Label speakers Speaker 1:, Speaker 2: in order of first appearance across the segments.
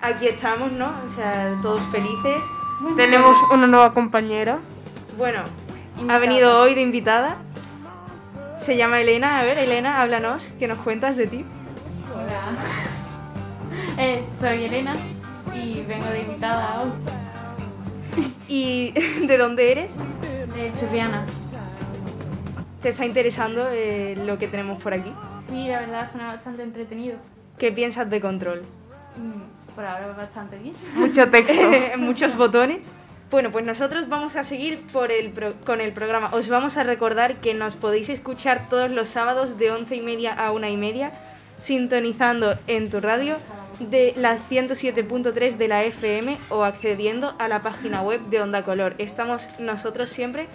Speaker 1: aquí estamos, ¿no? O sea, todos felices.
Speaker 2: Tenemos una nueva compañera.
Speaker 1: Bueno, ha venido hoy de invitada. Se llama Elena. A ver, Elena, háblanos. ¿Qué nos cuentas de ti?
Speaker 3: Hola. Eh, soy Elena y vengo de invitada a U,
Speaker 1: ¿Y de dónde eres?
Speaker 3: de Churriana.
Speaker 1: ¿Te está interesando eh, lo que tenemos por aquí?
Speaker 3: Sí, la verdad suena bastante entretenido.
Speaker 1: ¿Qué piensas de control?
Speaker 3: Mm, Por ahora va bastante bien.
Speaker 2: Mucho texto.
Speaker 1: Muchos botones. Bueno, pues nosotros vamos a seguir por el pro- con el programa. Os vamos a recordar que nos podéis escuchar todos los sábados de 11 y media a 1 y media, sintonizando en tu radio de la 107.3 de la FM o accediendo a la página web de Onda Color. Estamos nosotros siempre,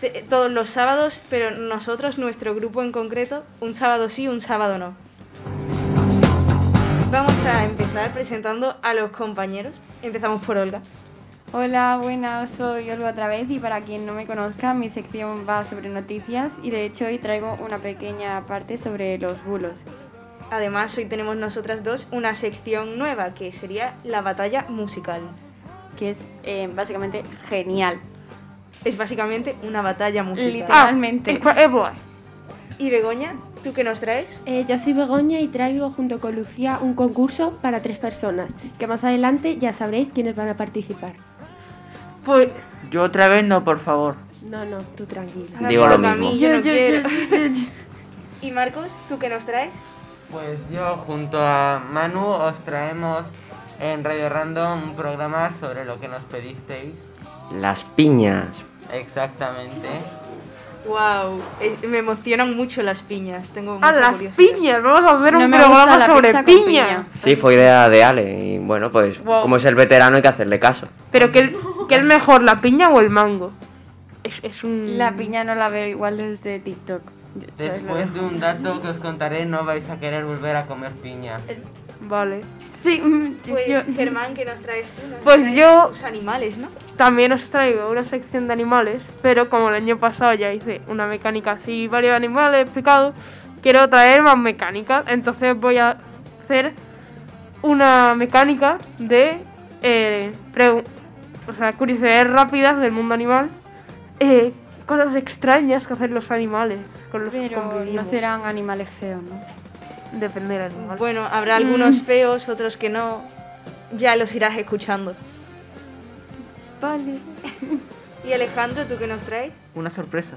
Speaker 1: te- todos los sábados, pero nosotros, nuestro grupo en concreto, un sábado sí, un sábado no. Vamos a empezar presentando a los compañeros. Empezamos por Olga.
Speaker 4: Hola, buenas, soy Olga otra vez y para quien no me conozca, mi sección va sobre noticias y de hecho hoy traigo una pequeña parte sobre los bulos.
Speaker 1: Además, hoy tenemos nosotras dos una sección nueva que sería la batalla musical.
Speaker 4: que es eh, básicamente genial.
Speaker 1: Es básicamente una batalla musical.
Speaker 4: Literal. Realmente.
Speaker 2: Ah, eh, buah.
Speaker 1: Y Begoña, ¿tú qué nos traes?
Speaker 5: Eh, yo soy Begoña y traigo junto con Lucía un concurso para tres personas, que más adelante ya sabréis quiénes van a participar.
Speaker 2: Pues
Speaker 6: Yo otra vez no, por favor.
Speaker 5: No, no, tú tranquila.
Speaker 6: Digo
Speaker 1: Ahora
Speaker 6: lo
Speaker 1: me toca a
Speaker 6: mismo.
Speaker 1: mí, yo no quiero. Y Marcos, ¿tú qué nos traes?
Speaker 7: Pues yo junto a Manu os traemos en Radio Random un programa sobre lo que nos pedisteis.
Speaker 6: Las piñas.
Speaker 7: Exactamente.
Speaker 1: Wow, eh, me emocionan mucho las piñas. Tengo
Speaker 2: a
Speaker 1: mucha
Speaker 2: las
Speaker 1: curiosidad.
Speaker 2: piñas. Vamos a hacer
Speaker 4: No
Speaker 2: un
Speaker 4: me gusta
Speaker 2: programa
Speaker 4: la
Speaker 2: sobre
Speaker 4: pizza con
Speaker 2: piña.
Speaker 4: piña.
Speaker 6: Sí, fue idea de Ale. Y bueno, pues
Speaker 2: Wow.
Speaker 6: como es el veterano hay que hacerle caso.
Speaker 2: Pero ¿qué, qué es mejor, la piña o el mango? Es, es
Speaker 3: Mm.
Speaker 2: un...
Speaker 4: La piña no la veo igual desde TikTok. Yo- ¿sabes lo
Speaker 7: Después de un dato que os contaré no vais a querer volver a comer piña.
Speaker 2: Vale.
Speaker 4: que- Sí, mm,
Speaker 1: Pues
Speaker 4: yo-
Speaker 1: Germán, ¿qué nos traes tú? Nos
Speaker 2: Pues
Speaker 1: traes
Speaker 2: yo-
Speaker 1: tus animales, ¿no?
Speaker 2: También os traigo una sección de animales, pero como el año pasado ya hice una mecánica así, varios animales explicados, quiero traer más mecánicas. Entonces voy a hacer una mecánica de eh, pregu- o sea, curiosidades rápidas del mundo animal, eh, cosas extrañas que hacen los animales con los que
Speaker 4: pero no
Speaker 2: convivimos.
Speaker 4: serán animales feos, ¿no?
Speaker 2: Depende del animal.
Speaker 1: Bueno, habrá
Speaker 2: Mm.
Speaker 1: algunos feos, otros que no. Ya los irás escuchando.
Speaker 4: Vale.
Speaker 1: Y Alejandro, ¿tú qué nos traes?
Speaker 8: Una sorpresa.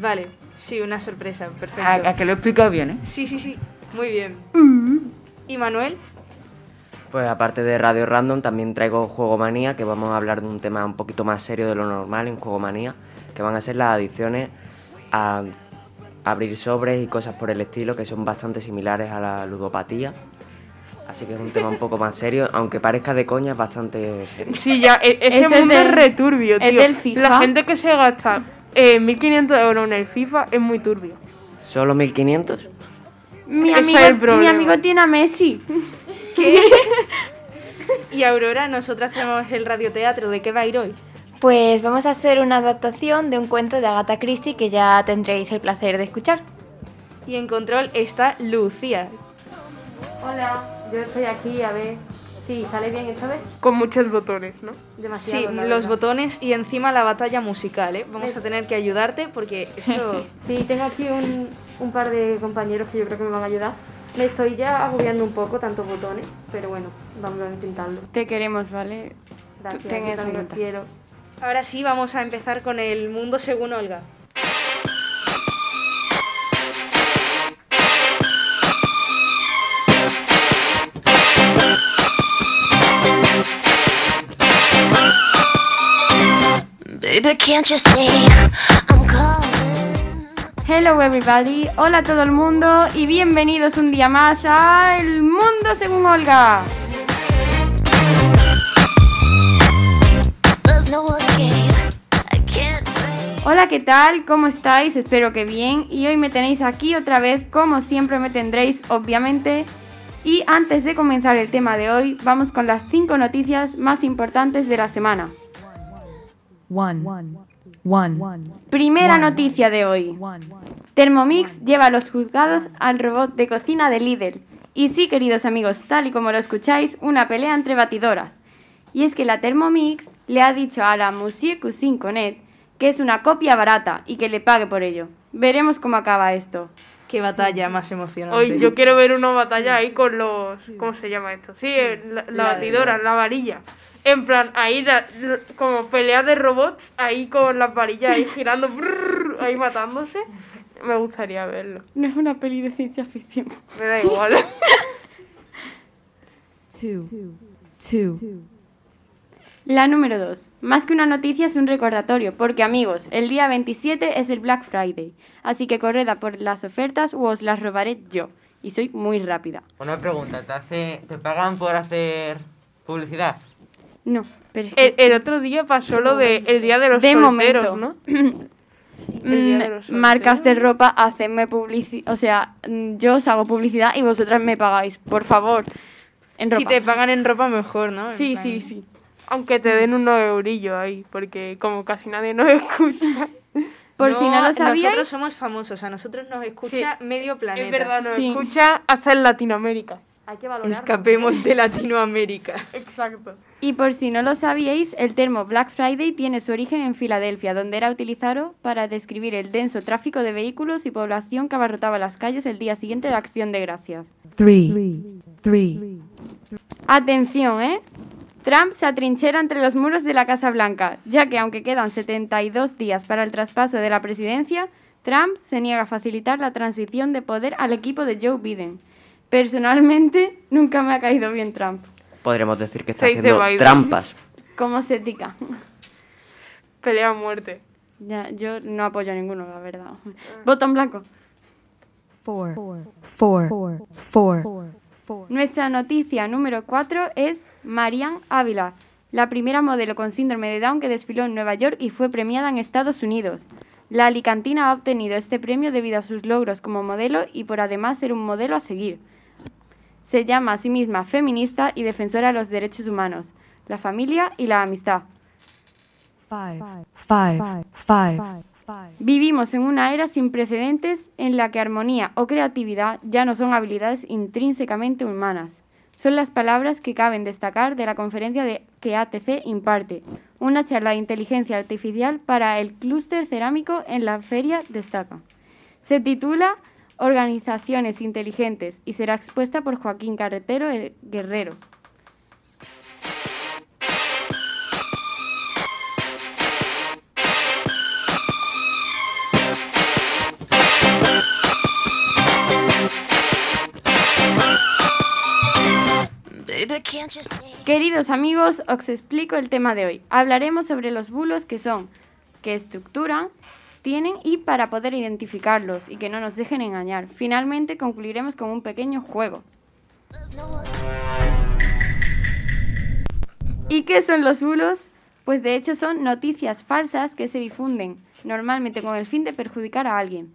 Speaker 1: Vale, sí, una sorpresa, perfecto.
Speaker 8: A,
Speaker 2: Ah,
Speaker 8: a que lo he explicado bien, ¿eh?
Speaker 1: Sí, sí, sí, muy bien.
Speaker 2: Uh.
Speaker 1: ¿Y Manuel?
Speaker 6: Pues aparte de Radio Random también traigo Juego Manía, que vamos a hablar de un tema un poquito más serio de lo normal en Juego Manía, que van a ser las adicciones a abrir sobres y cosas por el estilo que son bastante similares a la ludopatía. Así que es un tema un poco más serio, aunque parezca de coña, es bastante serio.
Speaker 2: Sí, ya, e-
Speaker 4: Ese
Speaker 2: ese
Speaker 4: es
Speaker 2: mundo es
Speaker 4: del-
Speaker 2: returbio, tío.
Speaker 4: es del FIFA.
Speaker 2: La gente que se gasta eh, 1.500 euros en el FIFA es muy turbio.
Speaker 6: ¿Solo 1500?
Speaker 4: Mi
Speaker 2: Ese
Speaker 4: amigo,
Speaker 2: es el problema.
Speaker 4: mi amigo tiene a Messi.
Speaker 1: ¿Qué? y Aurora, nosotras tenemos el radioteatro, ¿de qué va a ir hoy?
Speaker 9: Pues vamos a hacer una adaptación de un cuento de Agatha Christie que ya tendréis el placer de escuchar.
Speaker 1: Y en control está Lucía.
Speaker 3: Hola, yo estoy aquí a ver si sale bien esta vez.
Speaker 2: Con muchos botones, ¿no?
Speaker 1: sí, los botones y encima la batalla musical, ¿eh? Vamos a tener que ayudarte porque esto...
Speaker 3: Sí, tengo aquí un, un par de compañeros que yo creo que me van a ayudar. Me estoy ya agobiando un poco tantos botones, pero bueno, vamos a intentarlo.
Speaker 4: Te queremos, ¿vale?
Speaker 3: Gracias,
Speaker 4: ten eso
Speaker 3: yo
Speaker 4: en
Speaker 3: también os
Speaker 4: cuenta.
Speaker 3: quiero.
Speaker 1: Ahora sí, vamos a empezar con el mundo según Olga.
Speaker 10: Baby, can't you see I'm calling?
Speaker 4: Hello everybody, hola a todo el mundo y bienvenidos un día más a El Mundo Según Olga.
Speaker 10: There's no escape. I can't wait.
Speaker 4: Hola, ¿qué tal? ¿Cómo estáis? Espero que bien. Y hoy me tenéis aquí otra vez, como siempre me tendréis, obviamente. Y antes de comenzar el tema de hoy, vamos con las 5 noticias más importantes de la semana. Primera noticia de hoy. Thermomix lleva a los juzgados al robot de cocina de Lidl. Y sí, queridos amigos, tal y como lo escucháis, una pelea entre batidoras. Y es que la Thermomix le ha dicho a la Monsieur Cousin Conet que es una copia barata y que le pague por ello. Veremos cómo acaba esto.
Speaker 1: Qué batalla más emocionante.
Speaker 2: Hoy yo quiero ver una batalla ahí con los. ¿Cómo se llama esto? Sí, el- la, la
Speaker 1: La de-
Speaker 2: batidora, la varilla. En plan, ahí la- l- como pelea de robots, ahí con las varillas ahí girando, brrr, ahí matándose. Me gustaría verlo.
Speaker 11: No es una peli de ciencia ficción.
Speaker 2: Me da igual.
Speaker 4: La número 2. Más que una noticia es un recordatorio, porque amigos, el día 27 es el Black Friday, así que corred a por las ofertas o os las robaré yo. Y soy muy rápida.
Speaker 7: Una pregunta, ¿te, hace, ¿te pagan por hacer publicidad?
Speaker 4: No, pero es que-
Speaker 2: El, el otro día pasó lo de el día de los
Speaker 4: De
Speaker 2: solteros,
Speaker 4: momento.
Speaker 2: ¿no?
Speaker 4: Mm,
Speaker 2: de los
Speaker 4: marcas de ropa, hacedme publicidad. O sea, mm, yo os hago publicidad y vosotras me pagáis, por favor. En ropa.
Speaker 1: Si te pagan en ropa, mejor, ¿no? En
Speaker 4: sí,
Speaker 1: plan-
Speaker 4: sí, sí.
Speaker 2: Aunque te den unos eurillos ahí, porque como casi nadie nos escucha.
Speaker 4: Por si no lo
Speaker 1: Nosotros
Speaker 4: sabíais,
Speaker 1: somos famosos, a nosotros nos escucha medio planeta.
Speaker 2: Es verdad, nos
Speaker 4: Sí.
Speaker 2: escucha hasta en Latinoamérica.
Speaker 3: Hay que valorar.
Speaker 1: Escapemos de Latinoamérica.
Speaker 2: Exacto.
Speaker 4: y por si no lo sabíais, el termo Black Friday tiene su origen en Filadelfia, donde era utilizado para describir el denso tráfico de vehículos y población que abarrotaba las calles el día siguiente de Acción de Gracias. Atención, ¿eh? Trump se atrinchera entre los muros de la Casa Blanca, ya que aunque quedan 72 días para el traspaso de la presidencia, Trump se niega a facilitar la transición de poder al equipo de Joe Biden. Personalmente, nunca me ha caído bien Trump.
Speaker 6: Podríamos decir que está
Speaker 2: Se dice
Speaker 6: haciendo
Speaker 2: Biden.
Speaker 6: trampas.
Speaker 4: ¿Cómo se diga?
Speaker 2: Pelea a muerte. Ah.
Speaker 4: Ya, yo no apoyo a ninguno, la verdad. Voto en blanco. Nuestra noticia número 4 es Marianne Ávila, la primera modelo con síndrome de Down que desfiló en Nueva York y fue premiada en Estados Unidos. La alicantina ha obtenido este premio debido a sus logros como modelo y por además ser un modelo a seguir. Se llama a sí misma feminista y defensora de los derechos humanos, la familia y la amistad. Vivimos en una era sin precedentes en la que armonía o creatividad ya no son habilidades intrínsecamente humanas. Son las palabras que caben destacar de la conferencia de- que ATC imparte, una charla de inteligencia artificial para el clúster cerámico en la feria destaca. Se titula Organizaciones inteligentes y será expuesta por Joaquín Carretero el Guerrero.
Speaker 12: Baby, can't you see?
Speaker 4: Queridos amigos, os explico el tema de hoy. Hablaremos sobre los bulos que son, que estructuran, tienen y para poder identificarlos y que no nos dejen engañar. Finalmente concluiremos con un pequeño juego.
Speaker 12: There's no one
Speaker 4: ¿Y qué son los bulos? Pues de hecho son noticias falsas que se difunden normalmente con el fin de perjudicar a alguien.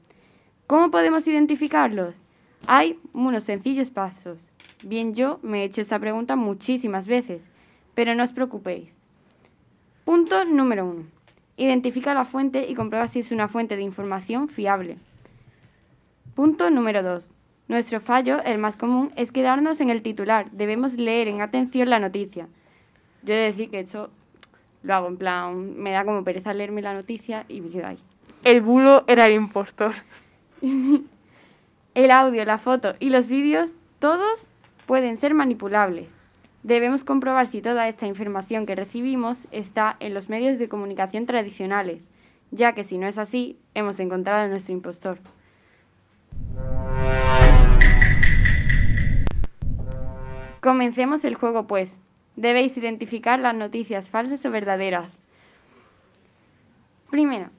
Speaker 4: ¿Cómo podemos identificarlos? Hay unos sencillos pasos. Bien, yo me he hecho esta pregunta muchísimas veces, pero no os preocupéis. Punto número uno. Identifica la fuente y comprueba si es una fuente de información fiable. Punto número 2. Nuestro fallo, el más común, es quedarnos en el titular. Debemos leer en atención la noticia. Yo he de decir que eso lo hago en plan, me da como pereza leerme la noticia y me quedo ahí.
Speaker 2: El bulo era el impostor.
Speaker 4: El audio, la foto y los vídeos, todos pueden ser manipulables. Debemos comprobar si toda esta información que recibimos está en los medios de comunicación tradicionales, ya que si no es así, hemos encontrado a nuestro impostor. Comencemos el juego, pues. Debéis identificar las noticias falsas o verdaderas. Primera,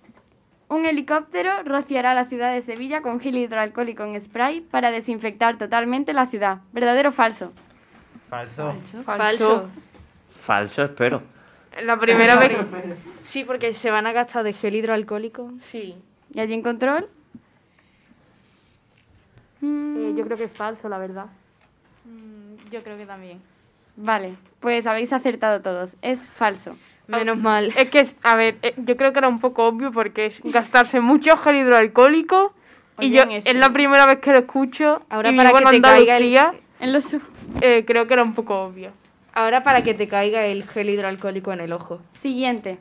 Speaker 4: un helicóptero rociará la ciudad de Sevilla con gel hidroalcohólico en spray para desinfectar totalmente la ciudad. ¿Verdadero o falso?
Speaker 7: Falso.
Speaker 1: Falso.
Speaker 6: Falso, espero.
Speaker 2: La primera vez.
Speaker 1: Sí, porque se van a gastar de gel hidroalcohólico.
Speaker 2: Sí.
Speaker 4: ¿Y allí en control?
Speaker 3: Eh, yo creo que es falso, la verdad.
Speaker 1: Mm, Yo creo que también.
Speaker 4: Vale, pues habéis acertado todos. Es falso.
Speaker 1: Menos mal.
Speaker 2: Es que, es- a ver, eh, yo creo que era un poco obvio porque es gastarse mucho gel hidroalcohólico. Y yo
Speaker 4: Oigan esto.
Speaker 2: es la primera vez que lo escucho.
Speaker 1: Ahora
Speaker 2: y
Speaker 1: para
Speaker 2: vivo
Speaker 1: que te
Speaker 2: en
Speaker 1: caiga
Speaker 2: Andalucía,
Speaker 1: el,
Speaker 4: En los sub.
Speaker 2: Eh, creo que era un poco obvio.
Speaker 1: Ahora para que te caiga el gel hidroalcohólico en el ojo.
Speaker 4: Siguiente.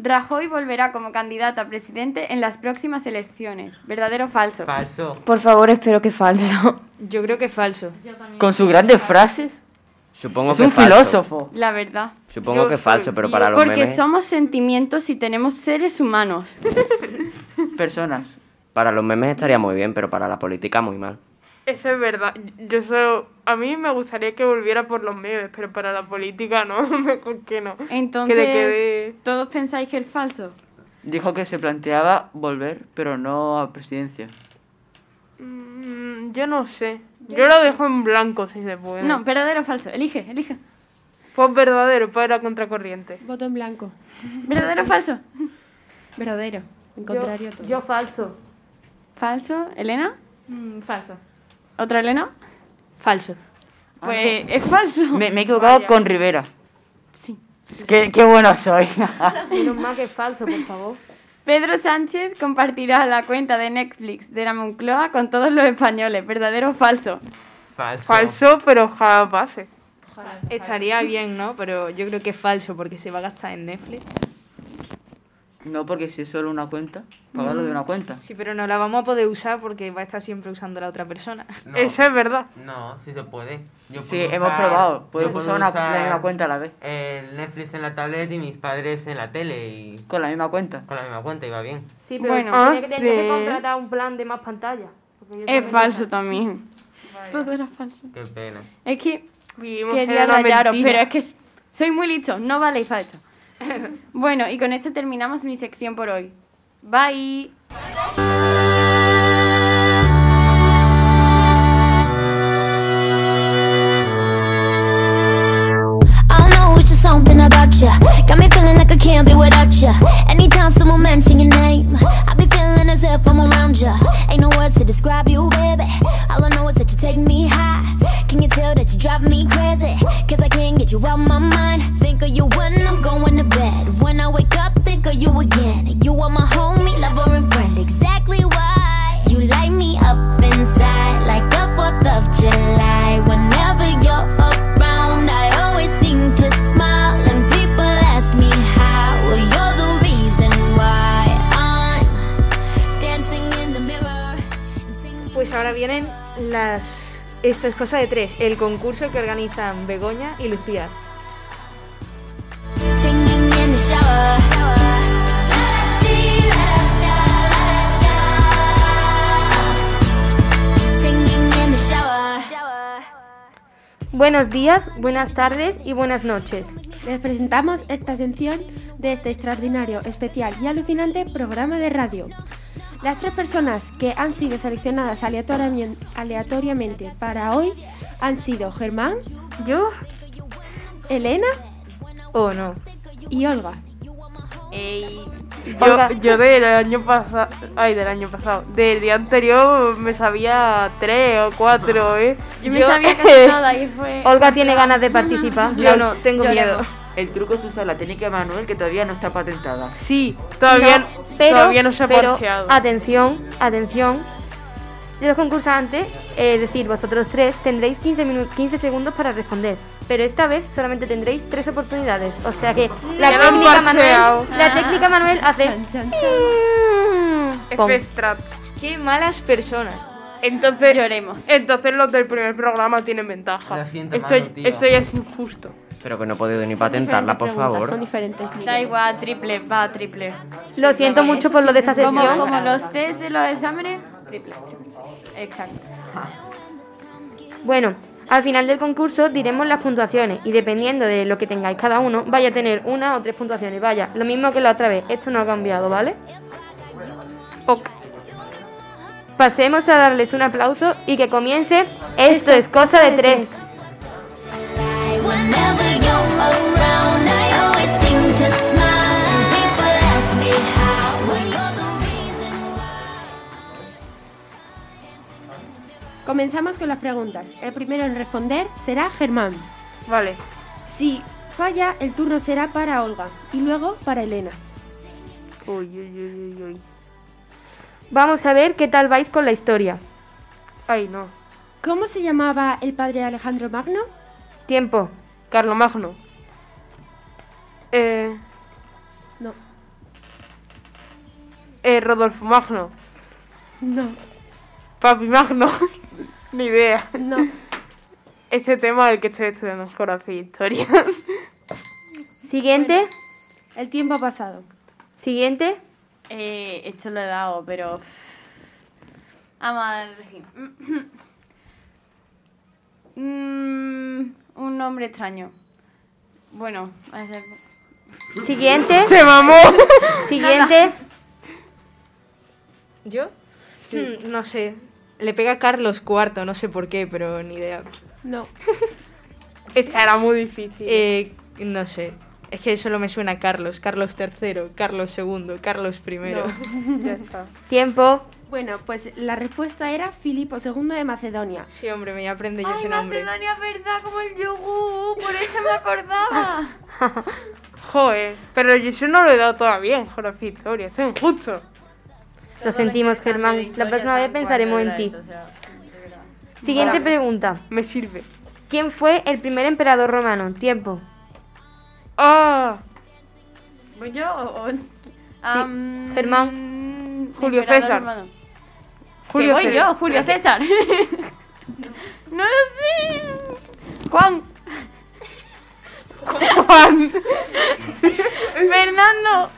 Speaker 4: Rajoy volverá como candidato a presidente en las próximas elecciones. ¿Verdadero o falso?
Speaker 7: Falso.
Speaker 9: Por favor, espero que falso.
Speaker 1: Yo creo que falso.
Speaker 8: Con sus grandes frases.
Speaker 6: Supongo
Speaker 8: es
Speaker 6: que
Speaker 8: un
Speaker 6: falso.
Speaker 8: filósofo.
Speaker 4: La verdad.
Speaker 6: Supongo que falso, pero para los
Speaker 4: Porque
Speaker 6: memes.
Speaker 4: somos sentimientos y tenemos seres humanos.
Speaker 8: Personas.
Speaker 6: Para los memes estaría muy bien, pero para la política muy mal.
Speaker 2: Eso es verdad. Yo solo, a mí me gustaría que volviera por los medios, pero para la política no, mejor que no.
Speaker 4: Entonces,
Speaker 2: Que le quede-
Speaker 4: ¿todos pensáis que es falso?
Speaker 8: Dijo que se planteaba volver, pero no a presidencia.
Speaker 2: Mm, yo no sé. Yo lo dejo en blanco si se puede.
Speaker 4: No, verdadero o falso. Elige, elige.
Speaker 2: Pues verdadero, para la contracorriente.
Speaker 5: Voto en blanco.
Speaker 4: ¿Verdadero o falso?
Speaker 5: Verdadero. En contrario a todo.
Speaker 3: Yo falso.
Speaker 4: ¿Falso? ¿Elena? Mm,
Speaker 1: falso.
Speaker 4: ¿Otra Elena?
Speaker 1: Falso.
Speaker 4: Pues es falso.
Speaker 8: Me, me he equivocado con Rivera.
Speaker 4: Sí.
Speaker 8: Qué, qué bueno soy.
Speaker 3: Menos mal que es falso, por favor.
Speaker 4: Pedro Sánchez compartirá la cuenta de Netflix de la Moncloa con todos los españoles. ¿Verdadero o falso?
Speaker 7: Falso.
Speaker 2: Falso, pero ojalá pase.
Speaker 1: Estaría bien, ¿no? Pero yo creo que es falso porque se va a gastar en Netflix.
Speaker 8: no, porque si es solo una cuenta, pagarlo de una cuenta.
Speaker 1: Sí, pero no la vamos a poder usar porque va a estar siempre usando la otra persona.
Speaker 7: No,
Speaker 2: Eso es verdad.
Speaker 7: no, sí se puede. Yo
Speaker 8: Sí,
Speaker 7: puedo
Speaker 8: hemos
Speaker 7: usar-
Speaker 8: probado. Puedes
Speaker 7: yo puedo
Speaker 8: usar una, la
Speaker 7: usar
Speaker 8: misma cuenta a la vez.
Speaker 7: El Netflix en la tablet y mis padres en la tele y
Speaker 8: Con la misma cuenta.
Speaker 7: con la misma cuenta y va bien.
Speaker 3: Sí, pero
Speaker 4: Bueno,
Speaker 3: tenía que-
Speaker 2: ah,
Speaker 3: tenía
Speaker 2: sí.
Speaker 3: que contratar un plan de más pantallas. porque yo
Speaker 4: Es
Speaker 3: también-
Speaker 4: falso también. Todo era falso.
Speaker 7: Qué pena.
Speaker 4: Es que
Speaker 2: Vivimos
Speaker 4: quería
Speaker 2: en una
Speaker 4: rayaros,
Speaker 2: mentira.
Speaker 4: pero es que soy muy listo, no vale falso. bueno, y con esto terminamos mi sección por hoy. Bye.
Speaker 13: I know it's just something about you. Got me feeling like I can't be without you. Anytime someone mention your name, I be feeling as if I'm around you. Ain't no words to describe you, baby. All I know is that you take me high. Can you tell that you drive me crazy? Cause I can't get you out my mind. Think of you when I'm going to bed. When I wake up, think of you again. You are my homie, lover, and friend. Exactly why you light me up inside like the 4th of July. Whenever you're around, I always seem to smile. And people ask me how. Well, you're the reason why I'm dancing in the mirror. and singing
Speaker 1: Pues ahora vienen las... Esto es cosa de tres, el concurso que organizan Begoña y Lucía.
Speaker 13: Singing in the shower. Singing in the shower.
Speaker 3: Buenos días, buenas tardes y buenas noches.
Speaker 5: Les presentamos esta sección de este extraordinario, especial y alucinante programa de radio. Las tres personas que han sido seleccionadas aleatoriamien- aleatoriamente para hoy han sido Germán,
Speaker 2: Yo,
Speaker 5: Elena
Speaker 1: ¿O no?
Speaker 5: y Olga.
Speaker 2: yo, yo del año pasado, ay, del año pasado, del día anterior me sabía tres o cuatro, ¿eh?
Speaker 4: Yo me sabía casi toda y fue...
Speaker 3: eh, Olga tiene ganas de participar.
Speaker 1: Yo no, tengo miedo.
Speaker 8: El truco es usar la técnica de Manuel que todavía no está patentada.
Speaker 2: Sí, todavía no,
Speaker 3: pero,
Speaker 2: todavía no se ha
Speaker 3: pero,
Speaker 2: parcheado.
Speaker 3: Atención, atención. Los concursantes, eh, es decir, vosotros tres, tendréis 15, minu- 15 segundos para responder. Pero esta vez solamente tendréis tres oportunidades. O sea que la,
Speaker 2: Ya lo han
Speaker 3: técnica
Speaker 2: parcheado.
Speaker 3: Manuel, la técnica Manuel hace...
Speaker 5: Chan, chan, chan.
Speaker 2: F
Speaker 3: Pom.
Speaker 2: Strat.
Speaker 1: ¡Qué malas personas!
Speaker 2: Entonces,
Speaker 4: Lloremos.
Speaker 2: entonces los del primer programa tienen ventaja.
Speaker 7: Lo siento,
Speaker 2: esto,
Speaker 7: Manu, tío.
Speaker 2: esto ya es injusto.
Speaker 6: Espero que no he podido ni patentarla, por
Speaker 5: Preguntas,
Speaker 6: favor.
Speaker 5: Son diferentes.
Speaker 4: Da igual, triple, va, triple.
Speaker 3: Lo siento mucho por lo de esta
Speaker 4: Como,
Speaker 3: sección.
Speaker 4: como los test de los exámenes, triple. Exacto.
Speaker 6: Ah.
Speaker 3: Bueno, al final del concurso diremos las puntuaciones y dependiendo de lo que tengáis cada uno, vaya a tener una o tres puntuaciones. Vaya, lo mismo que la otra vez. Esto no ha cambiado, ¿vale?
Speaker 2: Ok.
Speaker 3: Pasemos a darles un aplauso y que comience. Esto es cosa de tres.
Speaker 13: Whenever you're around, I always seem to smile. And people ask me how. Well, you're the reason
Speaker 5: Comenzamos con las preguntas. El primero en responder será Germán.
Speaker 2: Vale.
Speaker 5: Si falla, el turno será para Olga y luego para Elena.
Speaker 2: Uy, uy, uy, uy, uy.
Speaker 3: Vamos a ver qué tal vais con la historia.
Speaker 2: Ay, no.
Speaker 5: ¿Cómo se llamaba el padre de Alejandro Magno?
Speaker 3: Tiempo.
Speaker 2: Carlomagno. Eh,
Speaker 5: No,
Speaker 2: eh, Rodolfo Magno.
Speaker 5: no,
Speaker 2: Papi Magno. Ni idea.
Speaker 5: no.
Speaker 2: Este tema es el que estoy estudiando en geografía e historia.
Speaker 3: Siguiente.
Speaker 5: El tiempo ha pasado.
Speaker 3: Siguiente.
Speaker 4: Eh, esto lo he dado, pero. Vamos a decir. Mm, un nombre extraño. Bueno, a ver.
Speaker 3: Siguiente.
Speaker 2: ¡Se mamó!
Speaker 3: Siguiente.
Speaker 1: ¿Yo? Hmm, no sé. Le pega Carlos IV, no sé por qué, pero ni idea.
Speaker 5: No.
Speaker 2: Esta era muy difícil.
Speaker 1: Eh, no sé. Es que solo me suena a Carlos. Carlos III, Carlos II, Carlos I.
Speaker 2: Ya está.
Speaker 3: Tiempo.
Speaker 5: Bueno, pues la respuesta era Filipo II de Macedonia.
Speaker 1: Sí, hombre, me aprende yo
Speaker 4: ¡Ay,
Speaker 1: ese nombre.
Speaker 4: Macedonia, verdad! Como el yogur, por eso me acordaba.
Speaker 2: Joder. Pero yo eso no lo he dado todavía en geografía e historia. Esto es injusto.
Speaker 3: Lo sentimos, Germán. La próxima vez pensaremos en ti. Siguiente pregunta.
Speaker 2: Me sirve.
Speaker 3: ¿Quién fue el primer emperador romano? Tiempo.
Speaker 2: ¡Ah!
Speaker 4: ¿Voy yo o.? o- Am,
Speaker 3: Germán.
Speaker 2: Julio
Speaker 4: emperador
Speaker 2: César.
Speaker 4: romano.
Speaker 2: Julio
Speaker 4: Que voy
Speaker 2: César.
Speaker 4: yo, Julio César. no lo sé. Juan.
Speaker 2: Juan.
Speaker 4: Fernando.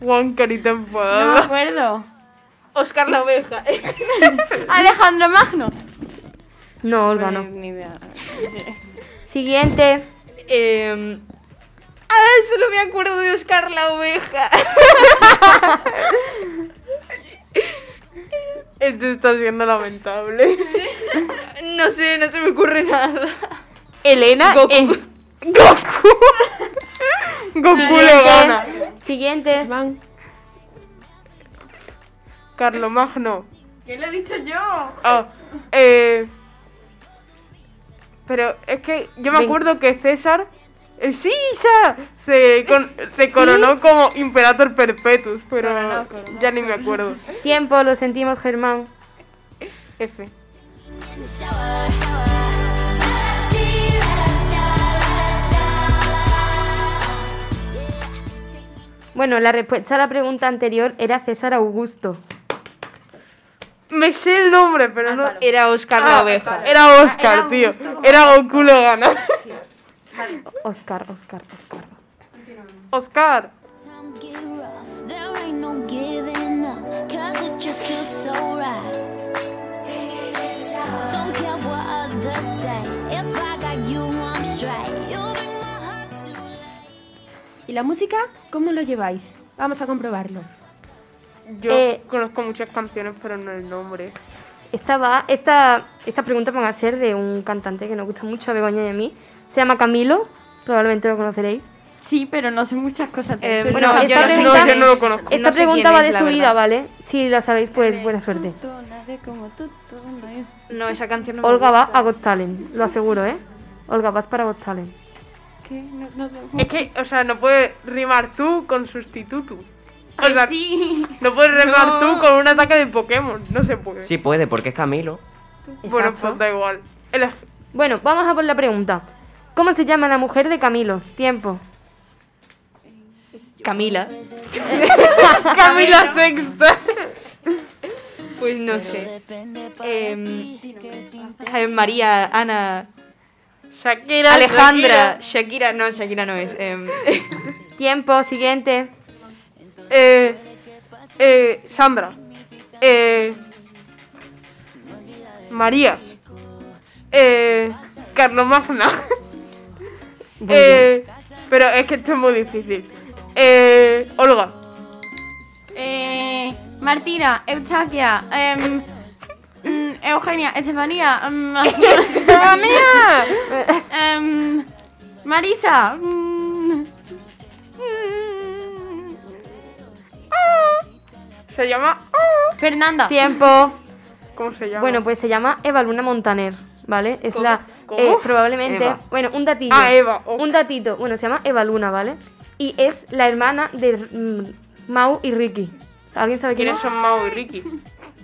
Speaker 2: Juan Carita
Speaker 4: No me
Speaker 2: Enfadada.
Speaker 4: acuerdo.
Speaker 1: Oscar la oveja.
Speaker 4: Alejandro Magno.
Speaker 3: No, Olvano.
Speaker 4: Ni idea.
Speaker 3: Siguiente.
Speaker 1: Em, ah, solo me acuerdo de Oscar la oveja.
Speaker 2: Esto está siendo lamentable.
Speaker 1: No sé, no se me ocurre nada.
Speaker 2: Elena
Speaker 1: Goku.
Speaker 2: es- Goku. Goku le gana.
Speaker 3: Siguiente.
Speaker 5: Germán,
Speaker 2: Carlomagno.
Speaker 4: ¿Qué le he dicho yo?
Speaker 2: Ah, eh, pero es que yo me
Speaker 3: Ven.
Speaker 2: acuerdo que César. eh, ¡Sí, Isa! Se, con- se coronó como Imperator Perpetus, pero
Speaker 4: Coronó, coronó.
Speaker 2: ya ni me acuerdo.
Speaker 3: Tiempo. Lo sentimos, Germán.
Speaker 2: F.
Speaker 3: Bueno, la respuesta a la pregunta anterior era César Augusto.
Speaker 2: Me sé el nombre, pero no.
Speaker 1: Era Oscar
Speaker 2: Ah,
Speaker 1: la oveja.
Speaker 2: Era Oscar, tío. Era Goku lo gana.
Speaker 3: Oscar, Oscar, Oscar.
Speaker 2: Oscar.
Speaker 10: Times get rough, there ain't no giving up, cause it just feels so right. Don't care what others say, if I got you, I'm straight. You bring my heart to life.
Speaker 5: ¿y la música cómo lo lleváis? Vamos a comprobarlo.
Speaker 2: Yo
Speaker 3: Eh.
Speaker 2: conozco muchas canciones, pero no el nombre.
Speaker 3: Esta, va, esta, esta pregunta van a ser de un cantante que nos gusta mucho, a Begoña y a mí. Se llama Camilo, probablemente lo conoceréis.
Speaker 4: Sí, pero no sé muchas cosas de
Speaker 2: Eh,
Speaker 4: ese
Speaker 3: bueno,
Speaker 4: nombre.
Speaker 3: esta
Speaker 2: yo no, sé-
Speaker 3: pregunta-
Speaker 2: no, yo no lo conozco.
Speaker 3: Esta
Speaker 1: No sé
Speaker 3: pregunta
Speaker 1: quién
Speaker 3: va
Speaker 1: es,
Speaker 3: de
Speaker 1: la
Speaker 3: su
Speaker 1: verdad.
Speaker 3: vida, ¿vale? Si la sabéis,
Speaker 4: Eh,
Speaker 3: pues buena suerte.
Speaker 4: Tuto, nadie como tuto, no es-
Speaker 1: No, esa canción no me
Speaker 3: Olga va
Speaker 1: gusta.
Speaker 3: a Got Talent, lo aseguro, ¿eh? Olga, vas para Got Talent.
Speaker 4: ¿Qué? No- no sé.
Speaker 2: Es que, o sea, no puedes rimar tú con sustituto. O sea,
Speaker 4: Sí.
Speaker 2: No puedes remar
Speaker 4: No.
Speaker 2: tú con un ataque de Pokémon, no se puede.
Speaker 6: Sí puede, porque es Camilo.
Speaker 2: bueno,
Speaker 3: Exacto.
Speaker 2: pues da igual. El-
Speaker 3: Bueno, vamos a por la pregunta. ¿Cómo se llama la mujer de Camilo? Tiempo.
Speaker 1: Camila.
Speaker 2: Camila Sexta.
Speaker 1: Pues no sé. Em, eh, María, Ana,
Speaker 2: Shakira.
Speaker 1: Alejandra, Shakira. No, Shakira no es. em,
Speaker 3: Tiempo, siguiente.
Speaker 2: Shakira. Eh, eh, Sandra. Eh, María. Eh, Carlomagna. eh, pero es que esto es muy difícil. Eh, Olga.
Speaker 4: Eh, Martina, Eustaquia, em, mm, Eugenia, Estefanía, em,
Speaker 2: ¡Estefanía!
Speaker 4: em, Marisa. mm, mm,
Speaker 2: Se llama.
Speaker 4: Fernanda.
Speaker 3: Tiempo.
Speaker 2: ¿Cómo se llama?
Speaker 3: Bueno, pues se llama Eva Luna Montaner, ¿vale? Es
Speaker 2: ¿Cómo?
Speaker 3: la.
Speaker 2: ¿Cómo?
Speaker 3: eh, probablemente.
Speaker 6: Eva.
Speaker 3: Bueno, un datillo.
Speaker 2: Ah, Eva. oh.
Speaker 3: Un datito. Bueno, se llama Eva Luna, ¿vale? Y es la hermana de mm, Mau y Ricky. ¿Alguien sabe quién
Speaker 2: ¿Quiénes
Speaker 3: es?
Speaker 2: son Mau y Ricky?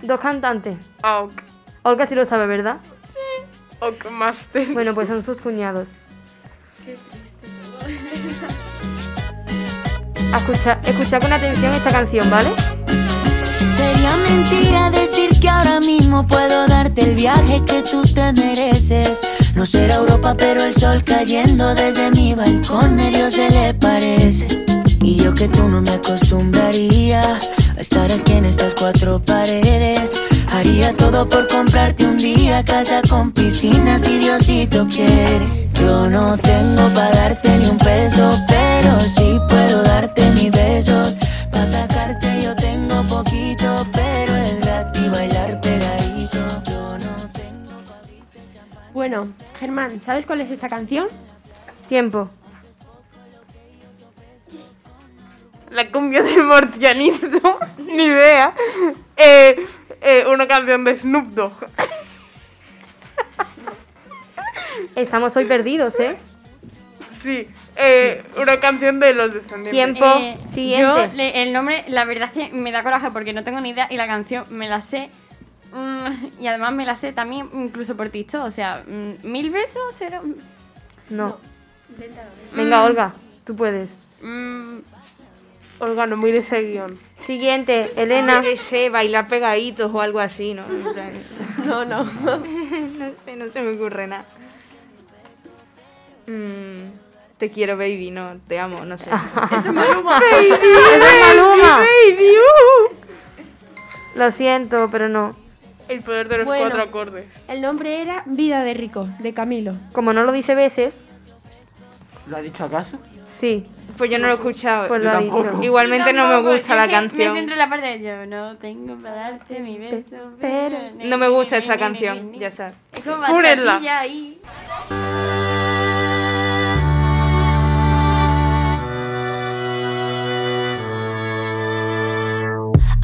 Speaker 3: Dos cantantes.
Speaker 2: Ah, ok.
Speaker 3: Olga sí lo sabe, ¿verdad?
Speaker 2: Ockmaster.
Speaker 3: Bueno, pues son sus cuñados. Escucha, escuchad con atención esta canción, ¿vale?
Speaker 10: Sería mentira decir que ahora mismo puedo darte el viaje que tú te mereces. No será Europa, pero el sol cayendo desde mi balcón medio se le parece. Y yo que tú no me acostumbraría a estar aquí en estas cuatro paredes. Haría todo por comprarte un día casa con piscina si Diosito quiere. Yo no tengo para darte ni un peso, pero sí puedo darte mis besos. Para sacarte yo tengo poquito, pero es gratis bailar pegadito. Yo no
Speaker 5: Bueno, Germán, ¿sabes cuál es esta canción?
Speaker 3: Tiempo.
Speaker 2: La cumbia del mortianizo. Ni idea. Eh, eh, una canción de Snoop Dogg.
Speaker 3: Estamos hoy perdidos, ¿eh?
Speaker 2: Sí. eh, una canción de los descendientes.
Speaker 4: Eh, Yo, le- el nombre, la verdad es que me da coraje porque no tengo ni idea y la canción me la sé. mm, y además me la sé también incluso por TikTok. O sea, mm, mil besos era.
Speaker 3: No.
Speaker 4: Mm.
Speaker 3: Venga, Olga, tú puedes.
Speaker 2: Olga, no mire ese guión.
Speaker 3: Siguiente, Elena.
Speaker 1: Yo qué sé, bailar pegaditos o algo así, ¿no? En plan-
Speaker 5: No, no.
Speaker 1: no sé, no se me ocurre nada. Mm, te quiero, baby, no, te amo, no sé. Eso es Maluma.
Speaker 3: Esa es Maluma.
Speaker 2: baby,
Speaker 3: Lo siento, pero no.
Speaker 2: El poder de los
Speaker 5: Bueno.
Speaker 2: cuatro acordes.
Speaker 5: El nombre era Vida de Rico, de Camilo.
Speaker 3: Como no lo dice veces,
Speaker 8: ¿Lo ha dicho acaso?
Speaker 3: sí.
Speaker 1: Pues yo no lo he escuchado.
Speaker 3: Pues lo
Speaker 1: Yo
Speaker 3: ha dicho.
Speaker 1: tampoco. Igualmente
Speaker 4: Yo
Speaker 1: no me
Speaker 4: tampoco,
Speaker 1: gusta
Speaker 4: yo
Speaker 1: la
Speaker 4: es que Me
Speaker 1: canción.
Speaker 4: centro en la parte de yo no tengo para darte mi beso.
Speaker 5: pero-
Speaker 1: No me gusta esa canción, ya está.
Speaker 4: Es como
Speaker 2: Fúrenla.
Speaker 4: bastantilla ahí.
Speaker 10: I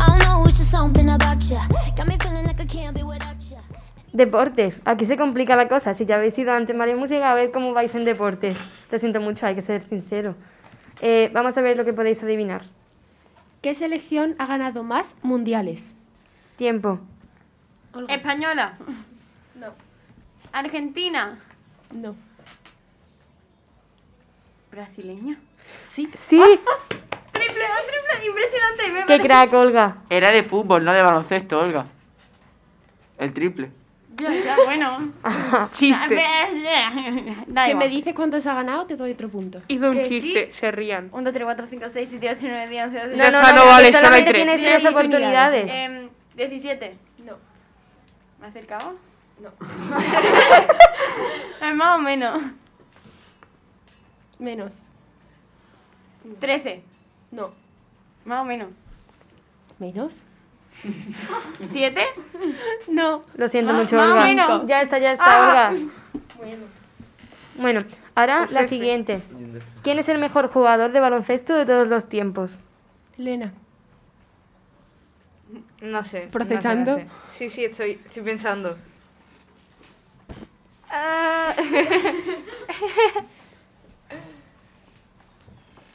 Speaker 10: don't know, it's just something about you. Got me feeling like I can't be without you.
Speaker 3: Deportes. Aquí se complica la cosa. Si ya habéis ido antes en varias música, a ver cómo vais en deportes. Lo siento mucho, hay que ser sincero. Eh, vamos a ver lo que podéis adivinar.
Speaker 5: ¿Qué selección ha ganado más mundiales?
Speaker 3: Tiempo.
Speaker 4: Española.
Speaker 5: No.
Speaker 4: Argentina.
Speaker 5: No.
Speaker 4: Brasileña.
Speaker 5: Sí.
Speaker 3: Sí,
Speaker 4: Triple A, triple A, impresionante. me
Speaker 3: qué
Speaker 4: parece-
Speaker 3: crack, Olga.
Speaker 8: Era de fútbol, no de baloncesto, Olga. El triple.
Speaker 4: Ya, ya, bueno.
Speaker 2: Chiste.
Speaker 4: Da
Speaker 5: Si me
Speaker 4: igual.
Speaker 5: dices cuántos ha ganado, te doy otro punto.
Speaker 2: Hizo un
Speaker 4: ¿Que sí?
Speaker 2: chiste, se rían.
Speaker 4: 1, 2, 3, 4, 5, 6, 7, 8, 9, 10, 11, 12,
Speaker 2: Ya está, no vale, solo hay
Speaker 3: solamente
Speaker 2: tres.
Speaker 3: tienes tres
Speaker 5: Sí, hay
Speaker 3: oportunidades.
Speaker 4: Em, 17.
Speaker 5: No.
Speaker 4: ¿Me he acercado? No. es Eh, más o menos.
Speaker 5: Menos.
Speaker 4: 13.
Speaker 5: No.
Speaker 4: Más o menos.
Speaker 5: ¿Menos?
Speaker 4: ¿7?
Speaker 5: No.
Speaker 3: Lo siento
Speaker 4: Ah,
Speaker 3: mucho,
Speaker 4: más o
Speaker 3: Olga.
Speaker 4: menos.
Speaker 3: Ya está, ya está,
Speaker 4: Ah.
Speaker 3: Olga. Bueno, ahora la siguiente. ¿Quién es el mejor jugador de baloncesto de todos los tiempos?
Speaker 5: Elena.
Speaker 1: No sé. no sé,
Speaker 5: Procesando.
Speaker 1: no sé. Sí, sí, estoy, estoy pensando. Ah.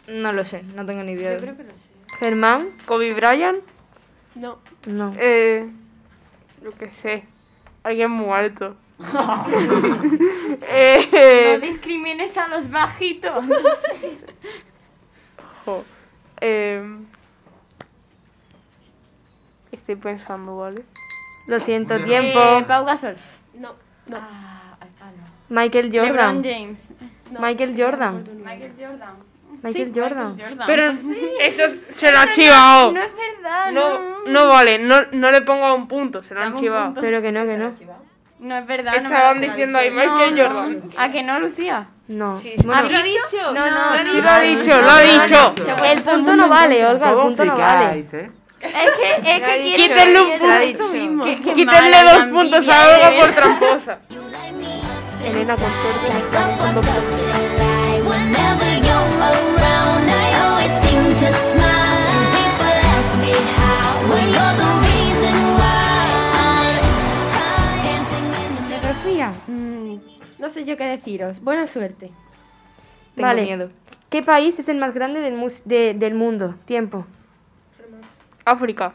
Speaker 1: no lo sé, no tengo ni idea.
Speaker 3: Germán,
Speaker 2: Kobe Bryant,
Speaker 5: No.
Speaker 3: no.
Speaker 2: eh, lo que sé, alguien muerto.
Speaker 4: No
Speaker 2: eh,
Speaker 4: discrimines a los bajitos.
Speaker 2: jo, em, estoy pensando, ¿vale?
Speaker 3: Lo siento, tiempo.
Speaker 4: Eh, Pau Gasol.
Speaker 5: No. No.
Speaker 4: Ah, ah, no.
Speaker 3: Michael Jordan.
Speaker 4: LeBron James.
Speaker 5: no.
Speaker 3: Michael Jordan.
Speaker 4: Michael Jordan.
Speaker 3: Michael Jordan.
Speaker 2: Pero eso se lo han chivado.
Speaker 4: No es verdad, no.
Speaker 2: No, no vale, no, no le pongo un punto, se lo han
Speaker 4: Dame un
Speaker 2: chivado.
Speaker 4: punto.
Speaker 3: Pero que no, que no.
Speaker 4: No es verdad. no me
Speaker 2: Estaban
Speaker 4: lo sé.
Speaker 2: diciendo ahí Michael Jordan.
Speaker 4: ¿A que no, Lucía?
Speaker 3: No.
Speaker 1: Sí, sí,
Speaker 3: Bueno,
Speaker 1: sí lo he
Speaker 3: No,
Speaker 1: dicho.
Speaker 3: no,
Speaker 1: lo he
Speaker 3: sí
Speaker 2: Lo ha dicho, lo ha dicho.
Speaker 3: el punto no vale, Olga, el punto no vale.
Speaker 8: Explicáis, eh?
Speaker 4: Es que, es
Speaker 1: Lo ha
Speaker 4: que
Speaker 1: dicho,
Speaker 2: Quítenle un
Speaker 1: lo ha
Speaker 2: punto.
Speaker 1: dicho.
Speaker 2: Quítenle dos puntos a Olga por tramposa.
Speaker 3: Elena, consorte.
Speaker 10: Whenever you're around, I always seem to smile. And people ask me how. Well, you're the reason why I'm I'm dancing in the mirror.
Speaker 5: Geografía. Mm, no sé yo qué deciros. Buena suerte.
Speaker 1: Tengo
Speaker 3: Vale.
Speaker 1: miedo.
Speaker 3: ¿Qué país es el más grande del, mus- de- del mundo? Tiempo.
Speaker 2: África.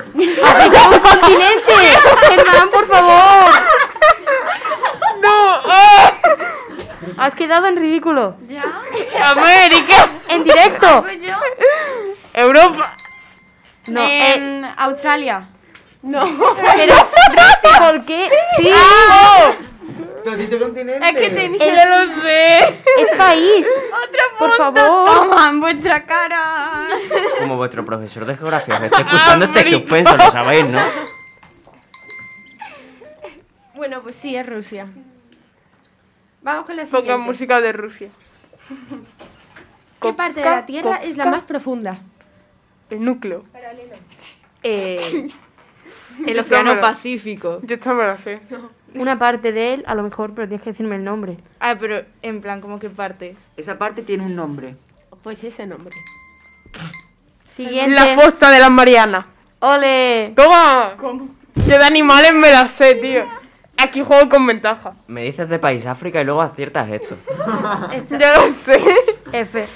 Speaker 3: ¡África, un continente! Germán, por favor. dado en ridículo.
Speaker 4: ¿Ya?
Speaker 2: ¡América!
Speaker 3: ¡En directo!
Speaker 4: Pues yo.
Speaker 2: ¡Europa!
Speaker 3: No,
Speaker 4: en Australia.
Speaker 2: No.
Speaker 3: Pero, Rosy, ¿por qué? Sí.
Speaker 7: ¿Te has dicho continente?
Speaker 4: Es que tenía.
Speaker 2: Ya lo sé.
Speaker 3: Es país.
Speaker 4: Otra
Speaker 3: Por
Speaker 4: punta.
Speaker 3: favor.
Speaker 4: Toma, en vuestra cara.
Speaker 6: Como vuestro profesor de geografía os está escuchando este suspenso, lo sabéis, ¿no?
Speaker 5: Bueno, pues sí, es Rusia.
Speaker 4: Vamos con la siguiente.
Speaker 2: Pongan música de Rusia.
Speaker 5: ¿Qué parte de la
Speaker 2: Kopska,
Speaker 5: Tierra es la
Speaker 2: Kopska,
Speaker 5: más profunda?
Speaker 2: El núcleo.
Speaker 1: Eh, el Océano Pacífico.
Speaker 2: Yo esta me la sé.
Speaker 3: Una parte de él, a lo mejor, pero tienes que decirme el nombre.
Speaker 1: Ah, pero en plan, ¿cómo que parte?
Speaker 8: Esa parte tiene un nombre.
Speaker 5: Pues ese nombre.
Speaker 3: Siguiente.
Speaker 2: La fosa de las Marianas.
Speaker 3: Ole.
Speaker 2: ¡Toma!
Speaker 4: ¿Cómo?
Speaker 2: Yo de animales me la sé, tío. Aquí juego con ventaja.
Speaker 6: Me dices de país África y luego aciertas esto.
Speaker 2: Ya lo sé.
Speaker 3: F.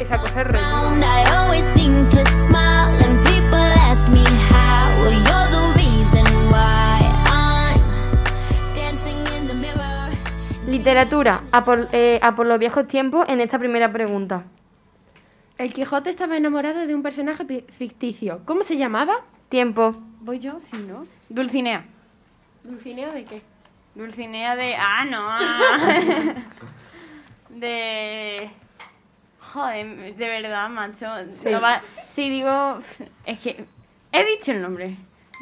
Speaker 2: Esa cosa es real.
Speaker 10: I always seem to smile, and people ask me how. Well, you're the reason why I'm dancing in the mirror.
Speaker 3: Literatura. A por, eh, a por los viejos tiempos en esta primera pregunta.
Speaker 5: El Quijote estaba enamorado de un personaje pi- ficticio. ¿Cómo se llamaba?
Speaker 3: Tiempo.
Speaker 4: Voy yo, si no. Dulcinea.
Speaker 5: ¿Dulcineo de qué?
Speaker 4: Dulcinea de. Ah, no. ah. de. Joder, de verdad, macho. Sí. sí, digo. Es que. He dicho el nombre.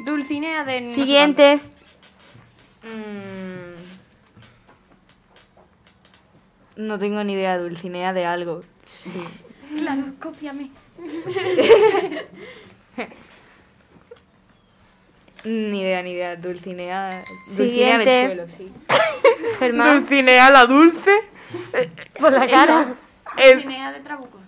Speaker 4: Dulcinea de. no sé
Speaker 3: Siguiente.
Speaker 1: Mm. No tengo ni idea, Dulcinea, de algo.
Speaker 4: cuánto. Claro, cópiame.
Speaker 1: Ni idea, ni idea. Dulcinea. Dulcinea
Speaker 3: Siguiente.
Speaker 1: del suelo, sí.
Speaker 3: Germán.
Speaker 2: Dulcinea la dulce. Eh,
Speaker 3: Por la cara.
Speaker 2: El
Speaker 4: Dulcinea de Trabuco.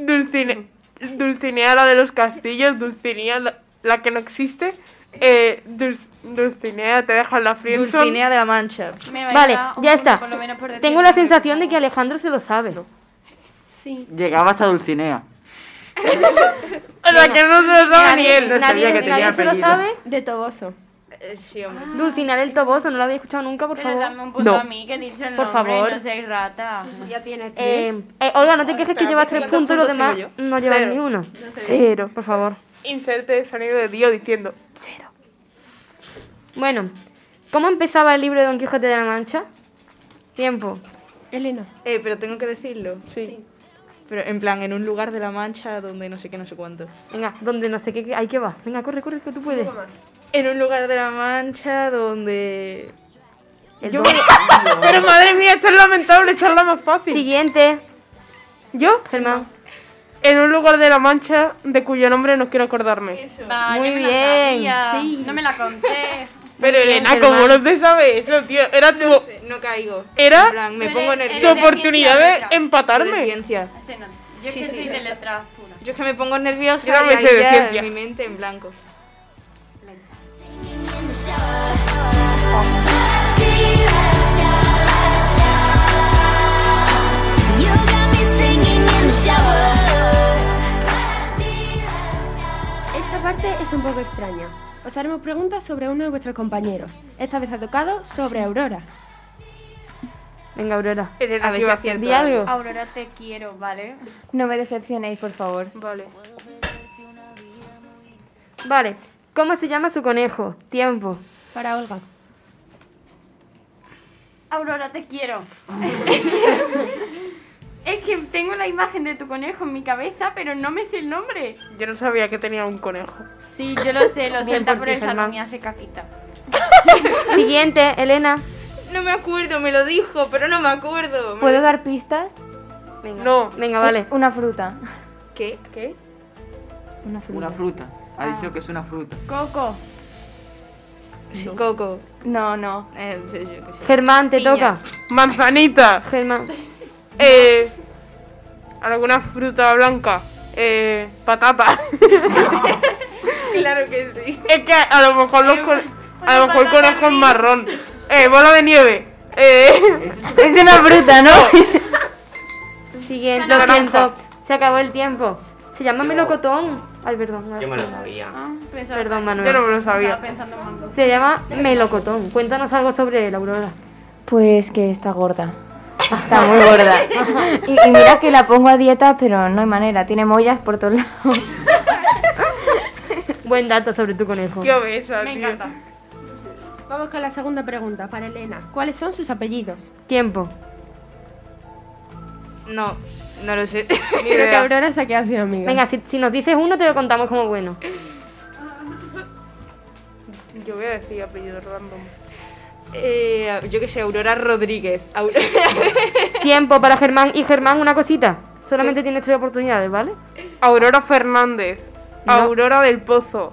Speaker 2: Dulcine- Dulcinea la de los castillos. Dulcinea la, la que no existe. Eh, Dul- Dulcinea te dejan la friendzone.
Speaker 1: Dulcinea de la Mancha.
Speaker 4: Me
Speaker 3: Vale,
Speaker 4: bailaba un
Speaker 3: ya
Speaker 4: punto,
Speaker 3: está.
Speaker 4: por lo menos, por decir
Speaker 3: Tengo
Speaker 4: el
Speaker 3: la
Speaker 4: nombre,
Speaker 3: sensación
Speaker 4: por
Speaker 3: de que
Speaker 4: favor.
Speaker 3: Alejandro se lo sabe.
Speaker 5: Sí.
Speaker 8: Llegaba hasta Dulcinea.
Speaker 2: La que no se lo sabe ni
Speaker 3: Nadie,
Speaker 2: él.
Speaker 8: No sabía
Speaker 3: nadie-
Speaker 8: que tenía
Speaker 3: nadie se lo
Speaker 8: apellido.
Speaker 3: sabe.
Speaker 5: De Toboso.
Speaker 1: Eh, sí, hombre.
Speaker 3: Dulcinea del Toboso, no lo había escuchado nunca, por
Speaker 4: Pero dame
Speaker 3: favor.
Speaker 4: Ah. un punto
Speaker 2: No.
Speaker 4: a mí que he dicho el
Speaker 3: Por
Speaker 4: nombre,
Speaker 3: favor.
Speaker 4: No seas rata.
Speaker 1: Pues
Speaker 5: Ya tienes
Speaker 3: Eh, eh, Olga, no te quejes que
Speaker 1: Espera,
Speaker 3: llevas
Speaker 1: ¿cuántos
Speaker 3: tres puntos y los
Speaker 1: puntos
Speaker 3: demás
Speaker 1: tengo
Speaker 3: no llevas
Speaker 2: Cero.
Speaker 3: ni uno.
Speaker 2: Cero.
Speaker 3: Por favor.
Speaker 2: Inserte sonido de Dios diciendo cero.
Speaker 3: Bueno, ¿cómo empezaba el libro de Don Quijote de la Mancha? Tiempo.
Speaker 5: Elena.
Speaker 1: Eh, pero tengo que decirlo.
Speaker 2: Sí.
Speaker 1: Pero en plan, en un lugar de la Mancha donde no sé qué, no sé cuánto.
Speaker 3: Venga, donde no sé qué, qué- ahí que va. Venga, corre, corre, que tú puedes.
Speaker 1: En un lugar de la Mancha donde.
Speaker 3: El
Speaker 2: Yo-
Speaker 3: don-
Speaker 2: Pero madre mía, esto es lamentable, esta es la más fácil.
Speaker 3: Siguiente.
Speaker 2: Yo,
Speaker 3: Germán.
Speaker 2: en un lugar de la mancha de cuyo nombre no quiero acordarme.
Speaker 4: Va,
Speaker 3: Muy
Speaker 4: yo me
Speaker 3: bien,
Speaker 4: La sabía.
Speaker 3: sí.
Speaker 4: No me la conté.
Speaker 2: Pero Elena,
Speaker 3: Germán.
Speaker 2: ¿cómo no te sabes eso, tío? Era tu,
Speaker 1: No, sé, no caigo.
Speaker 2: ¿Era?
Speaker 1: En plan, me
Speaker 4: Tú
Speaker 1: pongo
Speaker 4: eres-
Speaker 2: tu
Speaker 1: nerviosa.
Speaker 4: eres-
Speaker 2: oportunidad
Speaker 4: ciencia,
Speaker 2: de
Speaker 1: Yo de
Speaker 2: empatarme.
Speaker 1: ciencia.
Speaker 4: Ese no. Yo
Speaker 1: Sí,
Speaker 4: es que
Speaker 1: sí.
Speaker 4: soy de letras puras.
Speaker 1: Yo es que me pongo nerviosa
Speaker 2: Yo también
Speaker 1: y ahí
Speaker 2: soy de
Speaker 1: ya
Speaker 2: ciencia.
Speaker 1: mi mente en blanco.
Speaker 10: In the shower. Lefty, left out, left out. You got me singing in the shower. Lefty, left out.
Speaker 5: Esta parte es un poco extraña. Os haremos preguntas sobre uno de vuestros compañeros. Esta vez ha tocado sobre Aurora.
Speaker 3: Venga, Aurora.
Speaker 2: Elena,
Speaker 1: A ver
Speaker 2: ¿qué
Speaker 1: si
Speaker 2: va?
Speaker 1: acierto.
Speaker 3: Di algo.
Speaker 4: Aurora, te quiero, ¿vale?
Speaker 9: No me decepcionéis, por favor.
Speaker 2: Vale.
Speaker 3: Vale, ¿cómo se llama su conejo? Tiempo.
Speaker 5: Para Olga.
Speaker 4: Aurora, te quiero. es que tengo la imagen de tu conejo en mi cabeza, pero no me sé el nombre.
Speaker 2: Yo no sabía que tenía un conejo.
Speaker 4: Sí, yo lo sé, lo
Speaker 3: Bien
Speaker 4: suelta
Speaker 3: por
Speaker 4: por
Speaker 3: ti,
Speaker 4: el salón
Speaker 3: Germán.
Speaker 4: y hace capita.
Speaker 3: Siguiente, Elena.
Speaker 1: No me acuerdo, me lo dijo, pero no me acuerdo. Me-
Speaker 9: ¿Puedo dar pistas?
Speaker 3: Venga.
Speaker 2: No.
Speaker 3: Venga, vale.
Speaker 9: Una fruta.
Speaker 1: ¿Qué? ¿Qué?
Speaker 9: Una fruta.
Speaker 8: Una fruta. Ha dicho que es una fruta.
Speaker 4: Coco,
Speaker 1: Sí, Coco.
Speaker 9: No, no.
Speaker 1: Eh, yo- yo qué sé.
Speaker 3: Germán, te
Speaker 1: Piña.
Speaker 3: toca.
Speaker 2: Manzanita.
Speaker 3: Germán.
Speaker 2: Eh, alguna fruta blanca. Eh, patata.
Speaker 1: Claro que sí.
Speaker 2: es que a lo mejor los con- a lo mejor
Speaker 4: patata
Speaker 2: el conejo es
Speaker 4: frita.
Speaker 2: marrón. Eh, bola de nieve. Eh,
Speaker 9: Es una fruta, ¿no?
Speaker 3: Siguiente, lo
Speaker 2: Naranja.
Speaker 3: siento. Se acabó el tiempo. Se llama melocotón. Ay, perdón.
Speaker 6: Yo me lo sabía.
Speaker 4: Ah, pensaba,
Speaker 3: Perdón,
Speaker 2: yo no
Speaker 3: Manuel.
Speaker 2: me lo
Speaker 4: estaba
Speaker 2: sabía.
Speaker 4: pensando en mango.
Speaker 3: Se llama melocotón. Cuéntanos algo sobre él, Aurora.
Speaker 9: Pues que está gorda. Está muy gorda. Y, y mira que la pongo a dieta, pero no hay manera. Tiene mollas por todos lados.
Speaker 3: Buen dato sobre tu conejo.
Speaker 2: Qué obesa, tío.
Speaker 5: Vamos con la segunda pregunta para Elena. ¿Cuáles son sus apellidos?
Speaker 3: Tiempo.
Speaker 1: No, no lo sé.
Speaker 5: Creo que Aurora se ha quedado sin amigos.
Speaker 3: Venga, si, si nos dices uno, te lo contamos como bueno.
Speaker 2: Yo voy a decir apellido random.
Speaker 1: Eh, yo qué sé, Aurora Rodríguez. Aur-
Speaker 3: Tiempo para Germán. Y Germán, una cosita. Solamente tienes tres oportunidades, ¿vale?
Speaker 2: Aurora Fernández.
Speaker 3: No.
Speaker 2: Aurora del Pozo.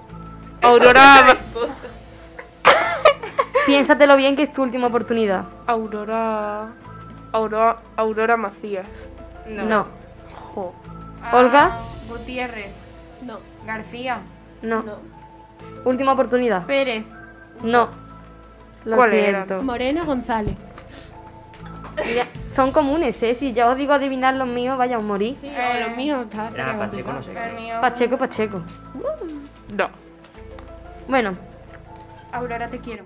Speaker 2: Aurora.
Speaker 3: Piénsatelo bien que es tu última oportunidad.
Speaker 2: Aurora. Aurora. Aurora Macías.
Speaker 3: No.
Speaker 2: Jo. Ah,
Speaker 3: Olga,
Speaker 4: Gutiérrez.
Speaker 5: No.
Speaker 4: García.
Speaker 3: no. Última oportunidad.
Speaker 4: Pérez.
Speaker 3: No. Lo
Speaker 2: ¿Cuál era?
Speaker 3: siento.
Speaker 5: Moreno González.
Speaker 3: Mira, son comunes, ¿eh? Si ya os digo adivinar los míos, vaya a morir.
Speaker 5: Sí,
Speaker 2: Eh,
Speaker 5: o los míos. está-
Speaker 6: Era Pacheco, no sé qué.
Speaker 3: Pacheco, Pacheco.
Speaker 5: Mm.
Speaker 2: No.
Speaker 3: Bueno,
Speaker 4: Aurora, te quiero.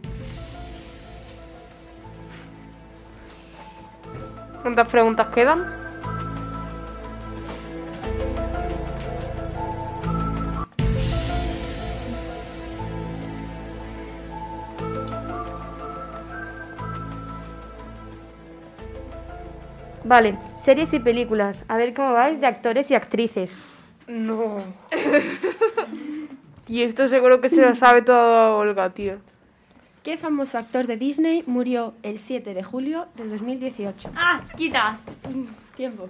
Speaker 2: ¿Cuántas preguntas quedan?
Speaker 3: vale. Series y películas. A ver cómo vais de actores y actrices.
Speaker 2: No. y esto seguro que se lo sabe toda Olga, tío.
Speaker 5: ¿Qué famoso actor de Disney murió el 7 de julio de 2018?
Speaker 4: Ah, quita.
Speaker 5: Tiempo.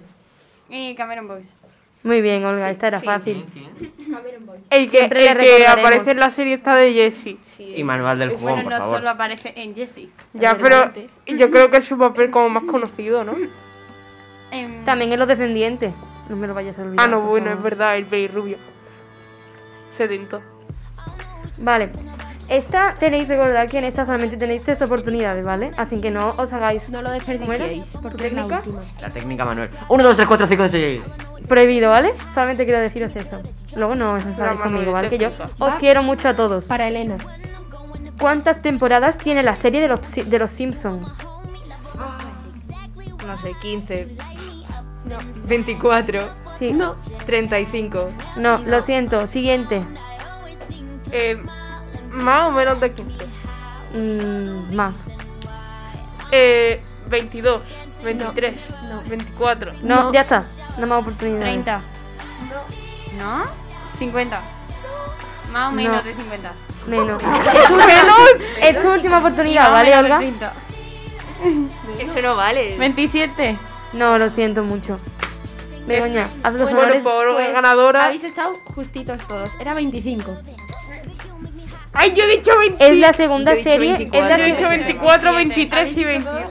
Speaker 4: Y Cameron Boys.
Speaker 3: Muy bien, Olga, esta era fácil.
Speaker 2: El que,
Speaker 3: Siempre le
Speaker 2: el que
Speaker 3: recordaremos.
Speaker 2: aparece en la serie está de Jessie.
Speaker 6: Y manual del jugón,
Speaker 4: bueno,
Speaker 6: por
Speaker 4: no
Speaker 6: favor.
Speaker 4: solo aparece en Jessie.
Speaker 2: Ya, pero yo creo que es su papel como más conocido, ¿no?
Speaker 4: Em,
Speaker 3: También en Los Descendientes. No me lo vayas a olvidar.
Speaker 2: Ah, no,
Speaker 3: por
Speaker 2: bueno,
Speaker 3: favor.
Speaker 2: es verdad, el pelirrubio. Se tentó.
Speaker 3: Vale. Esta tenéis que recordar que en esta solamente tenéis tres oportunidades, ¿vale? Así que no os hagáis
Speaker 5: No lo desperdiciéis, porque es la
Speaker 3: ¿Técnica?
Speaker 5: última.
Speaker 6: La técnica Manuel. 1, 2, 3, 4, 5, 6.
Speaker 3: prohibido, ¿vale? Solamente quiero deciros eso. Luego no os enfadéis
Speaker 2: Manuel,
Speaker 3: conmigo, ¿vale?
Speaker 2: te
Speaker 3: Que yo
Speaker 2: escucho.
Speaker 3: os quiero mucho a todos.
Speaker 5: Para Elena.
Speaker 3: ¿Cuántas temporadas tiene la serie de los, Psi- de los Simpsons?
Speaker 1: No sé, 15. 24.
Speaker 3: Sí.
Speaker 5: No.
Speaker 1: 35.
Speaker 3: No, lo siento. Siguiente.
Speaker 2: Eh, más o menos de 15.
Speaker 3: Mm, más.
Speaker 2: Eh, 22, 23, 24.
Speaker 3: No, ya está. No más oportunidades.
Speaker 4: 30. No. ¿No? 50. Más o
Speaker 3: No.
Speaker 4: menos de 50.
Speaker 3: Menos. Es tu, es tu última oportunidad, ¿vale, Olga?
Speaker 1: Eso no
Speaker 2: Eh.
Speaker 1: vale.
Speaker 4: 27.
Speaker 3: No, lo siento mucho. Begoña, haz los
Speaker 2: Bueno,
Speaker 3: honores.
Speaker 2: por
Speaker 5: Pues,
Speaker 2: ganadora.
Speaker 5: Habéis estado justitos todos. Era 25.
Speaker 2: ¡Ay, yo he dicho 20!
Speaker 3: Es la segunda
Speaker 1: Yo he dicho
Speaker 3: serie. Es
Speaker 1: 24.
Speaker 3: la,
Speaker 2: Yo he dicho
Speaker 3: se-
Speaker 2: 24, 23 y 22.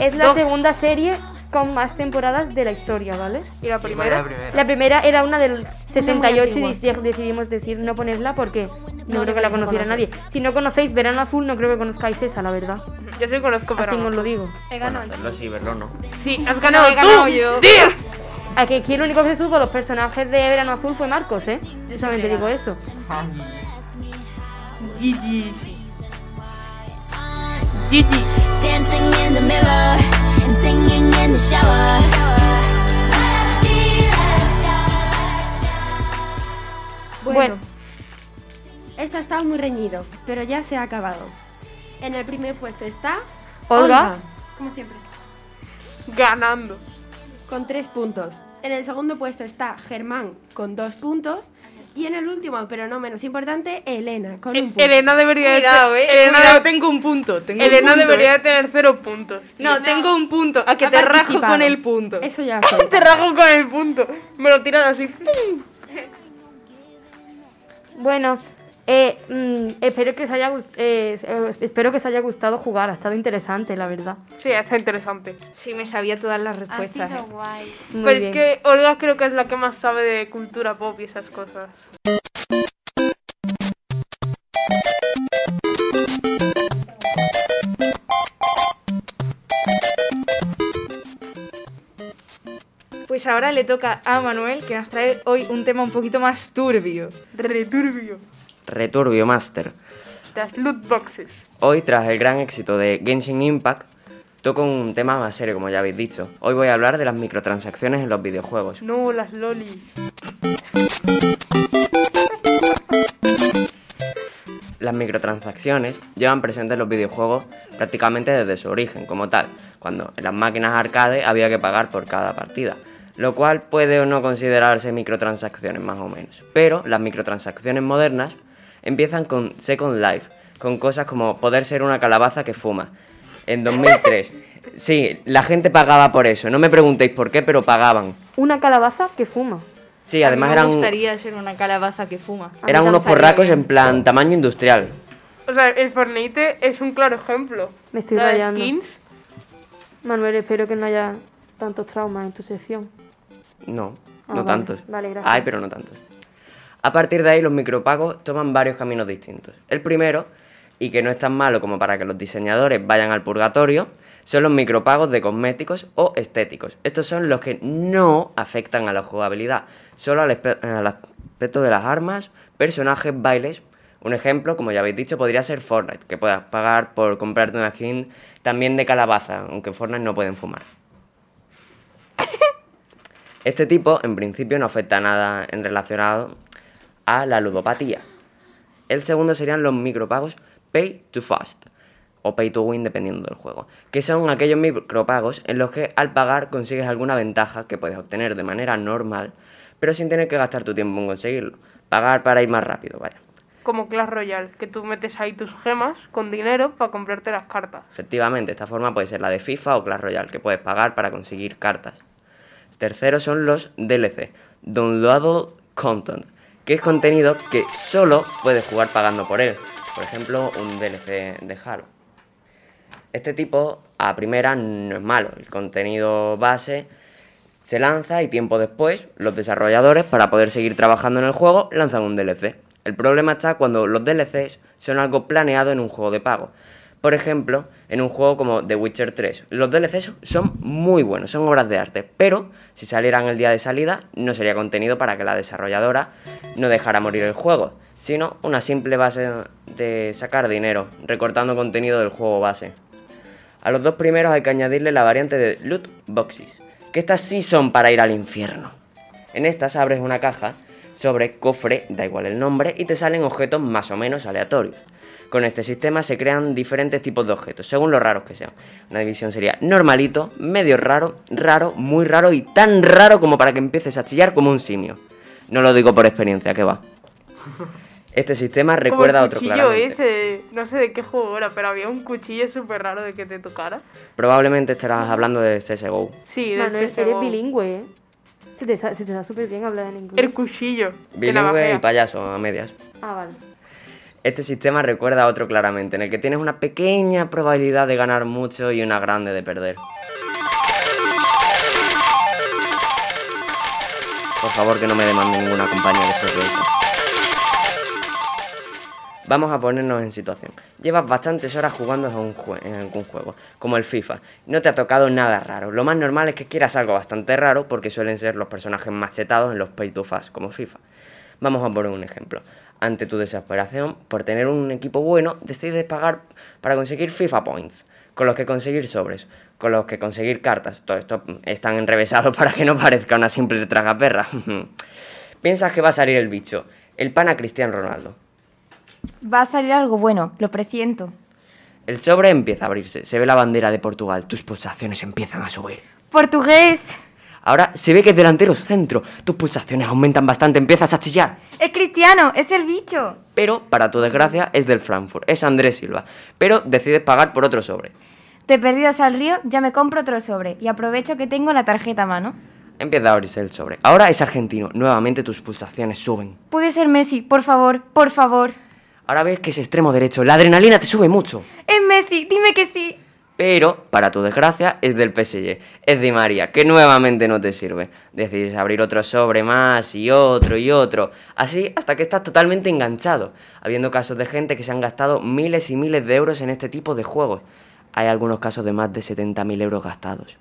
Speaker 3: es la
Speaker 2: Dos.
Speaker 3: segunda serie con más temporadas de la historia, ¿vale?
Speaker 2: ¿Y la
Speaker 7: Primera,
Speaker 2: primera?
Speaker 7: primera.
Speaker 3: La primera era una del 68 y
Speaker 5: antigua.
Speaker 3: dec- decidimos decir no ponerla porque no,
Speaker 5: No,
Speaker 3: creo que la
Speaker 5: no
Speaker 3: conociera nadie.
Speaker 5: conoce.
Speaker 3: Si no conocéis Verano Azul, no creo que conozcáis esa, la verdad.
Speaker 2: Yo sí conozco, pero.
Speaker 3: Así
Speaker 2: no.
Speaker 3: os lo digo.
Speaker 4: He ganado.
Speaker 6: Conocerlo sí, verlo no.
Speaker 2: Sí, has ganado,
Speaker 1: he ganado
Speaker 2: tú.
Speaker 1: yo.
Speaker 2: ¡Dios!
Speaker 3: Aquí, aquí el único que se supo los personajes de Verano Azul fue Marcos, ¿eh? Yo solamente digo eso.
Speaker 4: GG.
Speaker 2: Gigi.
Speaker 10: Dancing in the mirror and singing in the shower.
Speaker 5: Bueno. Esto ha estado muy reñido, pero ya se ha acabado. En el primer puesto está
Speaker 3: Olga.
Speaker 5: como siempre,
Speaker 2: Ganando.
Speaker 5: con tres puntos. En el segundo puesto está Germán con dos puntos. Y en el último, pero no menos importante, Elena con un punto.
Speaker 2: E- Elena debería de
Speaker 1: Cuidado,
Speaker 2: ser-
Speaker 1: eh.
Speaker 2: Elena,
Speaker 1: Cuidado, tengo un punto. Tengo un
Speaker 2: Elena
Speaker 1: punto,
Speaker 2: debería
Speaker 1: eh.
Speaker 2: de tener cero puntos. tío.
Speaker 1: No, tengo un punto. A que
Speaker 5: Ha
Speaker 1: te rajo
Speaker 5: participado.
Speaker 1: con el punto.
Speaker 5: Eso ya fue.
Speaker 2: Te rajo con el punto. Me lo tiran así. ¡pum!
Speaker 3: Bueno, eh, mm, espero, que os haya gust- eh, eh, espero que os haya gustado jugar. Ha estado interesante, la verdad.
Speaker 2: Sí, está interesante.
Speaker 1: Sí, me sabía todas las
Speaker 4: Ha
Speaker 1: respuestas.
Speaker 4: sido
Speaker 1: eh.
Speaker 4: guay.
Speaker 3: Muy
Speaker 2: Pero
Speaker 3: bien.
Speaker 2: es que Olga creo que es la que más sabe de cultura pop y esas cosas.
Speaker 1: Pues ahora le toca a Manuel que nos trae hoy un tema un poquito más turbio.
Speaker 2: Returbio.
Speaker 6: Returbio Master.
Speaker 2: Las loot boxes.
Speaker 6: Hoy, tras el gran éxito de Genshin Impact, toco un tema más serio, como ya habéis dicho. Hoy voy a hablar de las microtransacciones en los videojuegos.
Speaker 2: No, las lolis.
Speaker 6: Las microtransacciones llevan presentes los videojuegos prácticamente desde su origen como tal, cuando en las máquinas arcade había que pagar por cada partida, lo cual puede o no considerarse microtransacciones más o menos. Pero las microtransacciones modernas empiezan con Second Life, con cosas como poder ser una calabaza que fuma. En 2003. Sí, la gente pagaba por eso. No me preguntéis por qué, pero pagaban.
Speaker 3: Una calabaza que fuma.
Speaker 6: Sí, además
Speaker 1: me
Speaker 6: eran,
Speaker 1: gustaría ser una calabaza que fuma.
Speaker 6: eran unos porracos en plan tamaño industrial.
Speaker 2: O sea, el Fornite es un claro ejemplo.
Speaker 3: Me estoy
Speaker 2: La de
Speaker 3: rayando.
Speaker 2: skins.
Speaker 3: Manuel, espero que no haya tantos traumas en tu sección.
Speaker 6: No,
Speaker 3: Ah,
Speaker 6: no
Speaker 3: vale,
Speaker 6: tantos.
Speaker 3: vale, gracias.
Speaker 6: Ay, pero no tantos. A partir de ahí, los micropagos toman varios caminos distintos. El primero, y que no es tan malo como para que los diseñadores vayan al purgatorio, son los micropagos de cosméticos o estéticos. Estos son los que no afectan a la jugabilidad, solo al, espe- eh, al aspecto de las armas, personajes, bailes. Un ejemplo, como ya habéis dicho, podría ser Fortnite, que puedas pagar por comprarte una skin también de calabaza, aunque en Fortnite no pueden fumar. Este tipo, en principio, no afecta a nada en relacionado a la ludopatía. El segundo serían los micropagos Pay to Fast o Pay to Win dependiendo del juego, que son aquellos micropagos en los que al pagar consigues alguna ventaja que puedes obtener de manera normal, pero sin tener que gastar tu tiempo en conseguirlo. Pagar para ir más rápido, vaya.
Speaker 2: Como Clash Royale, que tú metes ahí tus gemas con dinero para comprarte las cartas.
Speaker 6: Efectivamente, esta forma puede ser la de FIFA o Clash Royale, que puedes pagar para conseguir cartas. Tercero son los DLC, Downloadable Content, que es contenido que solo puedes jugar pagando por él. Por ejemplo, un DLC de Halo. Este tipo, a primera, no es malo. El contenido base se lanza y tiempo después, los desarrolladores, para poder seguir trabajando en el juego, lanzan un DLC. El problema está cuando los DLCs son algo planeado en un juego de pago. Por ejemplo, en un juego como The Witcher 3, los DLCs son muy buenos, son obras de arte, pero si salieran el día de salida, no sería contenido para que la desarrolladora no dejara morir el juego, sino una simple base de sacar dinero, recortando contenido del juego base. A los dos primeros hay que añadirle la variante de loot boxes, que estas sí son para ir al infierno. En estas abres una caja sobre cofre, da igual el nombre, y te salen objetos más o menos aleatorios. Con este sistema se crean diferentes tipos de objetos, según lo raros que sean. Una división sería normalito, medio raro, raro, muy raro y tan raro como para que empieces a chillar como un simio. No lo digo por experiencia, que va. Este sistema recuerda a
Speaker 2: Como el
Speaker 6: otro
Speaker 2: cuchillo
Speaker 6: claramente.
Speaker 2: ese, no sé de qué juego era, pero había un cuchillo súper raro de que te tocara.
Speaker 6: Probablemente estarás hablando de CSGO.
Speaker 2: Sí, de este
Speaker 3: Manuel,
Speaker 2: CS:GO.
Speaker 3: eres bilingüe, ¿eh? Se te, sa- se te da súper bien hablar en inglés.
Speaker 2: El cuchillo. que
Speaker 6: Bilingüe y
Speaker 2: navajea.
Speaker 6: payaso, a medias.
Speaker 3: Ah, vale.
Speaker 6: Este sistema recuerda a otro claramente, en el que tienes una pequeña probabilidad de ganar mucho y una grande de perder. Por favor, que no me demande ninguna compañía después de eso. Vamos a ponernos en situación. Llevas bastantes horas jugando a un jue- en algún juego, como el FIFA. No te ha tocado nada raro. Lo más normal es que quieras algo bastante raro porque suelen ser los personajes machetados en los pay to fast, como FIFA. Vamos a poner un ejemplo. Ante tu desesperación por tener un equipo bueno, decides pagar para conseguir FIFA Points, con los que conseguir sobres, con los que conseguir cartas. Todo esto están enrevesados para que no parezca una simple tragaperra. Piensas que va a salir el bicho, el pana Cristiano Ronaldo.
Speaker 9: Va a salir algo bueno, lo presiento.
Speaker 6: El sobre empieza a abrirse, se ve la bandera de Portugal, tus pulsaciones empiezan a subir.
Speaker 9: Portugués.
Speaker 6: Ahora se ve que es delantero centro, tus pulsaciones aumentan bastante, empiezas a chillar.
Speaker 9: Es cristiano, es el bicho.
Speaker 6: Pero, para tu desgracia, es del Frankfurt, es Andrés Silva. Pero decides pagar por otro sobre.
Speaker 9: De perdidos al río, ya me compro otro sobre y aprovecho que tengo la tarjeta a mano.
Speaker 6: Empieza a abrirse el sobre. Ahora es argentino, nuevamente tus pulsaciones suben.
Speaker 9: Puede ser Messi, por favor, por favor.
Speaker 6: Ahora ves que es extremo derecho, la adrenalina te sube mucho.
Speaker 9: Es Eh, Messi, dime que sí.
Speaker 6: Pero, para tu desgracia, es del PSG, es de María, que nuevamente no te sirve. Decides abrir otro sobre más y otro y otro, así hasta que estás totalmente enganchado, habiendo casos de gente que se han gastado miles y miles de euros en este tipo de juegos. Hay algunos casos de más de 70.000 euros gastados.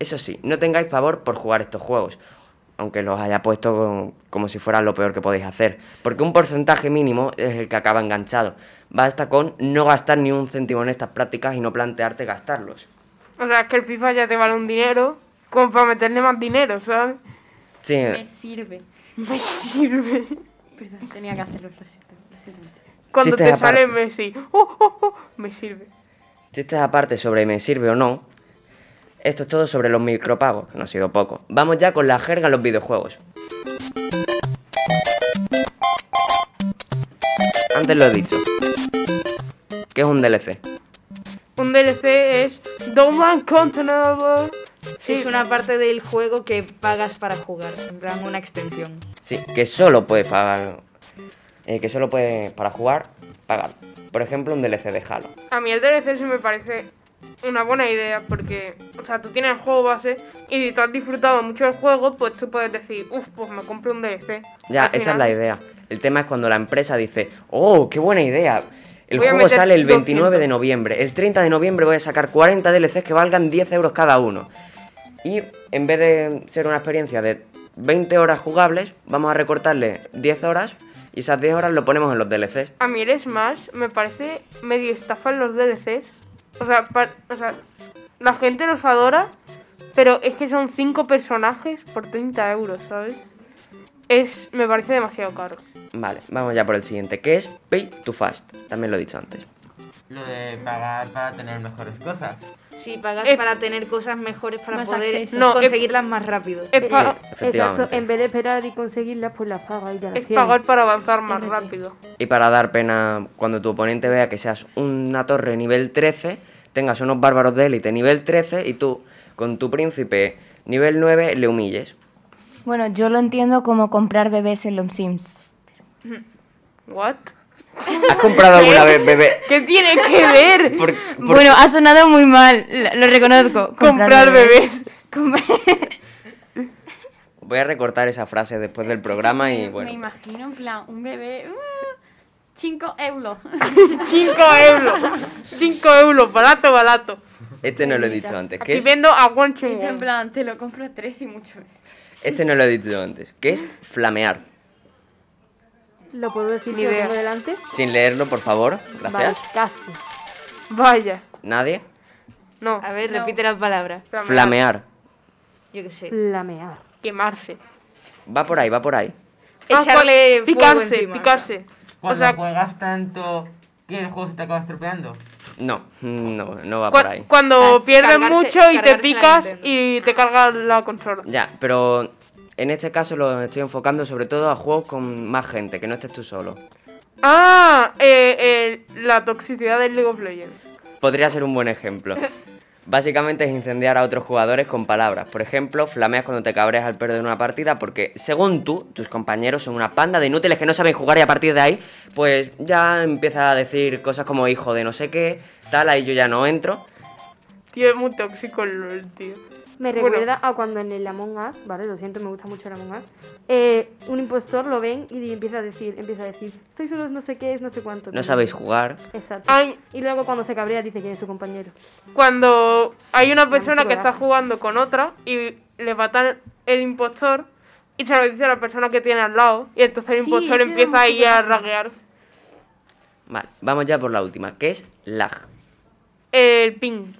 Speaker 6: Eso sí, no tengáis favor por jugar estos juegos, aunque los haya puesto como, como si fueran lo peor que podéis hacer, porque un porcentaje mínimo es el que acaba enganchado. Basta con no gastar ni un céntimo en estas prácticas y no plantearte gastarlos.
Speaker 2: O sea, es que el FIFA ya te vale un dinero, como para meterle más dinero, ¿sabes?
Speaker 6: Sí,
Speaker 4: Me sirve.
Speaker 2: Me sirve.
Speaker 4: Perdón, tenía que hacerlo, pues. lo siento, lo siento mucho.
Speaker 2: Cuando
Speaker 6: Chistes
Speaker 2: te sale
Speaker 6: aparte.
Speaker 2: Messi, ¡oh, oh, oh! Me sirve.
Speaker 6: Chistes aparte sobre me sirve o no. Esto es todo sobre los micropagos, que no ha sido poco. Vamos ya con la jerga en los videojuegos. Antes lo he dicho. ¿Qué es un DLC?
Speaker 2: Un DLC es Don't Man Controllable.
Speaker 1: Es una parte del juego que pagas para jugar, en plan una extensión.
Speaker 6: Sí, que solo puedes pagar. eh, que solo puedes, para jugar, pagar. Por ejemplo, un DLC de Halo.
Speaker 2: A mí el DLC sí me parece una buena idea porque, o sea, tú tienes el juego base y si tú has disfrutado mucho del juego, pues tú puedes decir, uff, pues me compro un DLC.
Speaker 6: Ya,
Speaker 2: Al
Speaker 6: esa es
Speaker 2: final,
Speaker 6: la idea. El tema es cuando la empresa dice, oh, qué buena idea. El
Speaker 2: Voy a
Speaker 6: juego
Speaker 2: meter
Speaker 6: sale el
Speaker 2: 200.
Speaker 6: 29 de noviembre. El 30 de noviembre voy a sacar 40 DLCs que valgan 10 euros cada uno. Y en vez de ser una experiencia de 20 horas jugables, vamos a recortarle 10 horas y esas 10 horas lo ponemos en los DLCs.
Speaker 2: A mí el Smash me parece medio estafa en los DLCs. O sea, pa- o sea, la gente los adora, pero es que son 5 personajes por 30 euros, ¿sabes? Es, me parece demasiado caro.
Speaker 6: Vale, vamos ya por el siguiente, que es Pay to Fast. También lo he dicho antes.
Speaker 7: Lo de pagar para tener mejores cosas.
Speaker 2: Ah,
Speaker 1: Sí, pagas para tener cosas mejores para
Speaker 3: Más
Speaker 1: poder
Speaker 3: acceso. No, es-
Speaker 1: conseguirlas más rápido.
Speaker 6: efectivamente.
Speaker 3: Exacto, en vez de esperar y conseguirlas, pues las pagas y ya las
Speaker 2: Es
Speaker 3: tienes.
Speaker 2: pagar para avanzar más rápido.
Speaker 6: Y para dar pena cuando tu oponente vea que seas una torre nivel 13, tengas unos bárbaros de élite nivel 13 y tú con tu príncipe nivel 9 le humilles.
Speaker 9: Bueno, yo lo entiendo como comprar bebés en los Sims.
Speaker 2: ¿What?
Speaker 6: ¿Has comprado alguna vez, bebé?
Speaker 2: ¿Qué tiene que ver?
Speaker 6: Por- por-
Speaker 14: Bueno, ha sonado muy mal, lo, lo reconozco.
Speaker 2: Comprar bebés.
Speaker 6: Voy a recortar esa frase después del programa y
Speaker 4: Me
Speaker 6: bueno.
Speaker 4: imagino, en plan, un bebé. 5 euros.
Speaker 2: 5 euros. 5 euros, barato, barato.
Speaker 6: Este no lo he dicho antes.
Speaker 2: Aquí
Speaker 6: Que es-
Speaker 2: vendo a One Chain
Speaker 4: Esto en
Speaker 2: Woman.
Speaker 4: plan, te lo compro a tres y mucho es.
Speaker 6: este no lo he dicho antes. Que es flamear.
Speaker 3: ¿Lo puedo decir
Speaker 2: Ni
Speaker 3: que lo
Speaker 2: idea.
Speaker 3: tengo delante?
Speaker 6: Sin leerlo, por favor. Gracias.
Speaker 3: Vale, casi.
Speaker 2: Vaya.
Speaker 6: Nadie.
Speaker 2: No.
Speaker 1: A ver, repite la palabra.
Speaker 6: Flamear.
Speaker 1: Yo qué sé.
Speaker 3: Flamear.
Speaker 2: Quemarse.
Speaker 6: Va por ahí, va por ahí.
Speaker 1: Echarle
Speaker 2: Ah,
Speaker 1: fuego
Speaker 2: picarse,
Speaker 1: encima.
Speaker 2: picarse. O
Speaker 7: Cuando
Speaker 2: sea,
Speaker 7: juegas tanto que el juego se te acaba estropeando.
Speaker 6: No, no, no va por
Speaker 2: cua-
Speaker 6: ahí.
Speaker 2: cuando
Speaker 1: Cas-
Speaker 2: pierdes
Speaker 1: cargarse-
Speaker 2: mucho y te
Speaker 1: cargarse la
Speaker 2: picas
Speaker 1: Nintendo.
Speaker 2: y te cargas la consola.
Speaker 6: Ya, pero en este caso lo estoy enfocando sobre todo a juegos con más gente, que no estés tú solo.
Speaker 2: Ah, eh, eh, la toxicidad del League of Legends.
Speaker 6: Podría ser un buen ejemplo. Básicamente es incendiar a otros jugadores con palabras. Por ejemplo, flameas cuando te cabreas al perder una partida porque, según tú, tus compañeros son una panda de inútiles que no saben jugar y a partir de ahí, pues ya empieza a decir cosas como hijo de no sé qué, tal, ahí yo ya no entro.
Speaker 2: Tío, es muy tóxico el LOL, tío.
Speaker 3: Me
Speaker 2: Bueno.
Speaker 3: recuerda a cuando en el Among Us, ¿vale? Lo siento, me gusta mucho el Among Us. eh, un impostor lo ven y empieza a decir, empieza a decir, sois unos no sé qué, no sé cuánto.
Speaker 6: No sabéis jugar.
Speaker 3: Exacto.
Speaker 2: Ay.
Speaker 3: Y luego cuando se cabrea dice quién es su compañero.
Speaker 2: Cuando hay una persona
Speaker 3: mucho
Speaker 2: que está
Speaker 3: coraje.
Speaker 2: jugando con otra y le matan el impostor y se lo dice a la persona que tiene al lado y entonces el
Speaker 4: Sí,
Speaker 2: impostor
Speaker 4: eso da
Speaker 2: empieza
Speaker 4: mucho
Speaker 2: ahí a
Speaker 4: coraje.
Speaker 2: raguear.
Speaker 6: Vale, vamos ya por la última, que es lag.
Speaker 2: El ping.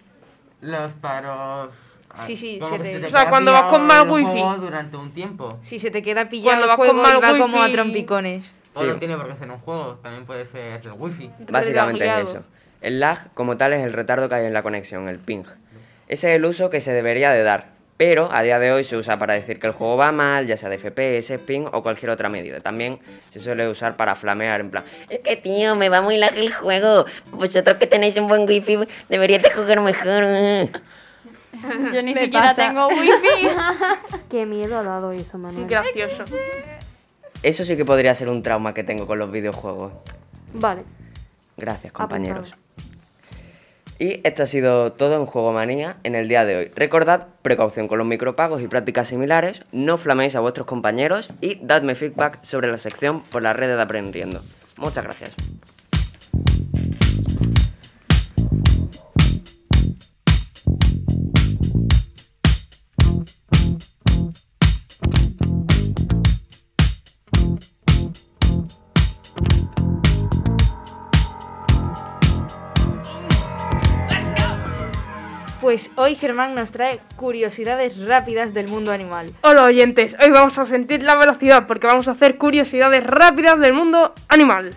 Speaker 7: Los paros. ah,
Speaker 1: Sí, sí,
Speaker 7: como
Speaker 1: se
Speaker 7: que
Speaker 1: te-
Speaker 7: te
Speaker 1: O
Speaker 2: sea,
Speaker 7: queda
Speaker 2: cuando vas
Speaker 7: pillado
Speaker 2: con mal
Speaker 7: el
Speaker 2: wifi.
Speaker 7: juego durante un tiempo.
Speaker 1: Si se te queda pillado
Speaker 2: Cuando
Speaker 1: el
Speaker 2: vas con
Speaker 1: juego y
Speaker 2: mal
Speaker 1: va como a
Speaker 2: wifi.
Speaker 1: trompicones.
Speaker 7: O
Speaker 6: Sí.
Speaker 7: no tiene por qué ser un juego, también puede ser el wifi.
Speaker 6: Básicamente es
Speaker 2: Relagueado.
Speaker 6: eso. El lag, como tal, es el retardo que hay en la conexión, el ping. Ese es el uso que se debería de dar, pero a día de hoy se usa para decir que el juego va mal, ya sea de FPS, ping o cualquier otra medida. También se suele usar para flamear, en plan, es que tío, me va muy lag el juego, vosotros que tenéis un buen wifi deberíais de jugar mejor. eh".
Speaker 4: Yo ni
Speaker 14: Me
Speaker 4: siquiera
Speaker 14: pasa.
Speaker 4: tengo wifi.
Speaker 3: Qué miedo ha dado eso, Manuel.
Speaker 2: Gracioso.
Speaker 6: Eso sí que podría ser un trauma que tengo con los videojuegos.
Speaker 3: vale.
Speaker 6: Gracias,
Speaker 3: pues
Speaker 6: compañeros. Y esto ha sido todo en Juego Manía en el día de hoy. Recordad precaución con los micropagos y prácticas similares, no flameéis a vuestros compañeros y dadme feedback sobre la sección por las redes de Aprendiendo. Muchas gracias.
Speaker 1: Pues hoy Germán nos trae curiosidades rápidas del mundo animal.
Speaker 2: Hola oyentes, hoy vamos a sentir la velocidad porque vamos a hacer curiosidades rápidas del mundo animal.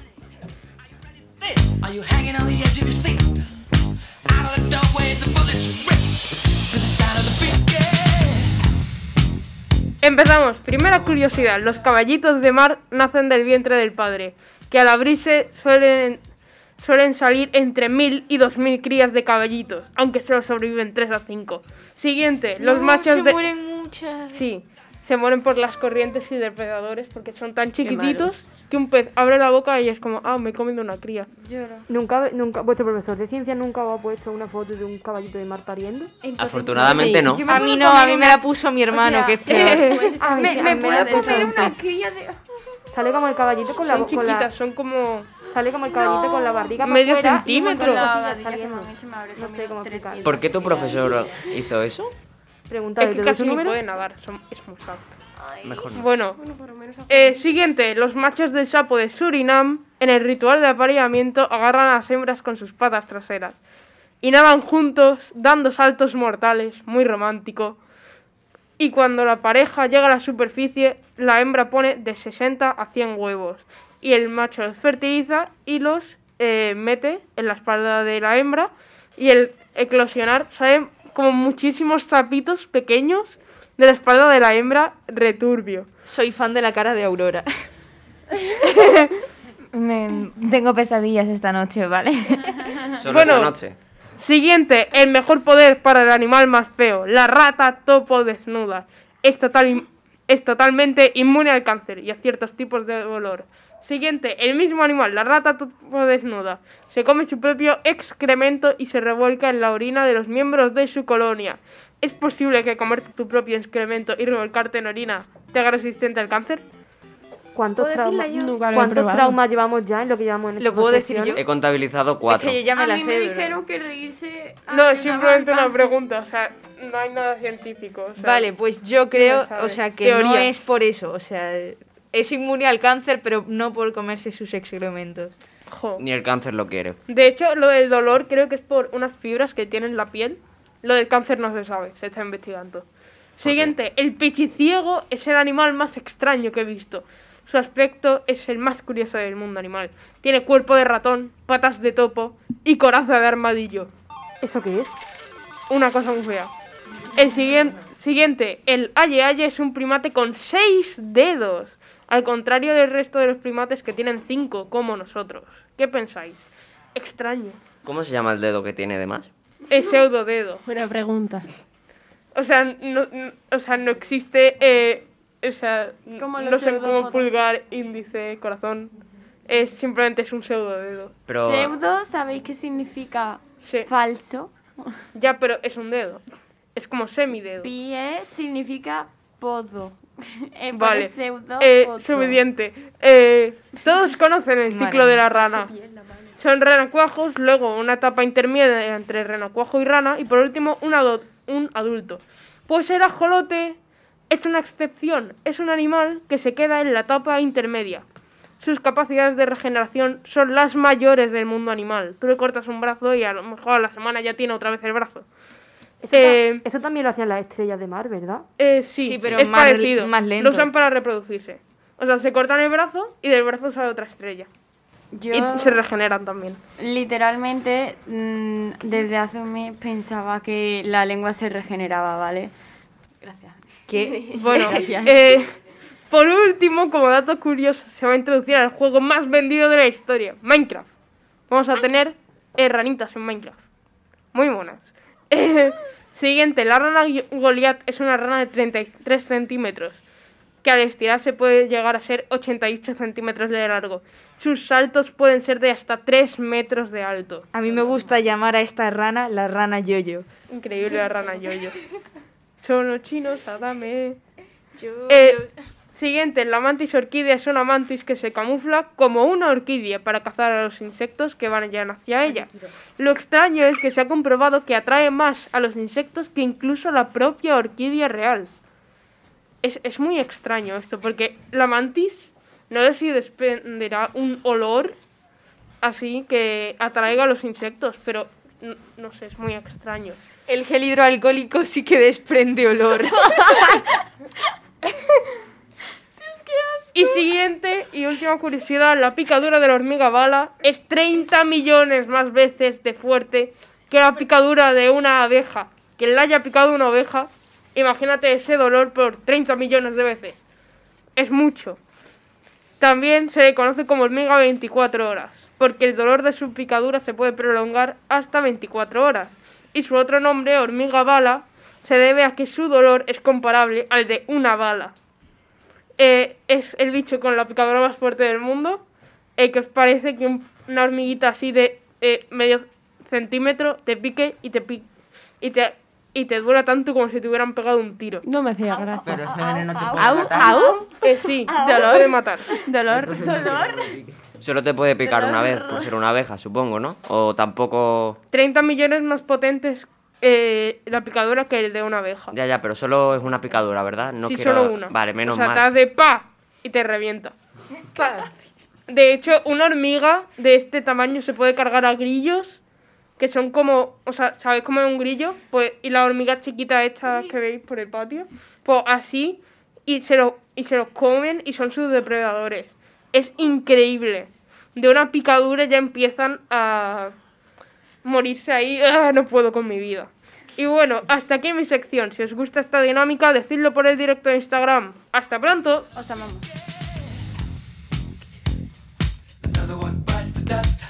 Speaker 12: Are you hanging on the edge of your seat? Out of the doorway, the bullets rip to the sound of the beat.
Speaker 2: Empezamos. Primera curiosidad. Los caballitos de mar nacen del vientre del padre, que al abrirse suelen, suelen salir entre 1.000 y 2.000 crías de caballitos, aunque solo sobreviven 3 a 5. Siguiente. Los
Speaker 1: No,
Speaker 2: machos
Speaker 1: se
Speaker 2: de...
Speaker 1: mueren muchas.
Speaker 2: Sí. Se mueren por las corrientes y depredadores porque son tan chiquititos
Speaker 3: malos.
Speaker 2: que un pez abre la boca y es como, ah, me he comido una cría.
Speaker 3: Nunca, nunca, vuestro profesor de ciencia nunca os ha puesto una foto de un caballito de mar pariendo.
Speaker 6: Afortunadamente no.
Speaker 1: A mí no, a mí me la puso mi hermano, que es peor.
Speaker 3: A mí
Speaker 1: Me-
Speaker 3: sí, a
Speaker 1: me
Speaker 3: mí Pues,
Speaker 1: puedo
Speaker 3: la puso
Speaker 1: comer
Speaker 3: un
Speaker 1: una
Speaker 3: pez. Sale como el caballito con la
Speaker 2: Son
Speaker 3: con la-
Speaker 2: chiquitas, son como...
Speaker 3: Sale como el caballito
Speaker 2: No.
Speaker 3: con la barriga
Speaker 2: Medio
Speaker 3: para afuera y un
Speaker 2: centímetro.
Speaker 3: montón de
Speaker 2: Con la
Speaker 3: cosillas
Speaker 2: barriga que
Speaker 3: saliendo. No sé cómo explicarlo.
Speaker 6: ¿Por qué tu profesor hizo eso?
Speaker 3: Pregúntale,
Speaker 2: Es que
Speaker 3: ¿te
Speaker 2: casi
Speaker 3: ves un
Speaker 2: no
Speaker 3: número?
Speaker 2: puede nadar, son- es muy sano.
Speaker 6: Mejor no.
Speaker 2: Bueno, eh, siguiente, los machos del sapo de Surinam en el ritual de apareamiento agarran a las hembras con sus patas traseras y nadan juntos dando saltos mortales, muy romántico. Y cuando la pareja llega a la superficie, la hembra pone de 60 a 100 huevos y el macho los fertiliza y los eh, mete en la espalda de la hembra y el eclosionar salen como muchísimos zapitos pequeños de la espalda de la hembra returbio.
Speaker 1: Soy fan de la cara de Aurora.
Speaker 9: Me- tengo pesadillas esta noche, ¿vale?
Speaker 2: bueno, siguiente, el mejor poder para el animal más feo, la rata topo desnuda. Es, total, es totalmente inmune al cáncer y a ciertos tipos de dolor. Siguiente, el mismo animal, la rata topo desnuda, se come su propio excremento y se revuelca en la orina de los miembros de su colonia. ¿Es posible que comerte tu propio excremento y revolcarte en orina te haga resistente al cáncer?
Speaker 3: ¿Cuántos,
Speaker 2: ¿Puedo decirla
Speaker 3: traumas-
Speaker 2: yo? Nunca lo he
Speaker 3: cuántos
Speaker 2: probado.
Speaker 3: traumas llevamos ya en lo que llevamos en esta sección?
Speaker 6: He contabilizado cuatro.
Speaker 4: a mí me dijeron que reírse...
Speaker 2: No,
Speaker 4: es
Speaker 2: es simplemente una pregunta, o sea, no hay nada científico. o sea,
Speaker 1: Vale, pues yo
Speaker 2: no
Speaker 1: creo,
Speaker 2: lo sabe.
Speaker 1: o sea, que no
Speaker 2: Teoría.
Speaker 1: es por eso, o sea, es inmune al cáncer, pero no por comerse sus excrementos.
Speaker 2: Jo.
Speaker 6: Ni el cáncer lo quiere.
Speaker 2: De hecho, lo del dolor creo que es por unas fibras que tiene en la piel. Lo del cáncer no se sabe, se está investigando. Siguiente, el pichiciego es el animal más extraño que he visto. Su aspecto es el más curioso del mundo animal. Tiene cuerpo de ratón, patas de topo y coraza de armadillo.
Speaker 3: ¿Eso qué es?
Speaker 2: Una cosa muy fea. El siguiente, siguiente el aye aye es un primate con seis dedos. Al contrario del resto de los primates que tienen cinco, como nosotros. ¿Qué pensáis? Extraño.
Speaker 6: ¿Cómo se llama el dedo que tiene de más?
Speaker 2: Es pseudo dedo.
Speaker 5: Buena pregunta.
Speaker 2: O sea, no, no- o sea, no existe. eh, o sea, n-
Speaker 4: Como los
Speaker 2: no sé cómo
Speaker 4: pseudópodos.
Speaker 2: pulgar, índice, corazón. Es, simplemente es un pseudo dedo.
Speaker 6: Pero-
Speaker 4: Pseudo, ¿sabéis qué significa
Speaker 2: falso? Ya, pero es un dedo. Es como semidedo.
Speaker 4: Pie E significa podo. Eh, por
Speaker 2: Vale.
Speaker 4: Pseudo.
Speaker 2: Eh,
Speaker 4: podo.
Speaker 2: subsiguiente. Eh, todos conocen el
Speaker 4: Madre
Speaker 2: ciclo de la
Speaker 4: mía.
Speaker 2: rana. Son renacuajos, luego una etapa intermedia entre renacuajo y rana y por último un, ado- un adulto. Pues el ajolote es una excepción, es un animal que se queda en la etapa intermedia. Sus capacidades de regeneración son las mayores del mundo animal. Tú le cortas un brazo y a lo mejor a la semana ya tiene otra vez el brazo.
Speaker 3: Eso, ta-
Speaker 2: Eh,
Speaker 3: eso también lo hacían las estrellas de mar, ¿verdad?
Speaker 2: Eh, sí,
Speaker 3: Sí, pero
Speaker 2: es
Speaker 3: más-
Speaker 2: parecido.
Speaker 3: más lento.
Speaker 2: Lo usan para reproducirse. O sea, se cortan el brazo y del brazo sale otra estrella.
Speaker 4: Yo-
Speaker 2: Y se regeneran también.
Speaker 4: Literalmente, mm, desde hace un mes pensaba que la lengua se regeneraba, ¿vale? Gracias.
Speaker 2: Que, bueno, eh, por último, como dato curioso, se va a introducir al juego más vendido de la historia, Minecraft. Vamos a tener eh, ranitas en Minecraft. Muy buenas. Eh, siguiente, la rana gui- Goliath es una rana de 33 centímetros, que al estirarse puede llegar a ser 88 centímetros de largo. Sus saltos pueden ser de hasta 3 metros de alto.
Speaker 1: A mí me gusta llamar a esta rana la rana yoyo.
Speaker 2: Increíble la rana yoyo. Son los chinos, Adame.
Speaker 1: Yo-
Speaker 2: Eh, siguiente, la mantis orquídea es una mantis que se camufla como una orquídea para cazar a los insectos que van hacia ella. Lo extraño es que se ha comprobado que atrae más a los insectos que incluso la propia orquídea real. Es, es muy extraño esto, porque la mantis no sé si desprenderá un olor así que atraiga a los insectos, pero no, no sé, es muy extraño.
Speaker 1: El gel hidroalcohólico sí que desprende olor.
Speaker 2: Y siguiente y última curiosidad, la picadura de la hormiga bala es 30 millones más veces de fuerte que la picadura de una abeja. Que le haya picado una oveja, imagínate ese dolor por 30 millones de veces. Es mucho. También se le conoce como hormiga 24 horas, porque el dolor de su picadura se puede prolongar hasta 24 horas. Y su otro nombre, hormiga bala, se debe a que su dolor es comparable al de una bala. Eh, es el bicho con la picadura más fuerte del mundo. eh, que os parece que un- una hormiguita así de eh, medio centímetro te pique y te pi- y te y te duela tanto como si te hubieran pegado un tiro.
Speaker 5: No me hacía gracia.
Speaker 7: Ah, Pero ese veneno te puede
Speaker 2: Au,
Speaker 7: matar.
Speaker 2: au. Eh, sí,
Speaker 5: Au.
Speaker 2: te puede matar.
Speaker 5: Dolor,
Speaker 7: dolor.
Speaker 6: Solo te puede picar una vez por ser una abeja, supongo, ¿no? O tampoco...
Speaker 2: 30 millones más potentes eh, la picadura que el de una abeja.
Speaker 6: Ya, ya, pero solo es una picadura, ¿verdad? No
Speaker 2: sí,
Speaker 6: quiero...
Speaker 2: solo una.
Speaker 6: Vale, menos
Speaker 2: o sea,
Speaker 6: mal.
Speaker 2: te das de pa y te revienta. Pa. De hecho, una hormiga de este tamaño se puede cargar a grillos que son como, o sea, ¿sabéis cómo es un grillo? Pues y la hormiga chiquita estas que veis por el patio, pues así y se lo y se los comen y son sus depredadores. Es increíble. De una picadura ya empiezan a morirse ahí, ¡Ah, no puedo con mi vida. Y bueno, hasta aquí mi sección. Si os gusta esta dinámica, decidlo por el directo de Instagram. Hasta pronto.
Speaker 4: Os amamos.
Speaker 12: Another one bites the dust.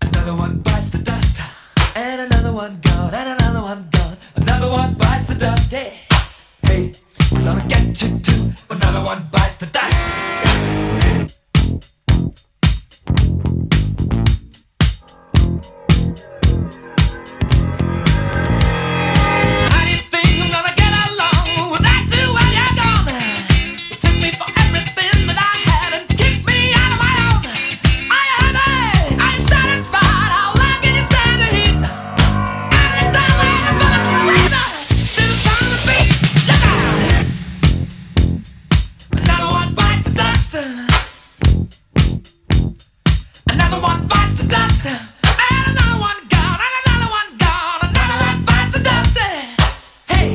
Speaker 12: Another one bites the dust. And another one gone, and another one gone. Another one bites the dust. Hey, hey, I'm gonna get you too. Another one bites the dust. How do you think I'm gonna get along without you while you're gone? You took me for everything that I had and kicked me out of my own. Are you happy? Are you satisfied? How long can you stand the heat? Out of the time I had full of reason. Still trying to beat. Look out! Another one bites the dust. Another one bites the dust. And another one gone. And another one gone. Another one bites the dust. Hey,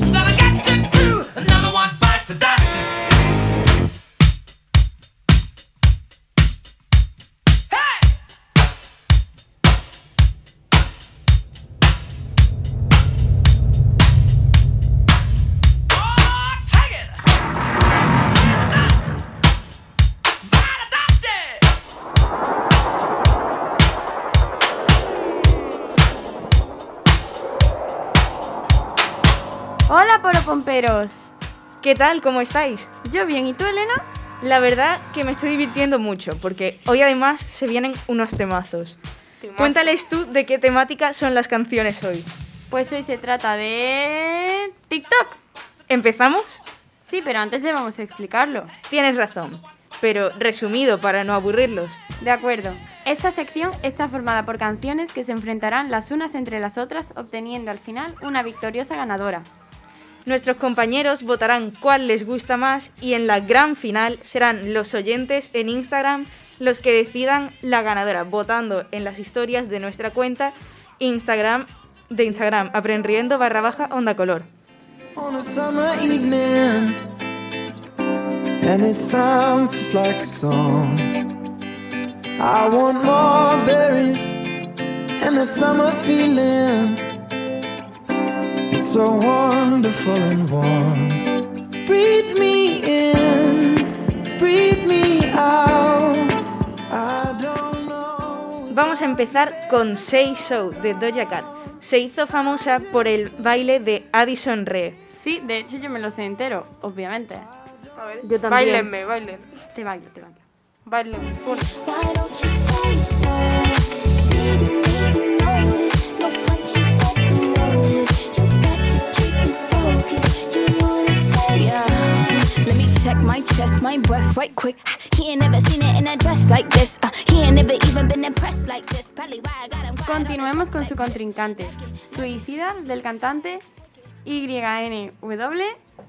Speaker 12: I'm gonna get you too. Another one bites the dust.
Speaker 4: Hola, poropomperos.
Speaker 1: ¿Qué tal? ¿Cómo estáis?
Speaker 4: Yo bien, ¿y tú, Elena?
Speaker 1: La verdad que me estoy divirtiendo mucho, porque hoy además se vienen unos temazos. Cuéntales tú de qué temática son las canciones hoy.
Speaker 4: Pues hoy se trata de TikTok.
Speaker 1: ¿Empezamos?
Speaker 4: Sí, pero antes debemos explicarlo.
Speaker 1: Tienes razón, pero resumido para no aburrirlos.
Speaker 4: De acuerdo. Esta sección está formada por canciones que se enfrentarán las unas entre las otras, obteniendo al final una victoriosa ganadora.
Speaker 1: Nuestros compañeros votarán cuál les gusta más y en la gran final serán los oyentes en Instagram los que decidan la ganadora, votando en las historias de nuestra cuenta Instagram de Instagram, aprendiendo barra baja onda color.
Speaker 12: On a summer evening, and it sounds just like a song. I want more berries and that summer feeling. It's so wonderful and warm. Breathe me in, breathe me out. I don't
Speaker 1: Vamos a empezar con Say So de Doja Cat. Se hizo famosa por el baile de Addison Rae.
Speaker 4: Sí, de hecho yo me lo sé entero, obviamente.
Speaker 2: A ver,
Speaker 1: Yo también.
Speaker 2: Bailenme, bailen.
Speaker 4: Te bailo, te bailo.
Speaker 2: Bailenme. Uno.
Speaker 10: Why don't you say so? Didn't even notice. No punches that to roll. You got to keep me focused. You wanna say so?
Speaker 15: Let me check my chest, my breath right quick. He ain't never seen it in a dress like this. Uh, he ain't never even been impressed like this. Probably why I got him.
Speaker 4: Continuemos con su contrincante, Suicida del cantante YNW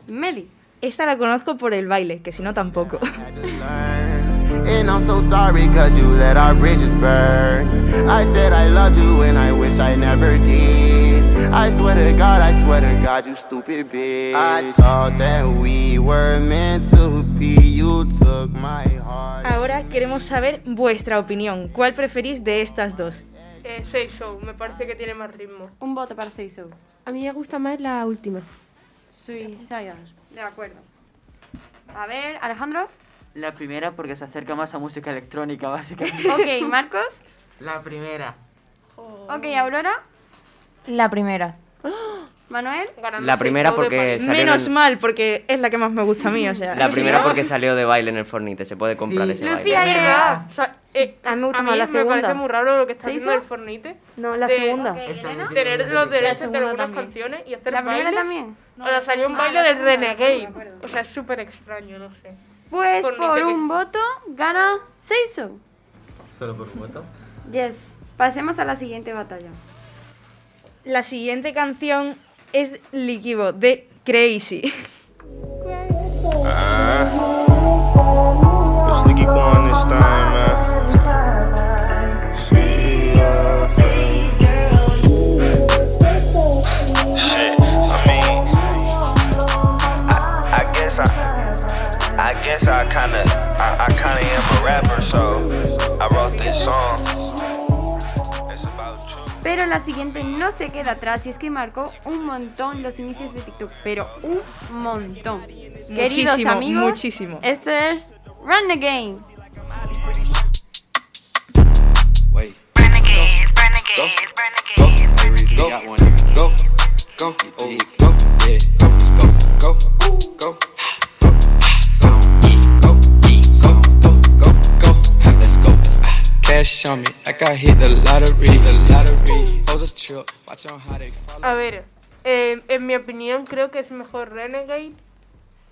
Speaker 4: Meli.
Speaker 1: Esta la conozco por el baile, que si no tampoco.
Speaker 16: And I'm so sorry cause you let our bridges burn. I said I loved you and I wish I never did. I swear to God, I swear to God, you stupid bitch. I thought that we were meant to be. You took my heart.
Speaker 1: Ahora queremos saber vuestra opinión. ¿Cuál preferís de estas dos?
Speaker 2: Eh, Say Show, me parece que tiene más ritmo.
Speaker 4: Un voto para Say Show.
Speaker 5: A mí me gusta más la última.
Speaker 4: De acuerdo. A ver, Alejandro.
Speaker 8: La primera porque se acerca más a música electrónica, básicamente.
Speaker 4: Ok, Marcos.
Speaker 7: La primera.
Speaker 4: Ok, Aurora.
Speaker 9: La primera.
Speaker 4: Manuel.
Speaker 6: La primera porque salió en-
Speaker 1: Menos mal, porque es la que más me gusta a mí, o sea.
Speaker 6: La
Speaker 1: si
Speaker 6: primera
Speaker 1: no-
Speaker 6: porque salió de baile en el Fornite, se puede comprar ese
Speaker 2: Lucía,
Speaker 6: baile.
Speaker 2: ¿verdad? O sea, eh, a mí me
Speaker 3: gusta más la
Speaker 2: Me
Speaker 3: segunda.
Speaker 2: parece muy raro lo que está
Speaker 3: ¿Sí,
Speaker 2: haciendo
Speaker 3: sí?
Speaker 2: el Fornite.
Speaker 3: No, la
Speaker 2: de
Speaker 3: segunda. Ok,
Speaker 2: Tener
Speaker 3: Elena.
Speaker 2: tener los derechos de
Speaker 3: segunda
Speaker 2: algunas
Speaker 3: también.
Speaker 2: canciones y hacer
Speaker 4: ¿La primera
Speaker 2: bailes.
Speaker 4: también?
Speaker 2: o sea, salió un
Speaker 4: Ah,
Speaker 2: baile
Speaker 4: la
Speaker 2: del
Speaker 4: segunda,
Speaker 2: Renegade.
Speaker 4: no me acuerdo.
Speaker 2: O sea, es súper extraño, no sé.
Speaker 4: Pues
Speaker 2: Fornite
Speaker 4: por
Speaker 2: que-
Speaker 4: un voto gana Seiso.
Speaker 7: Solo por voto.
Speaker 4: Yes. Pasemos a la siguiente batalla.
Speaker 1: La siguiente canción es Liquivo de Crazy.
Speaker 17: Let's sneaky on Uh-huh. this time, man. See ya,
Speaker 18: Shit, I mean, I, I guess I, I guess I kinda, I, I kinda am a rapper, so I wrote this song. It's about you.
Speaker 4: Pero la siguiente no se queda atrás y es que marcó un montón los inicios de TikTok, pero un montón. Queridos
Speaker 1: Muchísimo,
Speaker 4: amigos,
Speaker 1: muchísimo.
Speaker 4: esto es Run Again.
Speaker 19: Wait. Renegade, renegade, renegade, renegade. Go, go, go, oh, go, yeah, go, go, go, ooh, go, go, go, yeah, go, yeah, go, go, go, go, ha, let's go. Ah, Cash on me, like I hit the lottery, the lottery. Hoes a trip, watch on how they fall.
Speaker 2: A ver, eh, en mi opinión creo que es mejor Renegade,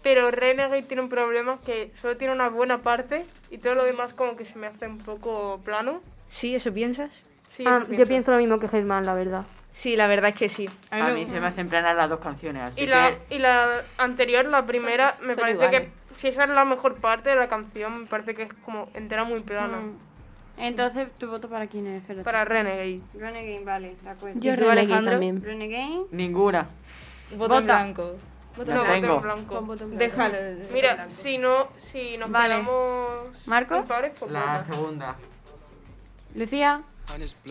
Speaker 2: pero Renegade tiene un problema que solo tiene una buena parte y todo lo demás como que se me hace un poco plano.
Speaker 1: ¿Sí? ¿Eso piensas?
Speaker 2: Sí,
Speaker 3: Ah,
Speaker 2: eso
Speaker 3: yo pienso lo mismo que Germán, la verdad.
Speaker 1: Sí, la verdad es que sí.
Speaker 8: A mí, se me hacen planas las dos canciones, así
Speaker 2: Y
Speaker 8: que...
Speaker 2: la, y la anterior, la primera, me
Speaker 8: son
Speaker 2: parece
Speaker 8: iguales.
Speaker 2: que si esa es la mejor parte de la canción, me parece que es como entera muy plana.
Speaker 4: Mm. Entonces, ¿tu voto para quién es? Espérate.
Speaker 2: Para Renegade.
Speaker 4: Renegade, vale, de acuerdo.
Speaker 2: Yo ¿Y tú, Renegade Alejandro? también.
Speaker 4: Renegade.
Speaker 8: Ninguna.
Speaker 1: Voto en blanco.
Speaker 2: Voto
Speaker 8: No
Speaker 2: en blanco.
Speaker 8: tengo.
Speaker 4: Con voto en blanco.
Speaker 2: Déjalo.
Speaker 4: Voto en
Speaker 2: Mira,
Speaker 4: blanco.
Speaker 2: si no, si nos
Speaker 4: Vale.
Speaker 2: quedamos
Speaker 4: ¿Marco?
Speaker 2: impares, pues
Speaker 7: La
Speaker 2: vota.
Speaker 7: segunda.
Speaker 4: Lucía.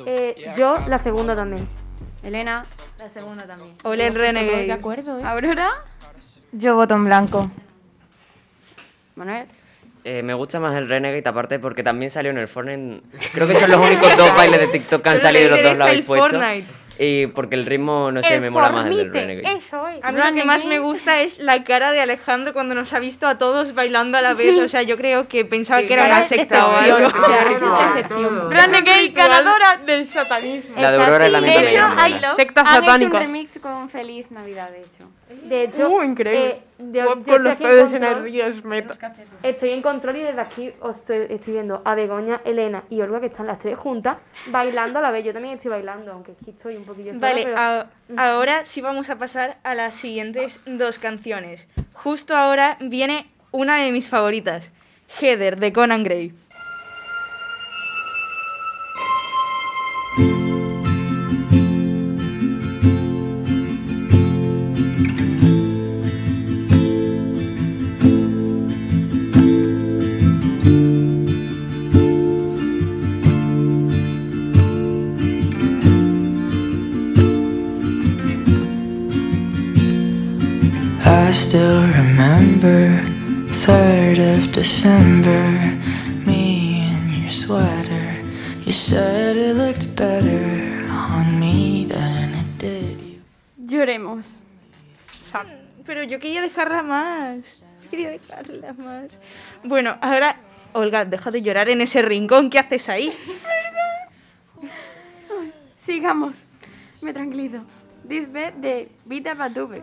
Speaker 3: Eh, yo la segunda también.
Speaker 4: Elena.
Speaker 9: La segunda también.
Speaker 1: Ole el Renegade.
Speaker 9: De acuerdo, ¿eh?
Speaker 4: Aurora.
Speaker 9: Yo voto en blanco.
Speaker 4: Manuel.
Speaker 6: Eh, me gusta más el Renegade, aparte porque también salió en el Fortnite. Creo que son los únicos dos bailes de TikTok que han
Speaker 1: Solo le
Speaker 6: salido y los dos
Speaker 1: interesa
Speaker 6: lados
Speaker 1: el
Speaker 6: puesto.
Speaker 1: Fortnite.
Speaker 6: Y porque el ritmo, no sé, me mola más el del Renegade.
Speaker 2: Eso es.
Speaker 1: A mí lo que más me gusta es la cara de Alejandro cuando nos ha visto a todos bailando a la vez. O sea, yo creo que pensaba que era una
Speaker 8: este
Speaker 1: secta este o este algo.
Speaker 4: Renegade ganadora
Speaker 2: del satanismo.
Speaker 6: La de Aurora es la misma
Speaker 4: De
Speaker 6: que
Speaker 4: hecho,
Speaker 6: ganó,
Speaker 4: hay
Speaker 6: ¿verdad?
Speaker 2: Sectas
Speaker 4: han hecho un
Speaker 2: satánicas.
Speaker 4: remix con Feliz Navidad, de hecho.
Speaker 3: De hecho,
Speaker 2: Uh, increíble.
Speaker 3: eh, de-
Speaker 2: Juan
Speaker 3: yo
Speaker 2: con
Speaker 3: estoy
Speaker 2: los
Speaker 3: aquí
Speaker 2: pedos en el
Speaker 3: control.
Speaker 2: río es meta.
Speaker 3: Estoy en control y desde aquí os estoy, estoy viendo a Begoña, Elena y Olga, que están las tres juntas, bailando a la vez. Yo también estoy bailando, aunque aquí estoy un poquillo sola,
Speaker 1: Vale, ah,
Speaker 3: pero-
Speaker 1: a- ahora sí vamos a pasar a las siguientes dos canciones. Justo ahora viene una de mis favoritas, Heather de Conan Gray.
Speaker 20: I still remember 3rd of December, me in your sweater. You said it looked better on me than it did.
Speaker 4: Lloremos.
Speaker 1: Mm, Pero yo quería dejarla más. Quería dejarla más. Bueno, ahora, Olga, deja de llorar en ese rincón. ¿Qué haces ahí?
Speaker 4: Sigamos. Me tranquilizo. Disbe de Vita Batube.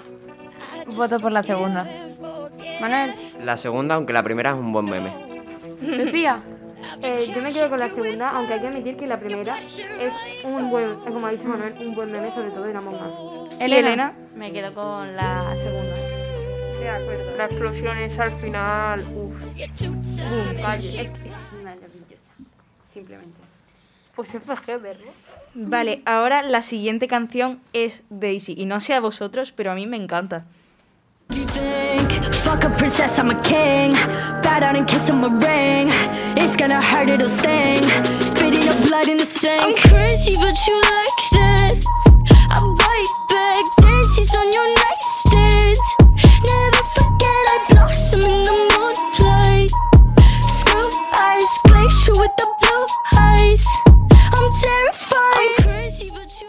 Speaker 9: Voto por la segunda.
Speaker 4: Manuel.
Speaker 6: La segunda, aunque la primera es un buen meme.
Speaker 4: Lucía.
Speaker 3: Eh, yo me quedo con la segunda, aunque hay que admitir que la primera es un buen, eh, como ha dicho Manuel, un buen meme, sobre todo en Among Us.
Speaker 4: Me quedo con la segunda.
Speaker 2: De acuerdo. La explosión es al final. Uf. Boom, calle.
Speaker 4: Es que es maravillosa. Simplemente.
Speaker 2: Pues es fue Heather, ¿no?
Speaker 1: Vale, ahora la siguiente canción es Daisy. Y no sé a vosotros, pero a mí me encanta.
Speaker 10: think. Fuck a princess, I'm a king. Bow down and kiss him a ring. It's gonna hurt, it'll sting. Spitting up blood in the sink. I'm crazy, but you liked it. I'm right back. Daisies on your nightstand. Never forget I blossom in the moonlight. Screw eyes, glaze you with the blue eyes. I'm terrified. I'm crazy, but you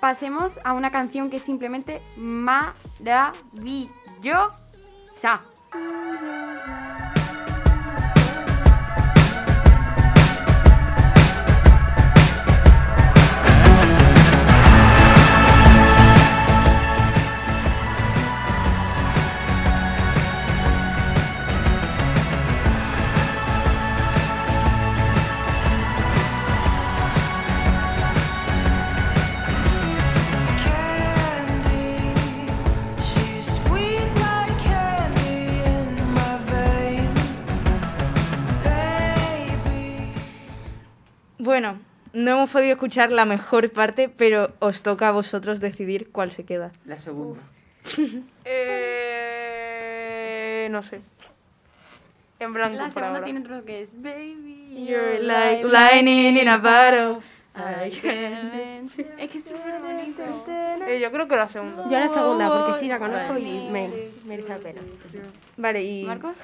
Speaker 4: Pasemos a una canción que es simplemente maravillosa.
Speaker 20: Can't
Speaker 1: no hemos podido escuchar la mejor parte, pero os toca a vosotros decidir cuál se queda.
Speaker 8: La segunda.
Speaker 2: Eh, no sé. En blanco
Speaker 4: La
Speaker 2: por
Speaker 4: segunda
Speaker 2: ahora.
Speaker 4: tiene otro que es Baby,
Speaker 2: You're
Speaker 1: like lightning in a bottle. I
Speaker 4: can't- Es que es súper bonito.
Speaker 2: Eh, yo creo que la segunda.
Speaker 5: Yo la segunda, porque sí la conozco y me merece la pena.
Speaker 1: Vale, y...
Speaker 4: ¿Marcos?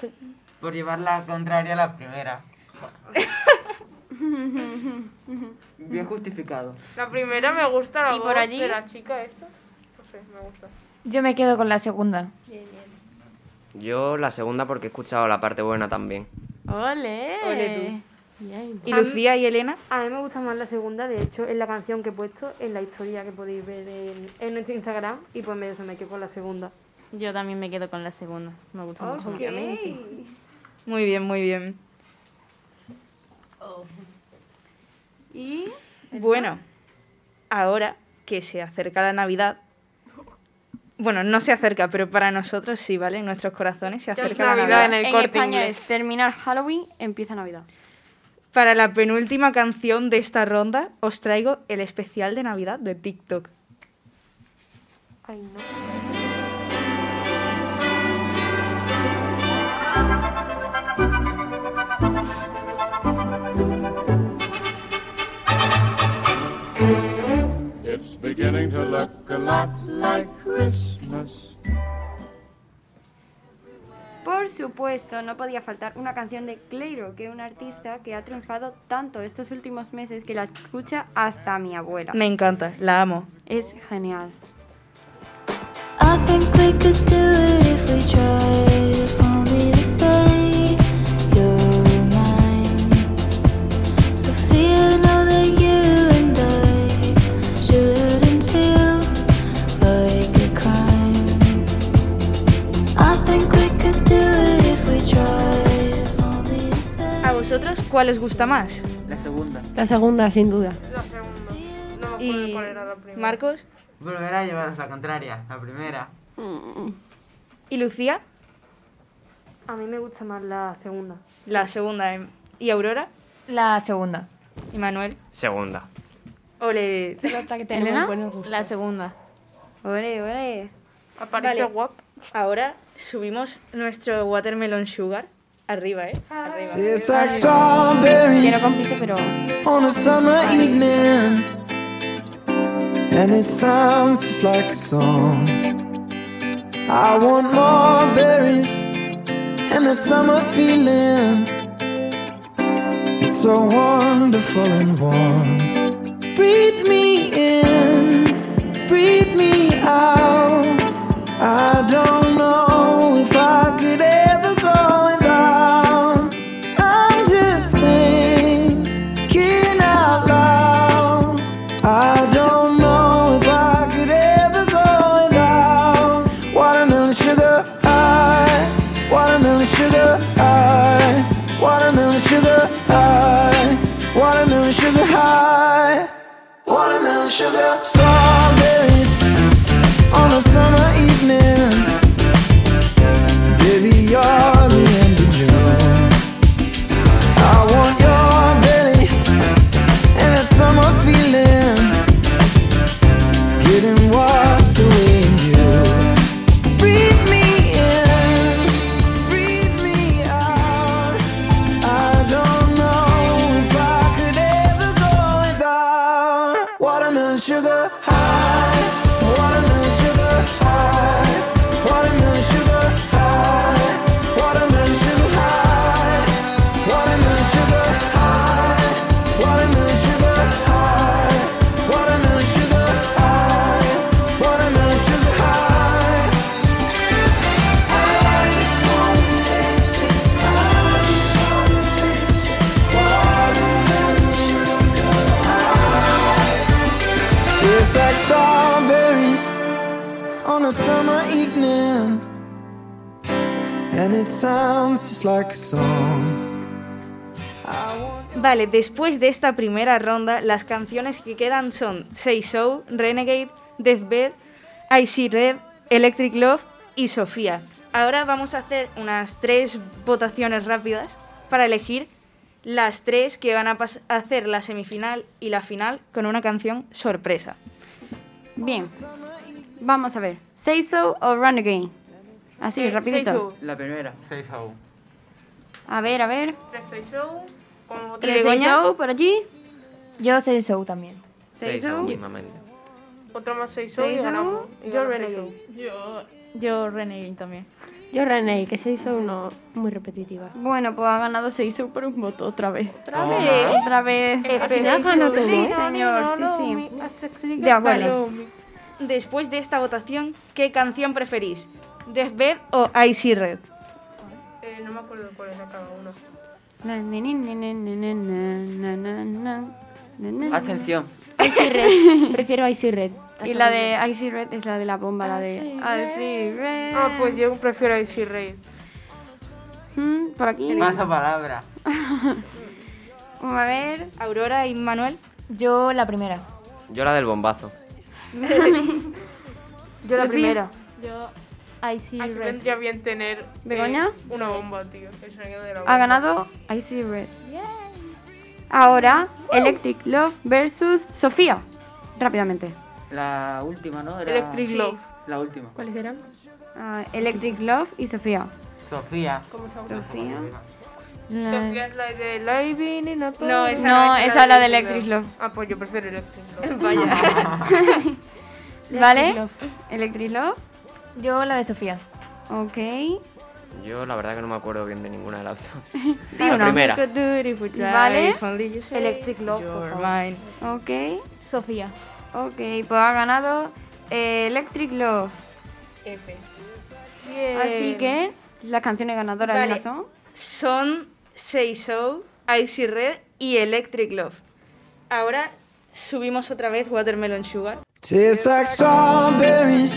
Speaker 7: Por llevar la contraria a la primera.
Speaker 8: Bien justificado.
Speaker 2: La primera me gusta la
Speaker 4: ¿Y
Speaker 2: voz
Speaker 4: por allí?
Speaker 2: de la chica esta. No sé, me gusta.
Speaker 9: Yo me quedo con la segunda.
Speaker 6: Yo la segunda porque he escuchado la parte buena también.
Speaker 4: ¡Ole!
Speaker 1: Ole
Speaker 4: tú.
Speaker 1: ¿Y Lucía y Elena?
Speaker 3: A mí me gusta más la segunda, de hecho, es la canción que he puesto en la historia que podéis ver en, en nuestro Instagram y pues me, me quedo con la segunda.
Speaker 4: Yo también me quedo con la segunda. Me gusta mucho. más.
Speaker 1: Muy bien, muy bien.
Speaker 4: Y
Speaker 1: Bueno, ahora que se acerca la Navidad, bueno, no se acerca, pero para nosotros sí, ¿vale? En nuestros corazones se
Speaker 4: Ya es
Speaker 1: acerca la
Speaker 4: Navidad
Speaker 1: Navidad.
Speaker 4: en el En Corte España Inglés. es terminar Halloween, empieza Navidad.
Speaker 1: Para la penúltima canción de esta ronda, os traigo el especial de Navidad de TikTok.
Speaker 2: Ay, no.
Speaker 17: It's beginning to look a lot like Christmas.
Speaker 4: Por supuesto, no podía faltar una canción de Cleiro, que es un artista que ha triunfado tanto estos últimos meses que la escucha hasta mi abuela.
Speaker 1: Me encanta, la amo.
Speaker 4: Es genial.
Speaker 10: I think we could do it if we tried. If only to say you're mine. So feel now that you and I shouldn't feel like a crime. I think we could do it if we tried. If only to say.
Speaker 1: ¿A vosotros cuál os gusta más?
Speaker 8: La segunda.
Speaker 5: La segunda, sin duda.
Speaker 1: ¿Y Marcos?
Speaker 7: Volverá a llevarnos la contraria, la primera.
Speaker 4: Mm.
Speaker 1: ¿Y Lucía?
Speaker 3: A mí me gusta más la segunda.
Speaker 1: La segunda. ¿eh? ¿Y Aurora?
Speaker 9: La segunda.
Speaker 1: ¿Y Manuel?
Speaker 6: Segunda.
Speaker 1: Ole.
Speaker 4: tenemos buenos La segunda. Ole, ole.
Speaker 1: Vale, Ahora subimos nuestro watermelon sugar. Arriba, ¿eh?
Speaker 3: Ah.
Speaker 1: Arriba.
Speaker 20: Tastes like strawberries on a summer evening, and it sounds just like a song. I want more berries and that summer feeling. It's so wonderful and warm. Breathe me in, breathe me out. I don't know if I could ever go without. I'm just thinking out loud. I don't know if I could ever go without watermelon sugar high, watermelon sugar high, watermelon sugar high, watermelon sugar high, watermelon sugar strawberries on a summer evening. Baby, you're the end of June. I want your belly and that summer feeling. Getting washed away in you. Breathe me in, breathe me out. I don't know if I could ever go without watermelon sugar high, watermelon sugar high, watermelon sugar high, watermelon sugar high. Watermelon sugar high. Watermelon sugar high. Watermelon sugar high. Watermelon sugar high. I just wanna taste it. I just wanna taste it. Watermelon sugar high. Tastes like strawberries on a summer evening, and it sounds just like a song.
Speaker 1: Vale, después de esta primera ronda, las canciones que quedan son Say So, Renegade, Deathbed, I See Red, Electric Love y Sofía. Ahora vamos a hacer unas tres votaciones rápidas para elegir las tres que van a pas- a hacer la semifinal y la final con una canción sorpresa.
Speaker 4: Bien, vamos a ver. Say So o Run Again. Así,
Speaker 2: Eh,
Speaker 4: Ah, rapidito.
Speaker 2: Say So.
Speaker 8: La primera.
Speaker 7: 6 a 1.
Speaker 4: A ver, a ver.
Speaker 2: Como
Speaker 4: ¿Y Begoña? por allí?
Speaker 9: Yo sé show también.
Speaker 4: Say so.
Speaker 6: Mismamente.
Speaker 2: Otra más 6
Speaker 14: Say
Speaker 2: y
Speaker 14: so.
Speaker 2: ganamos. Y
Speaker 14: Yo
Speaker 2: ganamos
Speaker 14: Renegade.
Speaker 2: seis
Speaker 14: Yo, yo Renegade también.
Speaker 5: Yo René, que se hizo uno muy repetitiva.
Speaker 4: Bueno, pues ha ganado Say So por un voto otra vez. ¿Otra
Speaker 5: vez?
Speaker 4: Otra vez.
Speaker 5: Al final Eh, gana todo,
Speaker 4: Sí,
Speaker 5: ¿eh?
Speaker 4: señor, sí, sí.
Speaker 1: sí.
Speaker 4: De acuerdo.
Speaker 1: Después de esta votación, ¿qué canción preferís? Deathbed o Icy Red?
Speaker 2: Eh, no me acuerdo cuál era cada uno.
Speaker 4: Na, ni, ni, ni, ni, ni, ni, na, na, na, na, na.
Speaker 8: Atención.
Speaker 5: Icy Red. Prefiero Icy Red.
Speaker 4: Y la de Icy Red es la de la bomba, la de Icy Red.
Speaker 2: Ah, pues yo prefiero Icy Red.
Speaker 4: Mm, Por aquí.
Speaker 7: Paso palabra.
Speaker 4: A ver,
Speaker 1: Aurora y Manuel.
Speaker 9: Yo la primera.
Speaker 6: Yo la del bombazo.
Speaker 2: Yo la
Speaker 14: Sí.
Speaker 2: primera.
Speaker 14: Yo Icy
Speaker 2: Aquí
Speaker 14: Red.
Speaker 2: vendría bien tener eh,
Speaker 4: ¿Begoña?
Speaker 2: una bomba, tío. El sonido de la bomba.
Speaker 4: ha ganado Icy Red. Ahora, Electric Love versus Sofía. Rápidamente.
Speaker 8: La última, ¿no? Era-
Speaker 4: Electric Sí. Love.
Speaker 8: La última.
Speaker 4: ¿Cuáles eran? Ah, Electric Love y Sofía.
Speaker 7: Sofía.
Speaker 2: ¿Cómo se llama?
Speaker 4: Sofía.
Speaker 2: Sofía es la de Living in a
Speaker 4: No, esa no,
Speaker 2: Tower.
Speaker 4: No, esa es la esa la de de Electric Electric Love.
Speaker 2: Ah, pues yo prefiero Electric Love.
Speaker 4: ¿Vale? Electric Love.
Speaker 9: Yo la de Sofía.
Speaker 4: Ok.
Speaker 6: Yo la verdad que no me acuerdo bien de ninguna de las dos.
Speaker 4: Di
Speaker 6: la
Speaker 4: una.
Speaker 6: primera.
Speaker 4: ¿Vale?
Speaker 1: If only you say
Speaker 4: Electric Love, por
Speaker 1: you're
Speaker 4: favor.
Speaker 1: mine.
Speaker 4: Ok.
Speaker 14: Sofía.
Speaker 4: Ok, pues ha ganado eh, Electric Love.
Speaker 2: F.
Speaker 4: Así que las canciones ganadoras de
Speaker 1: Vale.
Speaker 4: la son.
Speaker 1: Son Say So, Icy Red y Electric Love. Ahora subimos otra vez Watermelon Sugar.
Speaker 20: Tastes like strawberries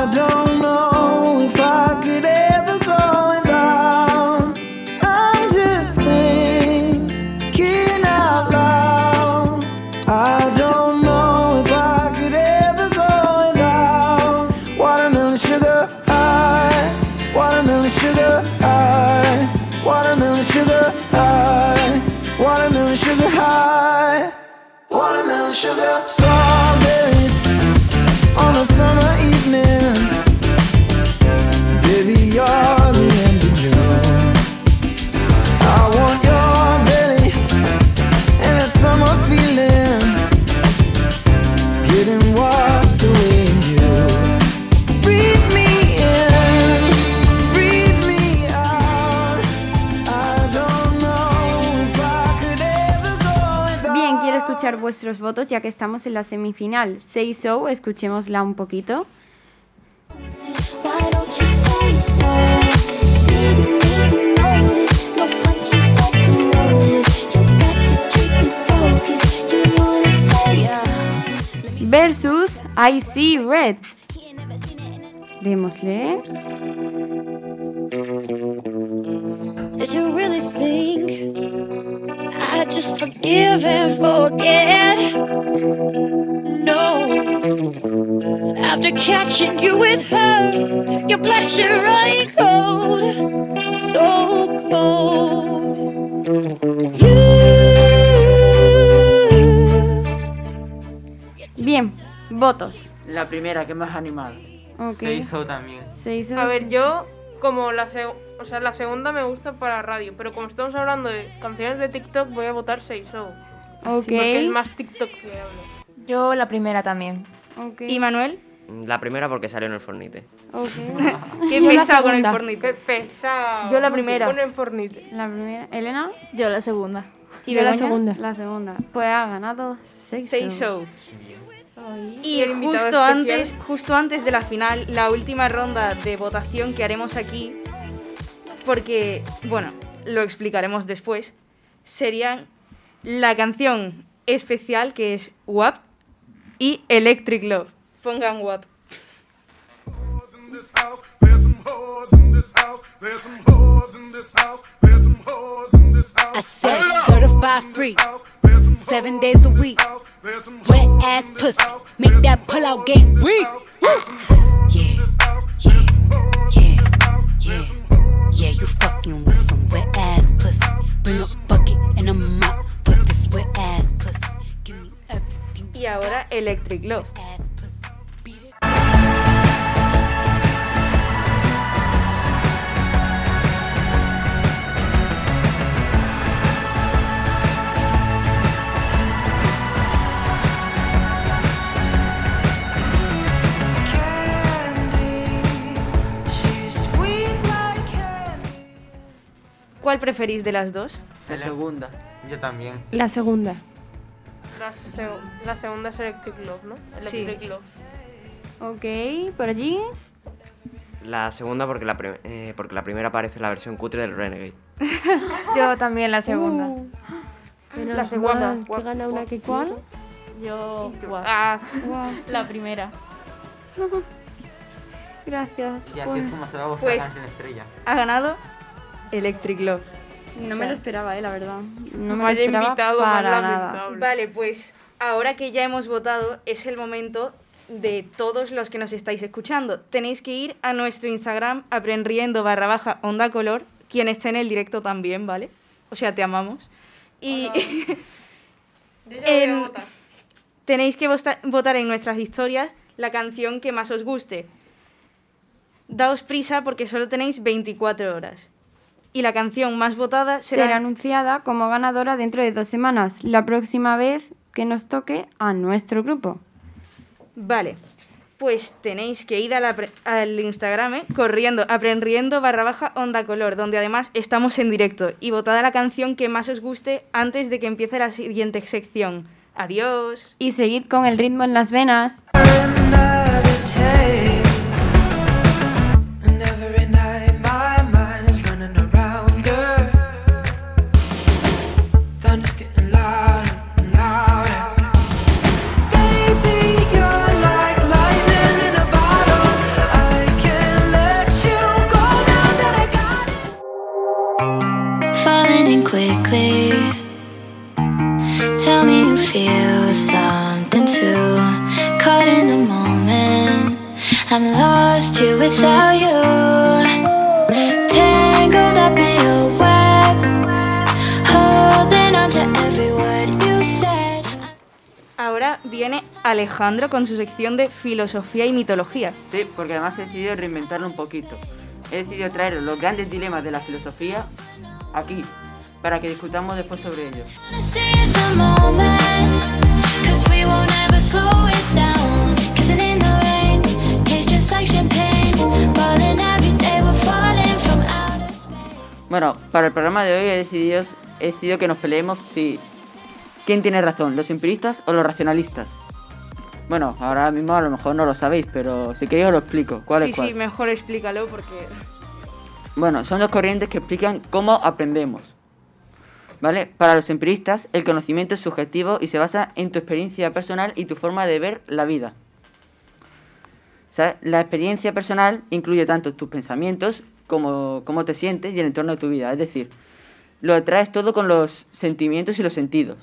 Speaker 20: don't know if I could ever go without. I'm just thinking out loud. I don't know if I could ever go without watermelon sugar. I watermelon sugar. I watermelon sugar. I watermelon sugar. High watermelon sugar. Strawberries on a summer evening. Baby, you're the end of June. I want your belly and that summer feeling. Getting washed away in you. Breathe me in, breathe me out. I don't know if I could ever go without.
Speaker 4: Bien, quiero escuchar vuestros votos ya que estamos en la semifinal. Say So, escuchémosla un poquito.
Speaker 10: Why don't you say so? Didn't even notice. No punches got to roll it. You got to keep me focused. You wanna say so?
Speaker 4: Versus I See Red. Démosle.
Speaker 21: Did you really think I just forgive and forget? No. After catching you with her, your blood should run cold, so cold.
Speaker 4: Bien, votos.
Speaker 8: La primera, que más animada.
Speaker 4: Ok.
Speaker 7: Se hizo también.
Speaker 2: A ver, yo como la seg- o sea, la segunda me gusta para radio, pero como estamos hablando de canciones de TikTok, voy a votar 6 show.
Speaker 9: Ok.
Speaker 2: Porque es más TikTok que hablo.
Speaker 9: Yo la primera también.
Speaker 1: ¿Y Manuel?
Speaker 6: La primera porque salió en el Fornite.
Speaker 1: Qué
Speaker 2: Yo la
Speaker 1: pesado con el
Speaker 2: segunda.
Speaker 1: Fornite.
Speaker 2: Qué pesado.
Speaker 1: Yo la primera.
Speaker 2: Ponen Fornite.
Speaker 4: La primera. ¿Elena?
Speaker 14: Yo la segunda.
Speaker 4: ¿Y
Speaker 14: Yo la
Speaker 4: Begoña?
Speaker 14: segunda.
Speaker 4: La segunda. Pues ha ganado Say
Speaker 1: Say
Speaker 4: So.
Speaker 1: So.
Speaker 4: Y
Speaker 1: Y
Speaker 4: el invitado
Speaker 1: justo
Speaker 4: especial.
Speaker 1: antes, justo antes de la final, la última ronda de votación que haremos aquí, porque, bueno, lo explicaremos después, serían la canción especial que es WAP y Electric Love. Pongan WAP.
Speaker 15: this house. There's some hoes in this house. There's some hoes in this house. There's some hoes in this house.
Speaker 22: I said certified free. Seven days a week. Wet ass pussy. Make that pull out game weak. Woo. Yeah, yeah, yeah, yeah. Yeah, you fucking with some wet ass pussy. Bring a bucket and a mop for this wet ass pussy.
Speaker 1: Y ahora Electric Love. ¿Cuál preferís de las dos?
Speaker 7: La segunda. Yo también.
Speaker 5: La segunda.
Speaker 2: La, seg- la segunda es Electric Love, ¿no?
Speaker 4: Sí.
Speaker 2: Electric Love.
Speaker 4: Ok, por allí.
Speaker 6: La segunda porque la, prim- eh, porque la primera parece la versión cutre del Renegade.
Speaker 1: Uh.
Speaker 9: Yo también la segunda.
Speaker 4: Uh,
Speaker 5: Menos
Speaker 9: La segunda,
Speaker 5: mal, que gana una que
Speaker 14: ¿Cuál?
Speaker 5: quiere.
Speaker 14: Yo.
Speaker 4: Ah.
Speaker 14: La primera.
Speaker 1: Gracias.
Speaker 7: Y así es como se va a buscar
Speaker 1: Pues-
Speaker 7: canción estrella.
Speaker 1: Ha ganado Electric Love.
Speaker 4: No me lo esperaba, eh, la verdad. No me
Speaker 1: No me
Speaker 4: lo
Speaker 1: haya
Speaker 4: esperaba
Speaker 1: invitado
Speaker 4: para
Speaker 1: para
Speaker 4: nada.
Speaker 1: Vale, pues ahora que ya hemos votado, es el momento de todos los que nos estáis escuchando. Tenéis que ir a nuestro Instagram, aprendiendo barra baja onda color, quien esté en el directo también, ¿vale? O sea, te amamos. Y en- tenéis que vosta- votar en nuestras historias la canción que más os guste. Daos prisa porque solo tenéis 24 horas. Y la canción más votada
Speaker 4: Será,
Speaker 1: será
Speaker 4: anunciada como ganadora dentro de dos semanas, la próxima vez que nos toque a nuestro grupo.
Speaker 1: Vale. Pues tenéis que ir a la pre- al Instagram, ¿eh? corriendo, aprendiendo barra baja onda color, donde además estamos en directo y votad la canción que más os guste antes de que empiece la siguiente sección. Adiós.
Speaker 4: Y seguid con el ritmo en las venas.
Speaker 22: And every night my mind is running arounder. Thunder's getting louder and louder. Baby, you're like lightning in a bottle. I can't let you go now that I got
Speaker 10: Falling in quickly. Tell me you feel something too. Caught in the moment. I'm lost here without you. Tangled up in your web. Holding on to every word you said.
Speaker 1: Ahora viene Alejandro con su sección de filosofía y mitología.
Speaker 8: Sí, porque además he decidido reinventarlo un poquito. He decidido traer los grandes dilemas de la filosofía aquí, para que discutamos después sobre ellos.
Speaker 10: Seize the moment, 'cause we won't ever slow it down. Kissing in the rain, tastes just like champagne. Falling every day, we're falling from outer space.
Speaker 8: Bueno, para el programa de hoy he decidido, he decidido que nos peleemos si... ¿Quién tiene razón, los empiristas o los racionalistas? Bueno, ahora mismo a lo mejor no lo sabéis, pero si queréis os lo explico. ¿Cuál
Speaker 1: sí,
Speaker 8: es cuál?
Speaker 1: sí, mejor explícalo porque...
Speaker 8: Bueno, son dos corrientes que explican cómo aprendemos. ¿Vale? Para los empiristas, el conocimiento es subjetivo y se basa en tu experiencia personal y tu forma de ver la vida. ¿Sabes? La experiencia personal incluye tanto tus pensamientos como cómo te sientes y el entorno de tu vida. Es decir, lo atraes todo con los sentimientos y los sentidos.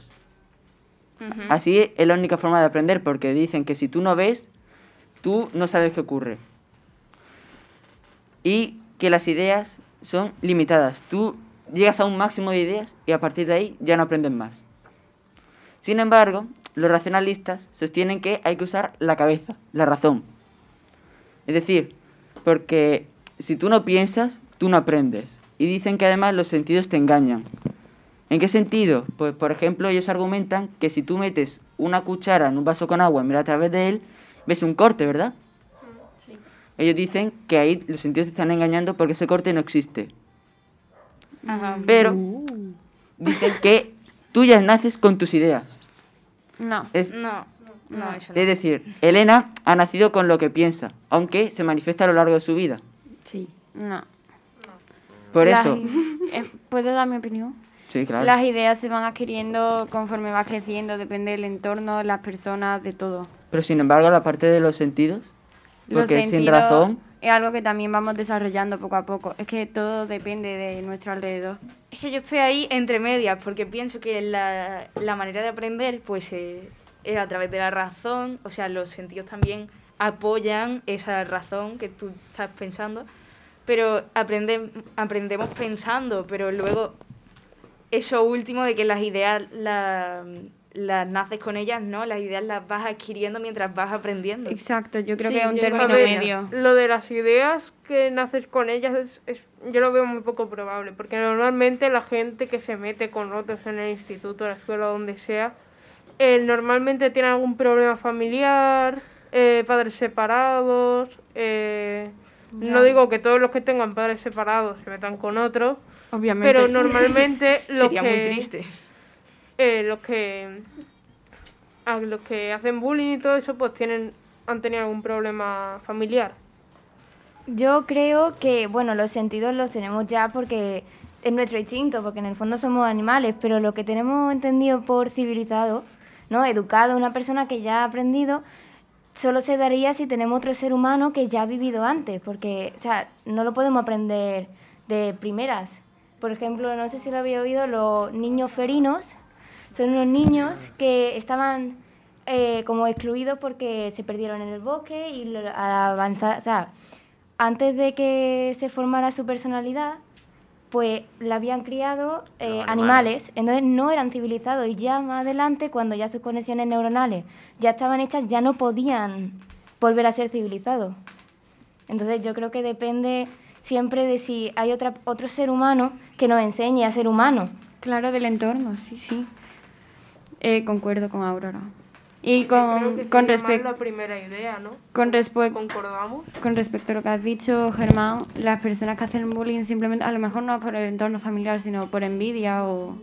Speaker 8: Así es la única forma de aprender, porque dicen que si tú no ves, tú no sabes qué ocurre. Y que las ideas son limitadas. Tú llegas a un máximo de ideas y a partir de ahí ya no aprendes más. Sin embargo, los racionalistas sostienen que hay que usar la cabeza, la razón. Es decir, porque si tú no piensas, tú no aprendes. Y dicen que además los sentidos te engañan. ¿En qué sentido? Pues, por ejemplo, ellos argumentan que si tú metes una cuchara en un vaso con agua y miras a través de él, ves un corte, ¿verdad? Ellos dicen que ahí los sentidos te están engañando porque ese corte no existe. Pero dicen que tú ya naces con tus ideas.
Speaker 4: No,
Speaker 8: Es-
Speaker 1: no, no, eso no.
Speaker 8: Es decir, Elena ha nacido con lo que piensa, aunque se manifiesta a lo largo de su vida.
Speaker 4: Sí. No.
Speaker 8: Por
Speaker 4: Las-
Speaker 8: eso.
Speaker 4: eh, ¿Puedo dar mi opinión?
Speaker 8: Sí, claro.
Speaker 4: Las ideas se van adquiriendo conforme vas creciendo, depende del entorno, las personas, de todo.
Speaker 8: Pero sin embargo, la parte de los sentidos,
Speaker 4: Los
Speaker 8: porque sin
Speaker 4: sentidos- pues.
Speaker 8: razón
Speaker 4: es algo que también vamos desarrollando poco a poco. Es que todo depende de nuestro alrededor.
Speaker 1: Es que yo estoy ahí entre medias, porque pienso que la, la manera de aprender pues eh, es a través de la razón, o sea, los sentidos también apoyan esa razón que tú estás pensando, pero aprende- aprendemos pensando, pero luego eso último de que las ideas la- las naces con ellas, ¿no? Las ideas las vas adquiriendo mientras vas aprendiendo.
Speaker 4: Exacto, yo creo
Speaker 1: Sí,
Speaker 4: que es un
Speaker 1: yo
Speaker 4: término
Speaker 1: creo que-
Speaker 4: medio.
Speaker 2: Lo de las ideas que naces con ellas es, es- yo lo veo muy poco probable, porque normalmente la gente que se mete con otros en el instituto, la escuela, donde sea, eh, normalmente tiene algún problema familiar, eh, padres separados, eh, no
Speaker 4: Ya.
Speaker 2: digo que todos los que tengan padres separados se metan con otros,
Speaker 4: Obviamente.
Speaker 2: pero normalmente los
Speaker 1: Sería
Speaker 2: que
Speaker 1: muy triste.
Speaker 2: eh, los que a los que hacen bullying y todo eso pues tienen han tenido algún problema familiar
Speaker 9: Yo creo que, bueno, los sentidos los tenemos ya porque es nuestro instinto, porque en el fondo somos animales, pero lo que tenemos entendido por civilizado, ¿no? Educado, una persona que ya ha aprendido, solo se daría si tenemos otro ser humano que ya ha vivido antes, porque, o sea, no lo podemos aprender de primeras. Por ejemplo, no sé si lo había oído, los niños ferinos son unos niños que estaban eh, como excluidos porque se perdieron en el bosque y lo- al avanzar, o sea, antes de que se formara su personalidad, pues la habían criado eh, animales, entonces no eran civilizados y ya más adelante, cuando ya sus conexiones neuronales ya estaban hechas, ya no podían volver a ser civilizados. Entonces yo creo que depende siempre de si hay otra, otro ser humano que nos enseñe a ser humanos.
Speaker 4: Claro, del entorno, sí, sí. Eh, concuerdo con Aurora. Y con, con, respec-
Speaker 2: la primera idea no
Speaker 4: con respecto...
Speaker 2: concordamos
Speaker 4: Con respecto a lo que has dicho, Germán, las personas que hacen bullying simplemente, a lo mejor no por el entorno familiar, sino por envidia o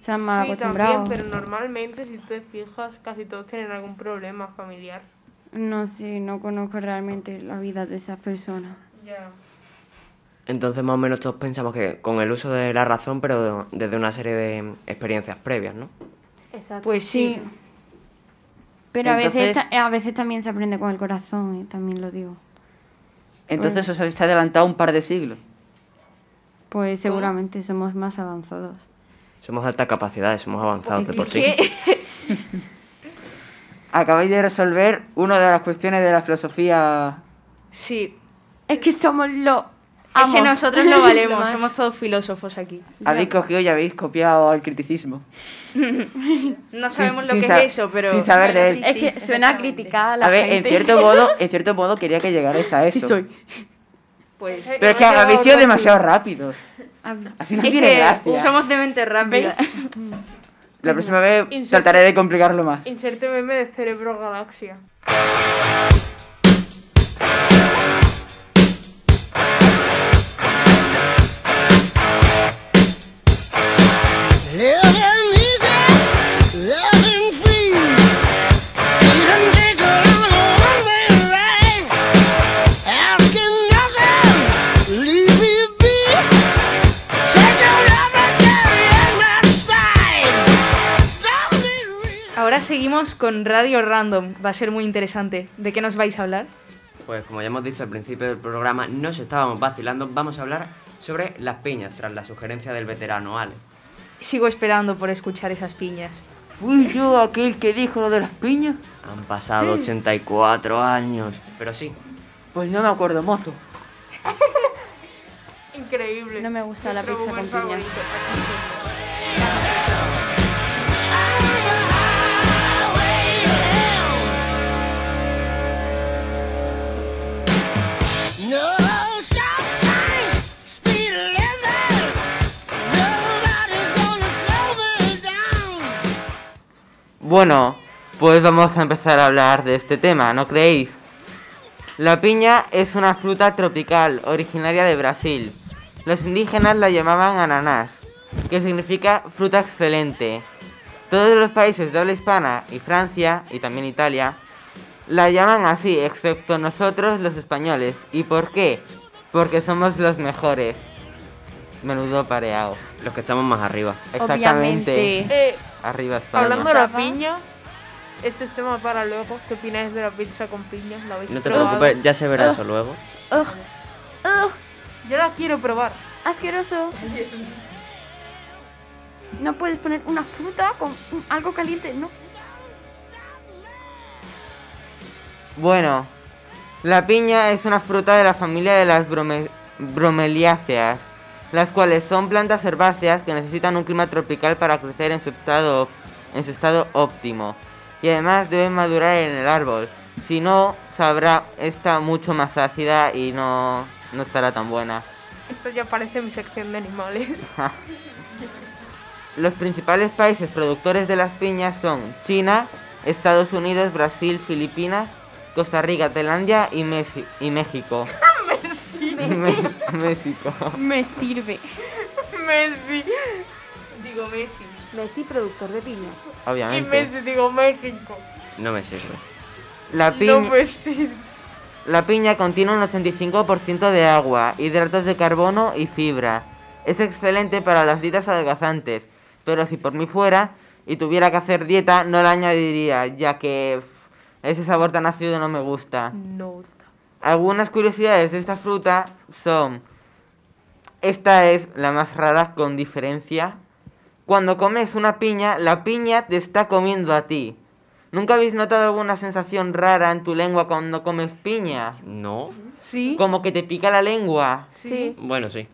Speaker 4: se han mal
Speaker 2: sí
Speaker 4: acostumbrado.
Speaker 2: también pero normalmente si tú te fijas casi todos tienen algún problema familiar
Speaker 4: No sé, no conozco realmente la vida de esas personas.
Speaker 2: ya
Speaker 6: Entonces más o menos todos pensamos que con el uso de la razón, pero de- desde una serie de experiencias previas, ¿no?
Speaker 9: Exacto.
Speaker 1: Pues sí.
Speaker 4: Pero a, veces,
Speaker 8: Entonces-
Speaker 4: ta- a veces también se aprende con el corazón, y también lo digo.
Speaker 8: Entonces os habéis adelantado un par de siglos.
Speaker 4: Pues seguramente somos más avanzados.
Speaker 6: Somos alta capacidad, somos avanzados de por
Speaker 14: Pues,
Speaker 6: sí.
Speaker 8: Acabáis de resolver una de las cuestiones de la filosofía.
Speaker 1: Sí.
Speaker 4: Es que somos lo...
Speaker 1: Es que
Speaker 4: amos.
Speaker 1: nosotros lo
Speaker 4: Lo
Speaker 1: valemos,
Speaker 4: más.
Speaker 1: somos todos filósofos aquí.
Speaker 8: Habéis cogido y habéis copiado al criticismo.
Speaker 1: no sabemos
Speaker 8: sin
Speaker 1: lo que
Speaker 8: sa-
Speaker 1: es eso, pero...
Speaker 8: sin saber de él.
Speaker 4: es que suena a criticar a la
Speaker 8: a ver, en
Speaker 4: gente.
Speaker 8: cierto modo, en cierto modo quería que llegarais a eso.
Speaker 4: Sí soy.
Speaker 1: Pues,
Speaker 8: Pero es que habéis sido demasiado rápidos. Así no
Speaker 1: Es
Speaker 8: tiene
Speaker 1: que
Speaker 8: gracia.
Speaker 1: Somos de mente rápida.
Speaker 8: La próxima vez
Speaker 2: Inserte-
Speaker 8: trataré de complicarlo más.
Speaker 2: inserte meme de cerebro galaxia
Speaker 12: Living easy, loving free. Season ticket on a one-way ride. Asking nothing, leave me be. Take another day in my stride.
Speaker 1: Ahora seguimos con Radio Random. Va a ser muy interesante. ¿De qué nos vais a hablar?
Speaker 6: Pues como ya hemos dicho al principio del programa, nos estábamos vacilando, vamos a hablar sobre las piñas, tras la sugerencia del veterano Ale.
Speaker 1: Sigo esperando por escuchar esas piñas.
Speaker 8: ¿Fui yo aquel que dijo lo de las piñas?
Speaker 6: Han
Speaker 14: Hmm.
Speaker 6: pasado 84 años, pero sí,
Speaker 8: Pues no me acuerdo, mozo.
Speaker 2: increíble
Speaker 4: no me gusta la pizza con piña
Speaker 12: No stop signs, speed limit. Nobody's gonna slow me down.
Speaker 7: Bueno, pues vamos a empezar a hablar de este tema, ¿no creéis? La piña es una fruta tropical originaria de Brasil. Los indígenas la llamaban ananás, que significa fruta excelente. Todos los países de habla hispana y Francia, y también Italia, la llaman así, excepto nosotros los españoles. ¿Y por qué? Porque somos los mejores. Menudo pareado.
Speaker 6: los que estamos más arriba.
Speaker 7: Exactamente.
Speaker 2: Eh,
Speaker 7: Arriba España.
Speaker 2: hablando de la piña este es tema para luego qué opináis de la pizza con piña ¿La habéis
Speaker 6: No te
Speaker 2: probado?
Speaker 14: Ah.
Speaker 6: preocupes, ya se verá eso luego.
Speaker 2: Ugh. Ugh. eh, Yo la quiero probar.
Speaker 4: Asqueroso. No puedes poner una fruta con un- algo caliente, no.
Speaker 7: Bueno, la piña es una fruta de la familia de las brome- bromeliáceas, las cuales son plantas herbáceas que necesitan un clima tropical para crecer en su estado, en su estado óptimo. Y además deben madurar en el árbol. Si no, sabrá está mucho más ácida y no, no estará tan buena.
Speaker 2: Esto ya parece mi sección de animales.
Speaker 7: Los principales países productores de las piñas son China, Estados Unidos, Brasil, Filipinas, Costa Rica, Tailandia y, Mexi- y México.
Speaker 2: Messi.
Speaker 7: Me- México.
Speaker 4: Me sirve.
Speaker 2: Messi.
Speaker 1: Digo Messi.
Speaker 3: Messi, productor de piña.
Speaker 2: Y
Speaker 7: Obviamente.
Speaker 2: Messi, digo México.
Speaker 6: No me sirve.
Speaker 7: La
Speaker 2: No pues
Speaker 7: piña, la piña contiene un 85% de agua, hidratos de carbono y fibra. Es excelente para las dietas adelgazantes, pero si por mí fuera y tuviera que hacer dieta no la añadiría, ya que pff, ese sabor tan ácido no me gusta.
Speaker 2: No.
Speaker 7: Algunas curiosidades de esta fruta son, esta es la más rara con diferencia. Cuando comes una piña, la piña te está comiendo a ti. ¿Nunca habéis notado alguna sensación rara en tu lengua cuando comes piña?
Speaker 6: No.
Speaker 2: Sí.
Speaker 7: Como que te pica la lengua.
Speaker 2: Sí.
Speaker 6: Bueno, sí.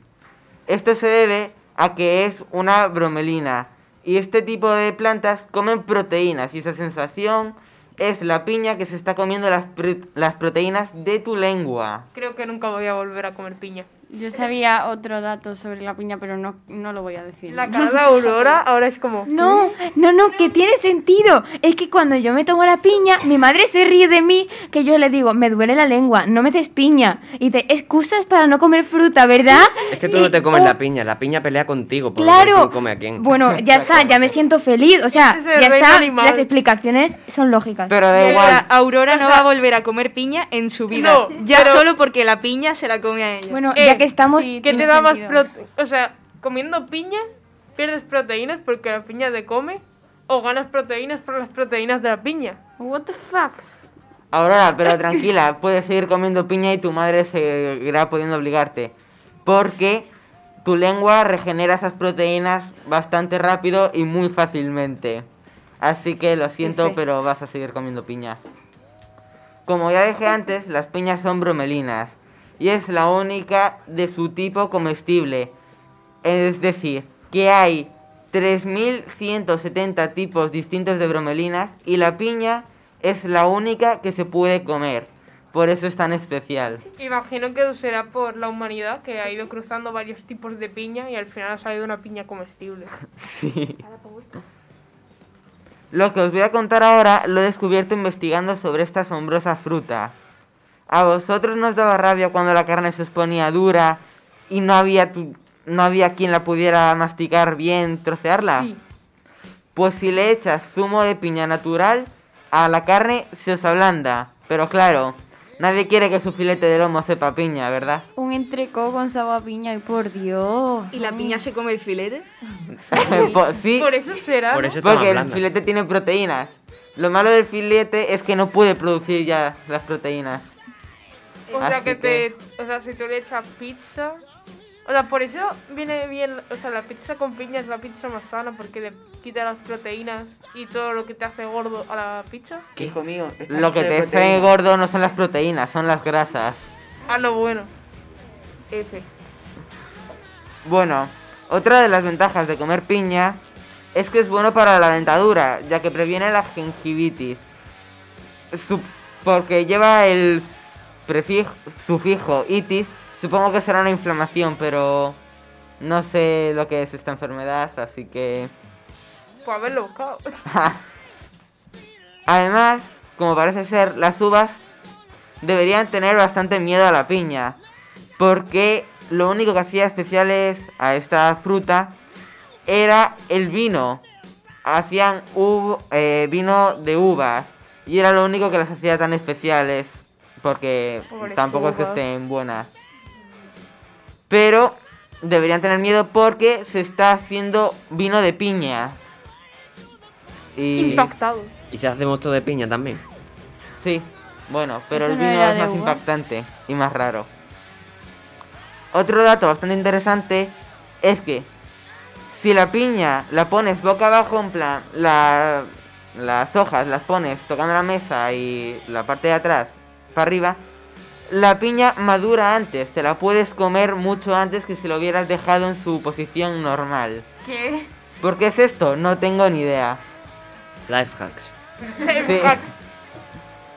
Speaker 7: Esto se debe a que es una bromelina. Y este tipo de plantas comen proteínas. Y esa sensación es la piña que se está comiendo las, pro- las proteínas de tu lengua.
Speaker 2: Creo que nunca voy a volver a comer piña.
Speaker 4: Yo sabía otro dato sobre la piña, pero no, no lo voy a decir.
Speaker 2: La cara de Aurora ahora es como...
Speaker 14: No, no, no, que tiene sentido. Es que cuando yo me tomo la piña, mi madre se ríe de mí, que yo le digo, me duele la lengua, no me des piña. Y te excusas para no comer fruta, ¿verdad?
Speaker 6: Es que tú no te comes la piña, la piña pelea contigo. Por
Speaker 14: Oh. Claro.
Speaker 6: ver quién come a quién.
Speaker 14: Bueno, ya está, ya me siento feliz. O sea,
Speaker 1: Ese es el
Speaker 14: ya
Speaker 1: reino
Speaker 14: está,
Speaker 1: animal.
Speaker 14: las explicaciones son lógicas.
Speaker 7: Pero da
Speaker 1: O sea,
Speaker 2: ah,
Speaker 7: igual.
Speaker 1: Aurora no va a volver a comer piña en su vida.
Speaker 2: No,
Speaker 1: ya
Speaker 2: pero-
Speaker 1: solo porque la piña se la come a ella.
Speaker 14: Bueno,
Speaker 2: Eh,
Speaker 14: ya que estamos...
Speaker 2: ¿Qué te da más prote- O sea, comiendo piña pierdes proteínas porque la piña te come o ganas proteínas por las proteínas de la piña.
Speaker 4: What the fuck?
Speaker 7: Aurora, pero tranquila, puedes seguir comiendo piña y tu madre seguirá pudiendo obligarte. Porque tu lengua regenera esas proteínas bastante rápido y muy fácilmente. Así que lo siento,
Speaker 6: Efe.
Speaker 7: pero vas a seguir comiendo piña. Como ya dije antes, las piñas son bromelinas. Y es la única de su tipo comestible. Es decir, que hay 3.170 tipos distintos de bromelinas y la piña es la única que se puede comer. Por eso es tan especial.
Speaker 2: Imagino que será por la humanidad que ha ido cruzando varios tipos de piña y al final ha salido una piña comestible.
Speaker 7: Sí. Lo que os voy a contar ahora lo he descubierto investigando sobre esta asombrosa fruta. ¿A vosotros nos daba rabia cuando la carne se os ponía dura y no había, tu- no había quien la pudiera masticar bien, trocearla? Pues si le echas zumo de piña natural, a la carne se os ablanda. Pero claro, nadie quiere que su filete de lomo sepa a piña, ¿verdad?
Speaker 4: Un entrecó con sabor a piña, y por Dios.
Speaker 1: ¿Y la piña se come el filete?
Speaker 7: Po- sí.
Speaker 2: Por eso será.
Speaker 6: Por
Speaker 2: ¿no?
Speaker 6: eso está
Speaker 7: Porque
Speaker 6: más
Speaker 7: el
Speaker 6: blanda.
Speaker 7: filete tiene proteínas. Lo malo del filete es que no puede producir ya las proteínas.
Speaker 2: O sea,
Speaker 7: Así
Speaker 2: que
Speaker 7: que-
Speaker 2: te, o sea, si tú le echas pizza... O sea, por eso viene bien... O sea, la pizza con piña es la pizza más sana porque le quita las proteínas y todo lo que te hace gordo a la pizza.
Speaker 8: ¿Qué conmigo?
Speaker 7: Lo que te hace gordo no son las proteínas, son las grasas.
Speaker 2: Ah, no, bueno. F.
Speaker 7: Bueno, otra de las ventajas de comer piña es que es bueno para la dentadura, ya que previene la gingivitis. Su- porque lleva el prefijo, sufijo itis, supongo que será una inflamación, pero no sé lo que es esta enfermedad, así que...
Speaker 2: Por haberlo buscado.
Speaker 7: Además, como parece ser, las uvas deberían tener bastante miedo a la piña. Porque lo único que hacía especiales a esta fruta era el vino. Hacían uv- eh, vino de uvas. Y era lo único que las hacía tan especiales. Porque
Speaker 6: Pobres
Speaker 7: tampoco es que
Speaker 6: uvas.
Speaker 7: estén buenas. Pero deberían tener miedo porque se está haciendo vino de piña. Y...
Speaker 2: Impactado.
Speaker 6: Y se hace mosto de piña también.
Speaker 7: Sí, bueno, pero
Speaker 2: Eso
Speaker 7: el
Speaker 2: no
Speaker 7: vino
Speaker 2: era
Speaker 7: es
Speaker 2: de
Speaker 7: más
Speaker 2: uva.
Speaker 7: impactante y más raro. Otro dato bastante interesante es que si la piña la pones boca abajo, en plan, la- las hojas las pones tocando la mesa y la parte de atrás para arriba, la piña madura antes, te la puedes comer mucho antes que si lo hubieras dejado en su posición normal.
Speaker 4: ¿Qué?
Speaker 7: ¿Por qué es esto? No tengo ni idea.
Speaker 6: Life hacks.
Speaker 7: Sí.
Speaker 2: Hacks.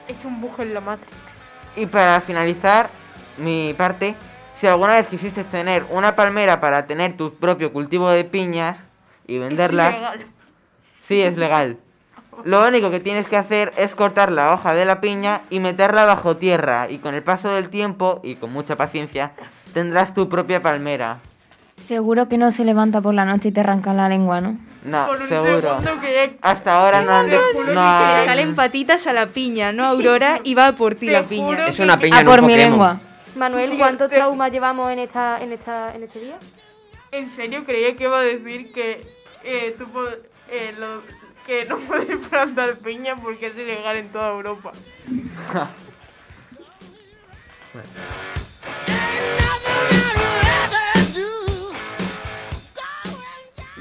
Speaker 2: Es un bug en la Matrix.
Speaker 7: Y para finalizar mi parte, si alguna vez quisiste tener una palmera para tener tu propio cultivo de piñas y venderlas, sí es legal. Lo único que tienes que hacer es cortar la hoja de la piña y meterla bajo tierra y con el paso del tiempo y con mucha paciencia tendrás tu propia palmera.
Speaker 14: Seguro que no se levanta por la noche y te arranca la lengua, ¿no?
Speaker 7: No,
Speaker 14: Por un
Speaker 7: seguro.
Speaker 14: segundo
Speaker 7: Hasta ahora no han...
Speaker 1: Te juro
Speaker 7: des-
Speaker 1: que
Speaker 7: No
Speaker 1: le
Speaker 7: han-
Speaker 1: salen patitas a la piña, no a Aurora, y va por ti la piña.
Speaker 6: Es una piña en un
Speaker 14: por mi
Speaker 6: Pokémon.
Speaker 14: lengua.
Speaker 3: Manuel, ¿cuánto trauma llevamos en esta, en esta, en este día?
Speaker 2: En serio, creía que iba a decir que eh, tú po- eh, lo- que no puedes plantar piña porque es ilegal en toda Europa.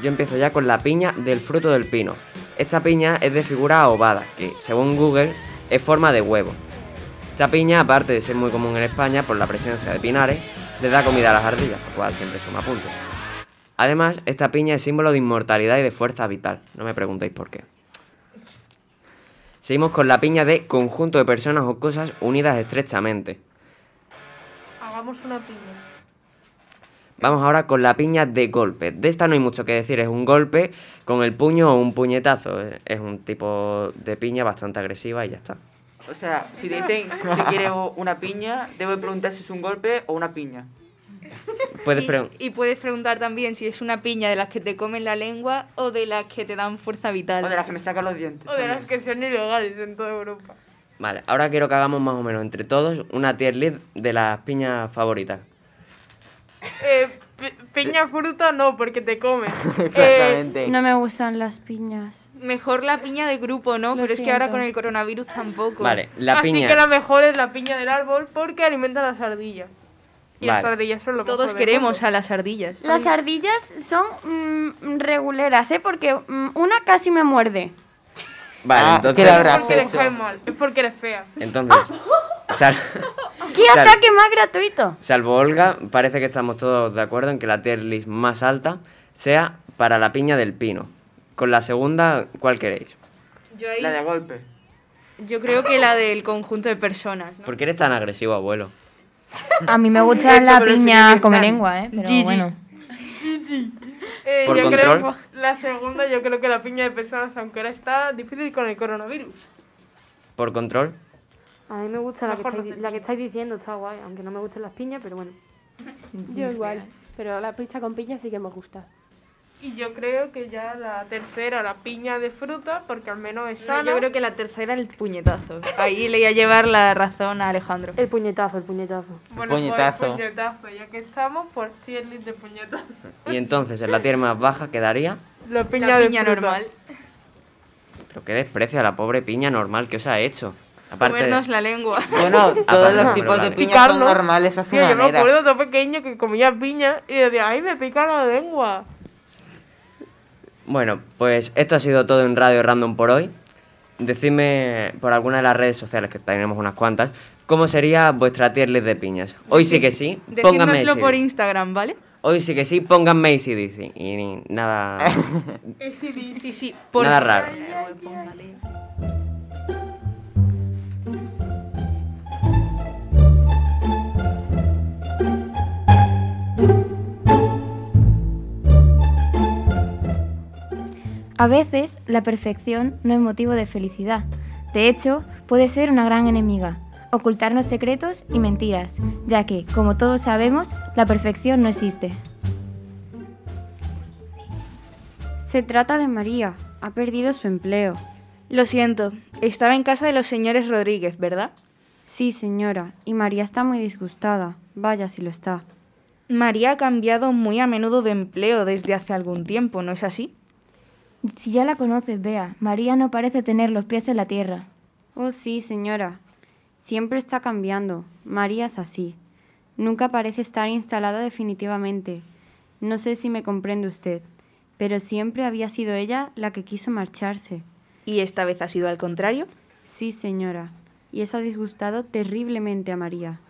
Speaker 6: Yo empiezo ya con la piña del fruto del pino. Esta piña es de figura ovada, que según Google es forma de huevo. Esta piña, aparte de ser muy común en España por la presencia de pinares, le da comida a las ardillas, lo cual siempre suma puntos. Además, esta piña es símbolo de inmortalidad y de fuerza vital. No me preguntéis por qué. Seguimos con la piña de conjunto de personas o cosas unidas estrechamente.
Speaker 2: Hagamos una piña.
Speaker 6: Vamos ahora con la piña de golpe. De esta no hay mucho que decir, es un golpe con el puño o un puñetazo. Es- Es un tipo de piña bastante agresiva y ya está.
Speaker 8: O sea, si te dicen si quieres o- una piña, debo de preguntar si es un golpe o una piña.
Speaker 6: Puedes
Speaker 1: Sí,
Speaker 6: pregun-
Speaker 1: y puedes preguntar también si es una piña de las que te comen la lengua o de las que te dan fuerza vital. O de
Speaker 8: las que me sacan los dientes.
Speaker 2: O de las que son ilegales en toda Europa.
Speaker 6: Vale, ahora quiero que hagamos más o menos entre todos una tier list de las piñas favoritas.
Speaker 2: Eh, pi- piña fruta no, porque te comen.
Speaker 6: Exactamente.
Speaker 1: no
Speaker 4: Eh, me gustan las piñas.
Speaker 1: Mejor la piña de grupo, ¿no?
Speaker 2: Lo
Speaker 1: Pero es que ahora
Speaker 2: siento.
Speaker 1: con el coronavirus tampoco.
Speaker 6: Vale, la
Speaker 2: Así
Speaker 6: piña.
Speaker 2: que la mejor es la piña del árbol porque alimenta las ardillas. Y las
Speaker 6: Vale.
Speaker 2: ardillas son lo
Speaker 1: Todos
Speaker 2: mejor del
Speaker 1: queremos
Speaker 2: mundo.
Speaker 1: a las ardillas.
Speaker 2: Las
Speaker 14: ardillas son reguleras, ¿eh? Porque una casi me muerde.
Speaker 6: Vale, entonces.
Speaker 7: ¿qué le habrás
Speaker 2: Porque les cae mal, es porque eres fea.
Speaker 6: Entonces, sal-
Speaker 14: ¡Qué
Speaker 6: Claro.
Speaker 14: ataque más gratuito!
Speaker 6: salvo Olga, parece que estamos todos de acuerdo en que la tier list más alta sea para la piña del pino. Con la segunda, ¿cuál queréis?
Speaker 1: Yo ahí-
Speaker 8: La de golpe.
Speaker 1: Yo creo que la del conjunto de personas.
Speaker 6: ¿Por qué eres tan agresivo, abuelo?
Speaker 14: A mí me gusta la
Speaker 1: Pero sí,
Speaker 14: piña
Speaker 1: Vietnam.
Speaker 14: come lengua, ¿eh? Pero
Speaker 1: Gigi.
Speaker 14: bueno.
Speaker 2: Gigi. Eh,
Speaker 6: Por
Speaker 2: yo
Speaker 6: control.
Speaker 2: creo la segunda, yo creo que la piña de personas, aunque ahora está difícil con el coronavirus.
Speaker 6: ¿Por control?
Speaker 3: A mí me gusta la que,
Speaker 2: Mejor
Speaker 3: estáis, la que estáis diciendo, está guay, aunque no me gusten las piñas, pero bueno.
Speaker 5: Yo igual, pero la pizza con piña sí que me gusta.
Speaker 2: Y yo creo que ya la tercera, la piña de fruta, porque al menos es
Speaker 1: No,
Speaker 2: sana.
Speaker 1: yo creo que la tercera el puñetazo. Ahí le iba a llevar la razón a Alejandro.
Speaker 3: El puñetazo, el puñetazo.
Speaker 2: Bueno, pues,
Speaker 6: Puñetazo.
Speaker 2: puñetazo, ya que estamos por tier list de puñetazo.
Speaker 6: Y entonces, en la tier más baja quedaría.
Speaker 2: La piña,
Speaker 1: La
Speaker 2: de
Speaker 1: piña
Speaker 2: fruta.
Speaker 1: normal.
Speaker 6: Pero qué desprecio a la pobre piña normal que os ha hecho. Aparte. de-
Speaker 1: Comernos la lengua.
Speaker 7: Bueno, todos
Speaker 6: Aparte,
Speaker 7: los
Speaker 6: no,
Speaker 7: tipos de
Speaker 6: claro.
Speaker 7: piñas son
Speaker 2: Picarlos.
Speaker 7: normales a su
Speaker 2: Tío, yo me
Speaker 7: manera.
Speaker 2: acuerdo de pequeño que comía piña y decía, ay, me pica la lengua.
Speaker 6: Bueno, pues esto ha sido todo en Radio Random por hoy. Decidme por alguna de las redes sociales, que tenemos unas cuantas, cómo sería vuestra tier list de piñas. Hoy sí que sí, pónganme
Speaker 1: Decídnoslo por
Speaker 6: ACDC.
Speaker 1: Instagram, ¿vale?
Speaker 6: Hoy sí que sí, pónganme ACDC. Y ni- nada,
Speaker 1: Sí, sí, por
Speaker 6: nada raro.
Speaker 9: A veces la perfección no es motivo de felicidad. De hecho, puede ser una gran enemiga, ocultarnos secretos y mentiras, ya que, como todos sabemos, la perfección no existe.
Speaker 1: Se trata de María. Ha perdido su empleo. Lo siento. Estaba en casa de los señores Rodríguez, ¿verdad?
Speaker 16: Sí, señora, y María está muy disgustada. Vaya si lo está.
Speaker 1: María ha cambiado muy a menudo de empleo desde hace algún tiempo, ¿no es así?
Speaker 9: Si ya la conoces, Bea, María no parece tener los pies en la tierra.
Speaker 16: Oh, sí, señora. Siempre está cambiando. María es así.
Speaker 4: nunca parece estar instalada definitivamente. No sé si me comprende usted, pero siempre había sido ella la que quiso marcharse.
Speaker 1: ¿Y esta vez ha sido al contrario?
Speaker 4: Sí, señora, y eso ha disgustado terriblemente a María.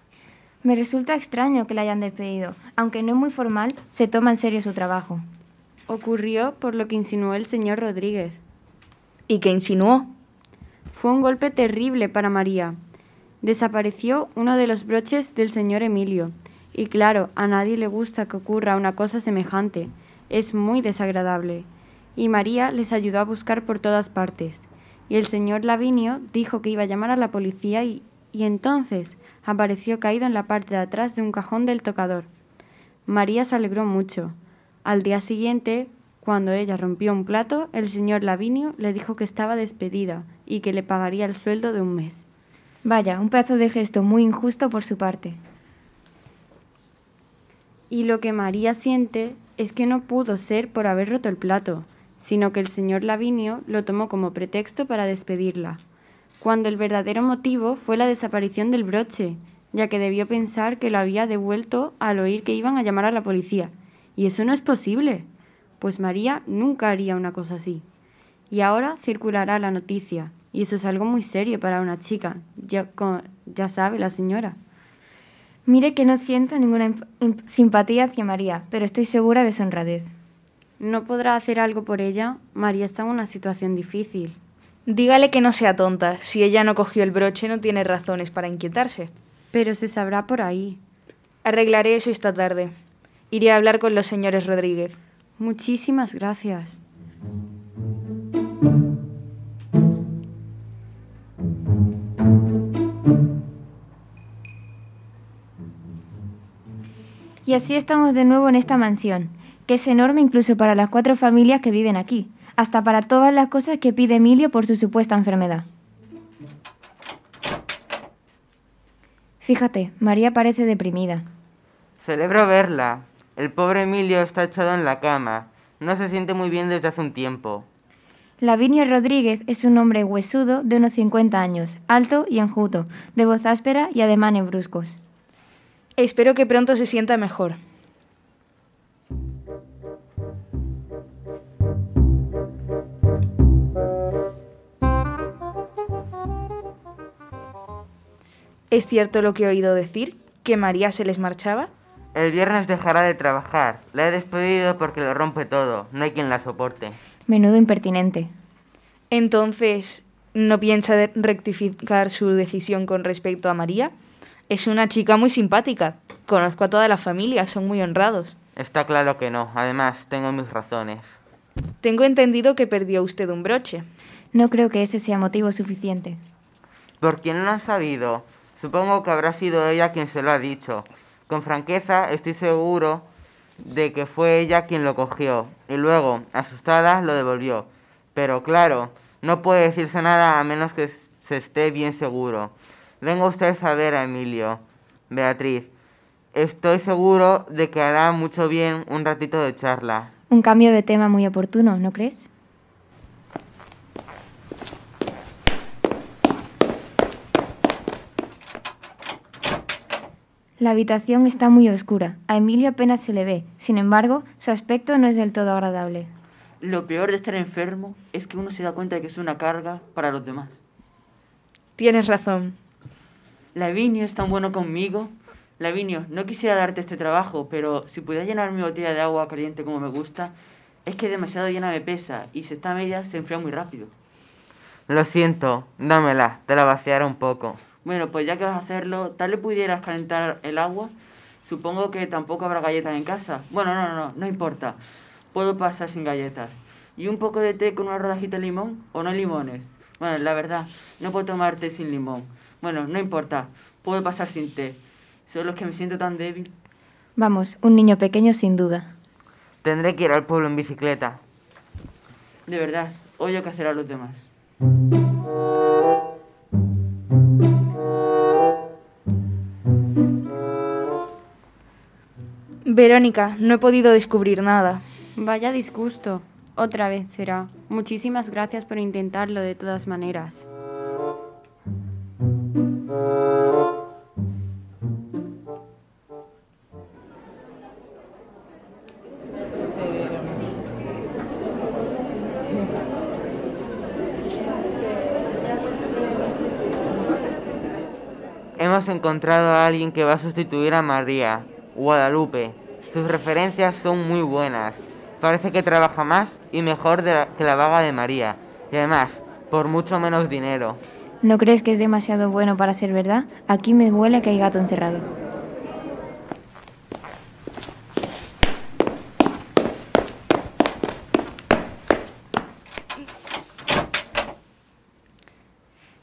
Speaker 9: Me resulta extraño que la hayan despedido. Aunque no es muy formal, se toma en serio su trabajo.
Speaker 4: Ocurrió por lo que insinuó el señor Rodríguez.
Speaker 1: ¿Y qué insinuó?
Speaker 4: Fue un golpe terrible para María. Desapareció uno de los broches del señor Emilio. Y claro, a nadie le gusta que ocurra una cosa semejante. Es muy desagradable. Y María les ayudó a buscar por todas partes. Y el señor Lavinio dijo que iba a llamar a la policía y, y entonces apareció caído en la parte de atrás de un cajón del tocador. María se alegró mucho. Al día siguiente, cuando ella rompió un plato, el señor Lavinio le dijo que estaba despedida y que le pagaría el sueldo de un mes.
Speaker 9: Vaya, un pedazo de gesto muy injusto por su parte.
Speaker 4: Y lo que María siente es que no pudo ser por haber roto el plato, sino que el señor Lavinio lo tomó como pretexto para despedirla, cuando el verdadero motivo fue la desaparición del broche, ya que debió pensar que lo había devuelto al oír que iban a llamar a la policía. Y eso no es posible, pues María nunca haría una cosa así. Y ahora circulará la noticia, y eso es algo muy serio para una chica, ya, co- ya sabe la señora.
Speaker 9: Mire que no siento ninguna imp- imp- simpatía hacia María, pero estoy segura de su honradez.
Speaker 4: ¿No podrá hacer algo por ella? María está en una situación difícil.
Speaker 1: Dígale que no sea tonta. Si ella no cogió el broche, no tiene razones para inquietarse.
Speaker 4: Pero se sabrá por ahí.
Speaker 1: Arreglaré eso esta tarde. Iré a hablar con los señores Rodríguez.
Speaker 4: Muchísimas gracias.
Speaker 9: Y así estamos de nuevo en esta mansión, que es enorme incluso para las cuatro familias que viven aquí, hasta para todas las cosas que pide Emilio por su supuesta enfermedad. Fíjate, María parece deprimida.
Speaker 7: Celebro verla. El pobre Emilio está echado en la cama. No se siente muy bien desde hace un tiempo.
Speaker 9: Lavinio Rodríguez es un hombre huesudo de unos 50 años, alto y enjuto, de voz áspera y ademanes bruscos.
Speaker 1: Espero que pronto se sienta mejor. ¿Es cierto lo que he oído decir? ¿Que María se les marchaba?
Speaker 7: El viernes dejará de trabajar. La he despedido porque lo rompe todo. No hay quien la soporte.
Speaker 9: Menudo impertinente.
Speaker 1: Entonces, ¿no piensa de- rectificar su decisión con respecto a María? Es una chica muy simpática. Conozco a toda la familia, son muy honrados.
Speaker 7: Está claro que no. Además, tengo mis razones.
Speaker 1: Tengo entendido que perdió usted un broche.
Speaker 9: No creo que ese sea motivo suficiente.
Speaker 7: ¿Por quién lo ha sabido? Supongo que habrá sido ella quien se lo ha dicho. Con franqueza, estoy seguro de que fue ella quien lo cogió y luego, asustada, lo devolvió. Pero claro, no puede decirse nada a menos que s- se esté bien seguro. Venga usted a ver a Emilio. Beatriz, estoy seguro de que hará mucho bien un ratito de charla.
Speaker 9: Un cambio de tema muy oportuno, ¿no crees? La habitación está muy oscura. A Emilio apenas se le ve. Sin embargo, su aspecto no es del todo agradable.
Speaker 8: Lo peor de estar enfermo es que uno se da cuenta de que es una carga para los demás.
Speaker 1: Tienes razón.
Speaker 8: Lavinio es tan bueno conmigo. Lavinio, no quisiera darte este trabajo, pero si pudiera llenar mi botella de agua caliente como me gusta, es que demasiado llena me pesa y si está media se enfría muy rápido.
Speaker 7: Lo siento, dámela, te la vaciaré un poco.
Speaker 8: Bueno, pues ya que vas a hacerlo, tal vez pudieras calentar el agua. Supongo que tampoco habrá galletas en casa. Bueno, no, no, no, no importa. Puedo pasar sin galletas. ¿Y un poco de té con una rodajita de limón o no hay limones? Bueno, la verdad, no puedo tomar té sin limón. Bueno, no importa, puedo pasar sin té. Solo es que me siento tan débil.
Speaker 9: Vamos, un niño pequeño sin duda.
Speaker 7: Tendré que ir al pueblo en bicicleta.
Speaker 8: De verdad, odio que hacer a los demás.
Speaker 1: Verónica, no he podido descubrir nada.
Speaker 4: Vaya disgusto. Otra vez será. Muchísimas gracias por intentarlo de todas maneras.
Speaker 7: hemos encontrado a alguien que va a sustituir a María, Guadalupe. Sus referencias son muy buenas. Parece que trabaja más y mejor de la- que la vaga de María. Y además, por mucho menos dinero.
Speaker 9: ¿No crees que es demasiado bueno para ser verdad? Aquí me huele que hay gato encerrado.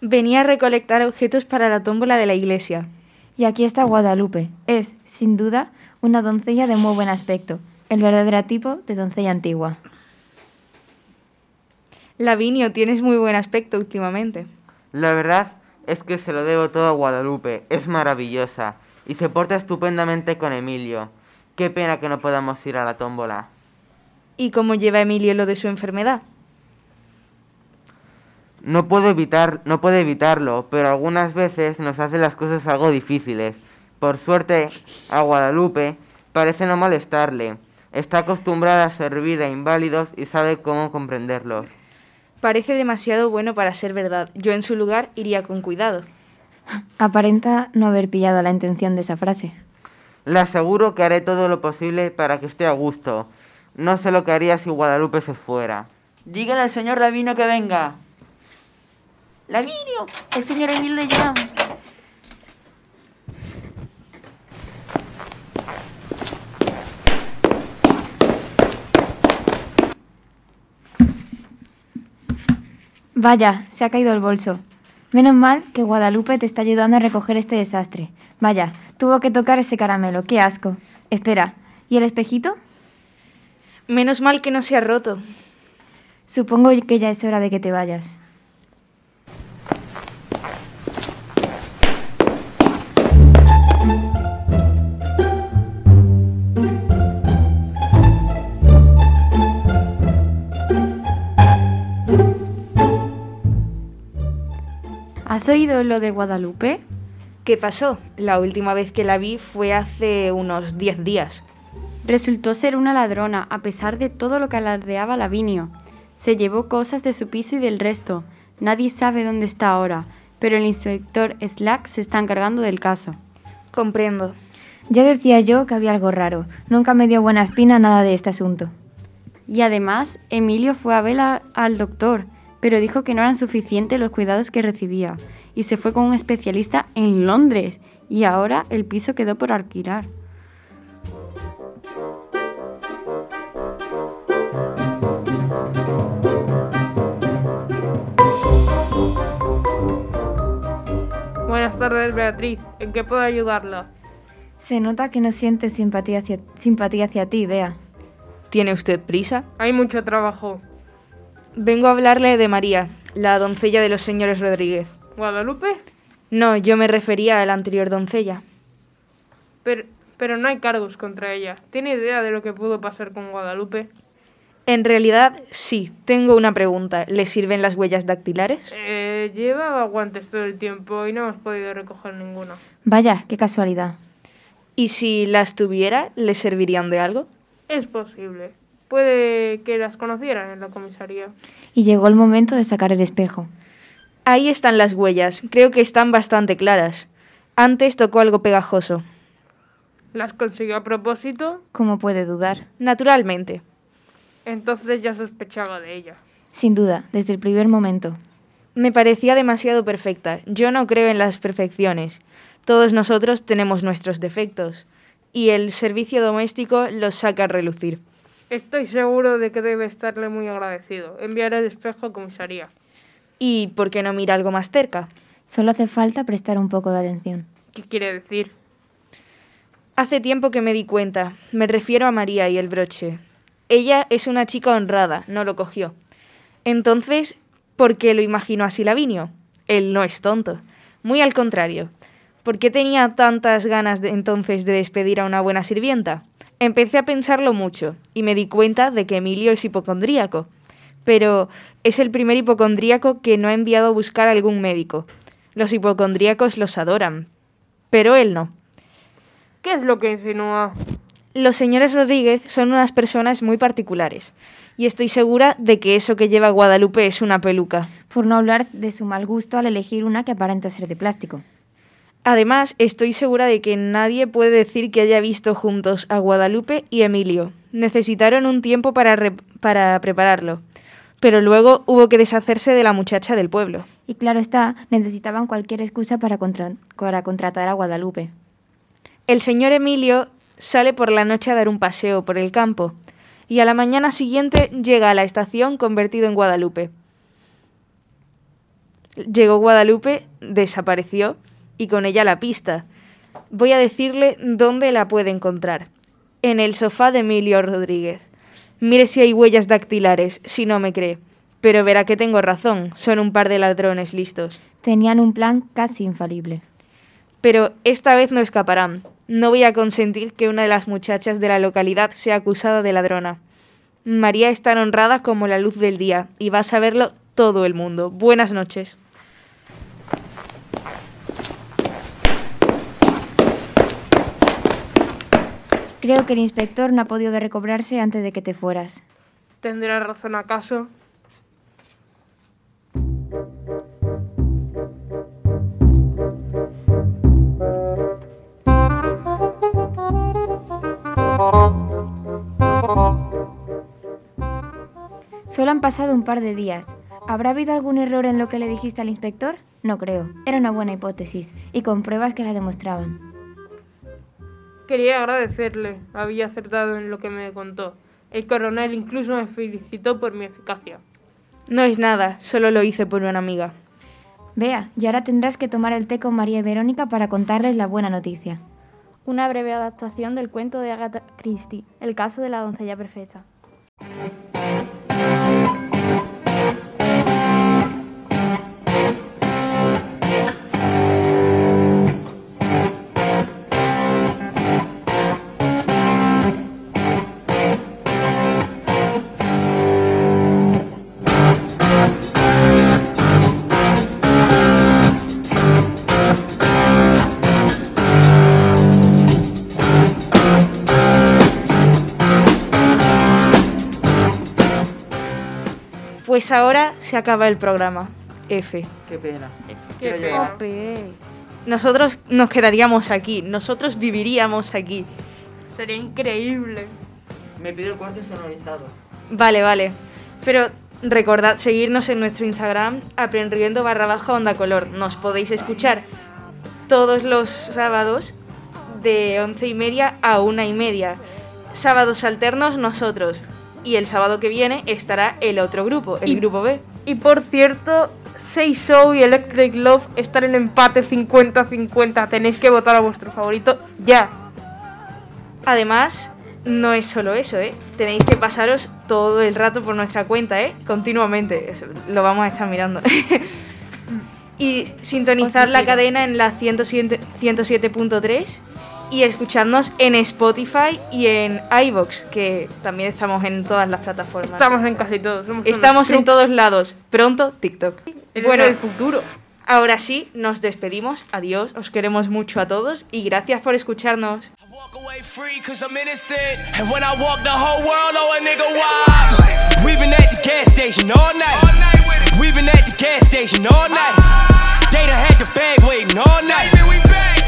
Speaker 1: Venía a recolectar objetos para la tómbola de la iglesia.
Speaker 9: Y aquí está Guadalupe. Es, sin duda, una doncella de muy buen aspecto. El verdadero tipo de doncella antigua.
Speaker 1: Lavinio, tienes muy buen aspecto últimamente.
Speaker 7: La verdad es que se lo debo todo a Guadalupe. Es maravillosa. Y se porta estupendamente con Emilio. Qué pena que no podamos ir a la tómbola.
Speaker 1: ¿Y cómo lleva Emilio lo de su enfermedad?
Speaker 7: No puedo evitar, no puedo evitarlo, pero algunas veces nos hace las cosas algo difíciles. Por suerte, a Guadalupe parece no molestarle. Está acostumbrada a servir a inválidos y sabe cómo comprenderlos.
Speaker 1: Parece demasiado bueno para ser verdad. Yo en su lugar iría con cuidado.
Speaker 9: Aparenta no haber pillado la intención de esa frase.
Speaker 7: Le aseguro que haré todo lo posible para que esté a gusto. No sé lo que haría si Guadalupe se fuera.
Speaker 8: Dígale al señor Lavino que venga. ¡Lavinio! El señor Emilio le llama.
Speaker 9: Vaya, se ha caído el bolso. Menos mal que Guadalupe te está ayudando a recoger este desastre. Vaya, tuvo que tocar ese caramelo, qué asco. Espera, ¿y el espejito?
Speaker 1: Menos mal que no se ha roto.
Speaker 9: Supongo que ya es hora de que te vayas.
Speaker 1: ¿Has oído lo de Guadalupe? ¿Qué pasó? La última vez que la vi fue hace unos 10 días.
Speaker 4: Resultó ser una ladrona, a pesar de todo lo que alardeaba Lavinio. Se llevó cosas de su piso y del resto. Nadie sabe dónde está ahora, pero el inspector Slack se está encargando del caso.
Speaker 1: Comprendo.
Speaker 9: Ya decía yo que había algo raro. Nunca me dio buena espina nada de este asunto.
Speaker 4: Y además, Emilio fue a ver a- al doctor, pero dijo que no eran suficientes los cuidados que recibía, y se fue con un especialista en Londres, y ahora el piso quedó por alquilar.
Speaker 2: Buenas tardes, Beatriz. ¿En qué puedo ayudarla?
Speaker 9: Se nota que no sientes simpatía hacia, simpatía hacia ti, Bea.
Speaker 1: ¿Tiene usted prisa?
Speaker 2: Hay mucho trabajo.
Speaker 1: Vengo a hablarle de María, la doncella de los señores Rodríguez.
Speaker 2: ¿Guadalupe?
Speaker 1: No, yo me refería a la anterior doncella.
Speaker 2: Pero, pero no hay cargos contra ella. ¿Tiene idea de lo que pudo pasar con Guadalupe?
Speaker 1: En realidad, sí, tengo una pregunta. ¿Le sirven las huellas dactilares?
Speaker 2: Eh, llevaba guantes todo el tiempo y no hemos podido recoger ninguno.
Speaker 9: Vaya, qué casualidad.
Speaker 1: ¿Y si las tuviera, le servirían de algo?
Speaker 2: Es posible. Puede que las conocieran en la comisaría.
Speaker 9: Y llegó el momento de sacar el espejo.
Speaker 1: Ahí están las huellas, creo que están bastante claras. Antes tocó algo pegajoso.
Speaker 2: ¿Las consiguió a propósito?
Speaker 9: ¿Cómo puede dudar?
Speaker 1: Naturalmente.
Speaker 2: Entonces ya sospechaba de ella.
Speaker 9: Sin duda, desde el primer momento.
Speaker 1: Me parecía demasiado perfecta. Yo no creo en las perfecciones. Todos nosotros tenemos nuestros defectos. Y el servicio doméstico los saca a relucir.
Speaker 2: Estoy seguro de que debe estarle muy agradecido. Enviaré el espejo a comisaría.
Speaker 1: ¿Y por qué no mira algo más cerca?
Speaker 9: Solo hace falta prestar un poco de atención.
Speaker 2: ¿Qué quiere decir?
Speaker 1: Hace tiempo que me di cuenta. Me refiero a María y el broche. Ella es una chica honrada, no lo cogió. Entonces, ¿por qué lo imaginó así Lavinio? Él no es tonto. Muy al contrario. ¿Por qué tenía tantas ganas de- entonces de despedir a una buena sirvienta? Empecé a pensarlo mucho y me di cuenta de que Emilio es hipocondríaco. Pero es el primer hipocondríaco que no ha enviado a buscar a algún médico. Los hipocondríacos los adoran. Pero él no.
Speaker 2: ¿Qué es lo que insinúa?
Speaker 1: Los señores Rodríguez son unas personas muy particulares y estoy segura de que eso que lleva Guadalupe es una peluca.
Speaker 9: Por no hablar de su mal gusto al elegir una que aparenta ser de plástico.
Speaker 1: Además, estoy segura de que nadie puede decir que haya visto juntos a Guadalupe y Emilio. Necesitaron un tiempo para, re- para prepararlo, pero luego hubo que deshacerse de la muchacha del pueblo.
Speaker 14: Y claro está, necesitaban cualquier excusa para, contra- para contratar a Guadalupe.
Speaker 1: El señor Emilio sale por la noche a dar un paseo por el campo y a la mañana siguiente llega a la estación convertido en Guadalupe. Llegó Guadalupe, desapareció y con ella la pista. Voy a decirle dónde la puede encontrar. En el sofá de Emilio Rodríguez. Mire si hay huellas dactilares, si no me cree. Pero verá que tengo razón, son un par de ladrones listos.
Speaker 14: Tenían un plan casi infalible.
Speaker 1: Pero esta vez no escaparán. No voy a consentir que una de las muchachas de la localidad sea acusada de ladrona. María es tan honrada como la luz del día y va a saberlo todo el mundo. Buenas noches.
Speaker 14: Creo que el inspector no ha podido de recobrarse antes de que te fueras.
Speaker 2: ¿Tendrá razón acaso?
Speaker 14: Solo han pasado un par de días. ¿Habrá habido algún error en lo que le dijiste al inspector? No creo. Era una buena hipótesis y con pruebas que la demostraban.
Speaker 2: Quería agradecerle, había acertado en lo que me contó. El coronel incluso me felicitó por mi eficacia.
Speaker 1: No es nada, solo lo hice por una amiga.
Speaker 14: Vea, y ahora tendrás que tomar el té con María y Verónica para contarles la buena noticia.
Speaker 18: Una breve adaptación del cuento de Agatha Christie, El caso de la doncella perfecta.
Speaker 1: Pues ahora se acaba el programa. F.
Speaker 8: Qué pena.
Speaker 1: Qué
Speaker 8: Quiero
Speaker 1: pena.
Speaker 8: llorar.
Speaker 1: Nosotros nos quedaríamos aquí, nosotros viviríamos aquí.
Speaker 2: Sería increíble.
Speaker 8: Me pidió el cuarto sonorizado.
Speaker 1: Vale, vale. Pero recordad seguirnos en nuestro Instagram, aprendiendo barra baja onda color. Nos podéis escuchar todos los sábados de once y media a una y media. Sábados alternos nosotros. Y el sábado que viene estará el otro grupo, el
Speaker 2: Y-
Speaker 1: grupo B.
Speaker 2: Y por cierto, Say Show y Electric Love están en empate 50-50. Tenéis que votar a vuestro favorito ya.
Speaker 1: Además, no es solo eso, ¿eh? Tenéis que pasaros todo el rato por nuestra cuenta, ¿eh? Continuamente. Eso, Lo vamos a estar mirando. y sintonizad la cadena en la 107 107.3 y escuchadnos en Spotify y en iVoox, que también estamos en todas las plataformas.
Speaker 2: Estamos en casi todos. somos unos
Speaker 1: Estamos en
Speaker 2: crooks.
Speaker 1: todos lados. Pronto, TikTok.
Speaker 2: Eres del futuro.
Speaker 1: Ahora sí, nos despedimos. Adiós, os queremos mucho a todos y gracias por escucharnos.
Speaker 19: away free cause I'm innocent. And when I walk the whole world, oh a nigga wild. We've been at the gas station all night. Ah. We've been at the gas station all night. They done had the bag waiting all night.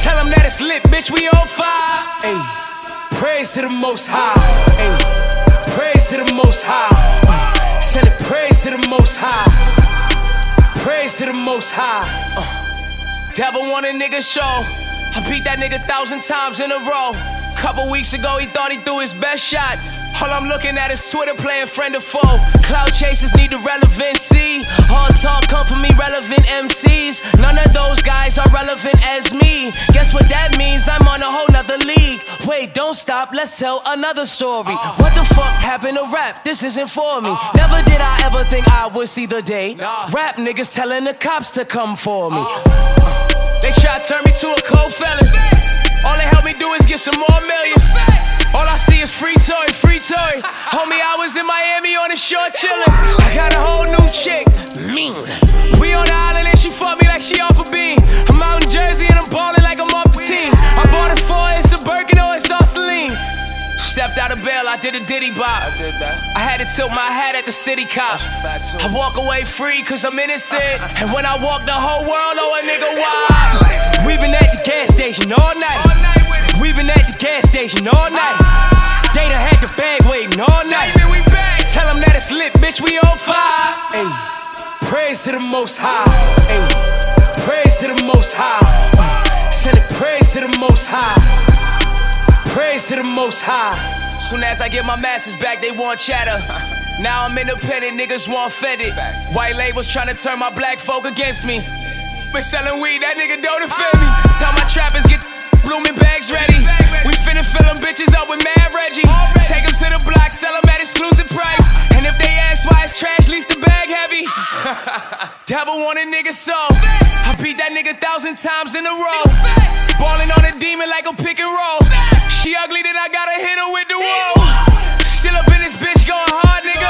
Speaker 19: Tell 'em that it's lit, bitch, we on fire. Ayy, praise to the most high. Ayy, praise to the most high. Uh, send it praise to the most high. Praise to the most high. Uh. Devil want a nigga show. I beat that nigga thousand times in a row. Couple weeks ago, he thought he threw his best shot. All I'm looking at is Twitter playing friend or foe. Cloud chasers need the relevancy. All talk come from me, relevant MCs. None of those guys are relevant as me. Guess what that means? I'm on a whole nother league. Wait, don't stop, let's tell another story. What the fuck happened to rap? This isn't for me. Never did I ever think I would see the day. Rap niggas telling the cops to come for me. They try to turn me to a cold felon. All they help me do is get some more millions. All I see is free toy, free toy. Homie, I was in Miami on the shore chillin'. I got a whole new chick, mean. We on the island and she fuck me like she off a bean. I'm out in Jersey and I'm ballin' like I'm off the team. I bought a four, it's a Birkin or it's Austin. stepped out of bail, I did a diddy bop. I did that. I had to tilt my hat at the city cops. I walk away free cause I'm innocent. and when I walk the whole world, oh a nigga wild. We've been at the gas station all night. Ah. We've been at the gas station all night. They done had the bag waiting all night. Tell 'em that it's lit, bitch, we on fire. Ayy, praise to the most high. Ayy, praise to the most high. Uh, Send it praise to the most high. Praise to the Most High. Soon as I get my masters back, they want chatter. Now I'm independent, niggas want fended. White labels tryna turn my black folk against me. Been selling weed, that nigga don't offend me. Tell my trappers get blooming bags ready. We finna fill them bitches up with Mad Reggie. Take 'em to the block, sell 'em at exclusive price. And if they ask why it's trash, lease the bag heavy. Devil want a nigga so I beat that nigga thousand times in a row. Ballin' on a demon like a pick and roll. She ugly, then I gotta hit her with the wall. Still up in this bitch going hard, nigga.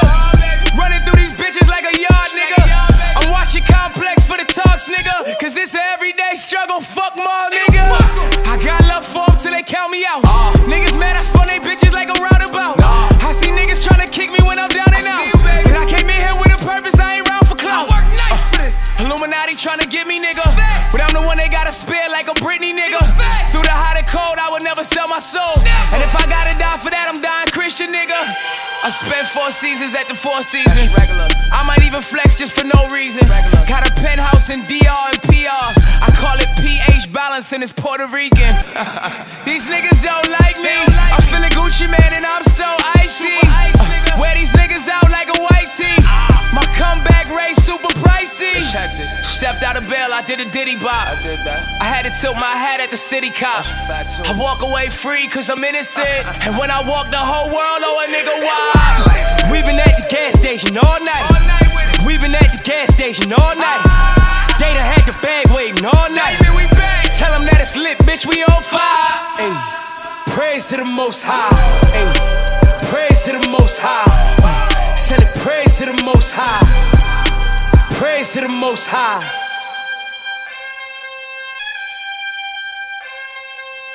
Speaker 19: Running through these bitches like a yard, nigga. I'm watching complex for the talks, nigga. Cause it's an everyday struggle, fuck mall, nigga. I got love for 'em till they count me out. Niggas mad I spun they bitches like a roundabout. I see niggas tryna kick me when I'm down and out. But I came in here with a purpose, I ain't round for clout. Uh, Illuminati tryna get me, nigga. But I'm the one they gotta spare like a Britney, nigga. Through the hot and cold, I would never sell my soul. And if I gotta die for that, I'm dying Christian, nigga. I spent four seasons at the Four Seasons. I might even flex just for no reason. Got a penthouse in DR and PR. I call it PH balance and it's Puerto Rican. these niggas don't like me. I'm feeling Gucci man and I'm so icy. Wear these niggas out like a white tee. My comeback race super pricey. Stepped out of bail, I did a diddy bop. I did that. I had to tilt my hat at the city cop. I walk away free cause I'm innocent. and when I walk the whole world, oh a nigga wild. We've been at the gas station all night. We've been at the gas station all night. They done had the bag waiting all night. Tell 'em that it's lit, bitch, we on fire. Ayy, praise to the most high. Ayy, praise to the most high. Uh, Send it praise to the most high. Praise to the most high.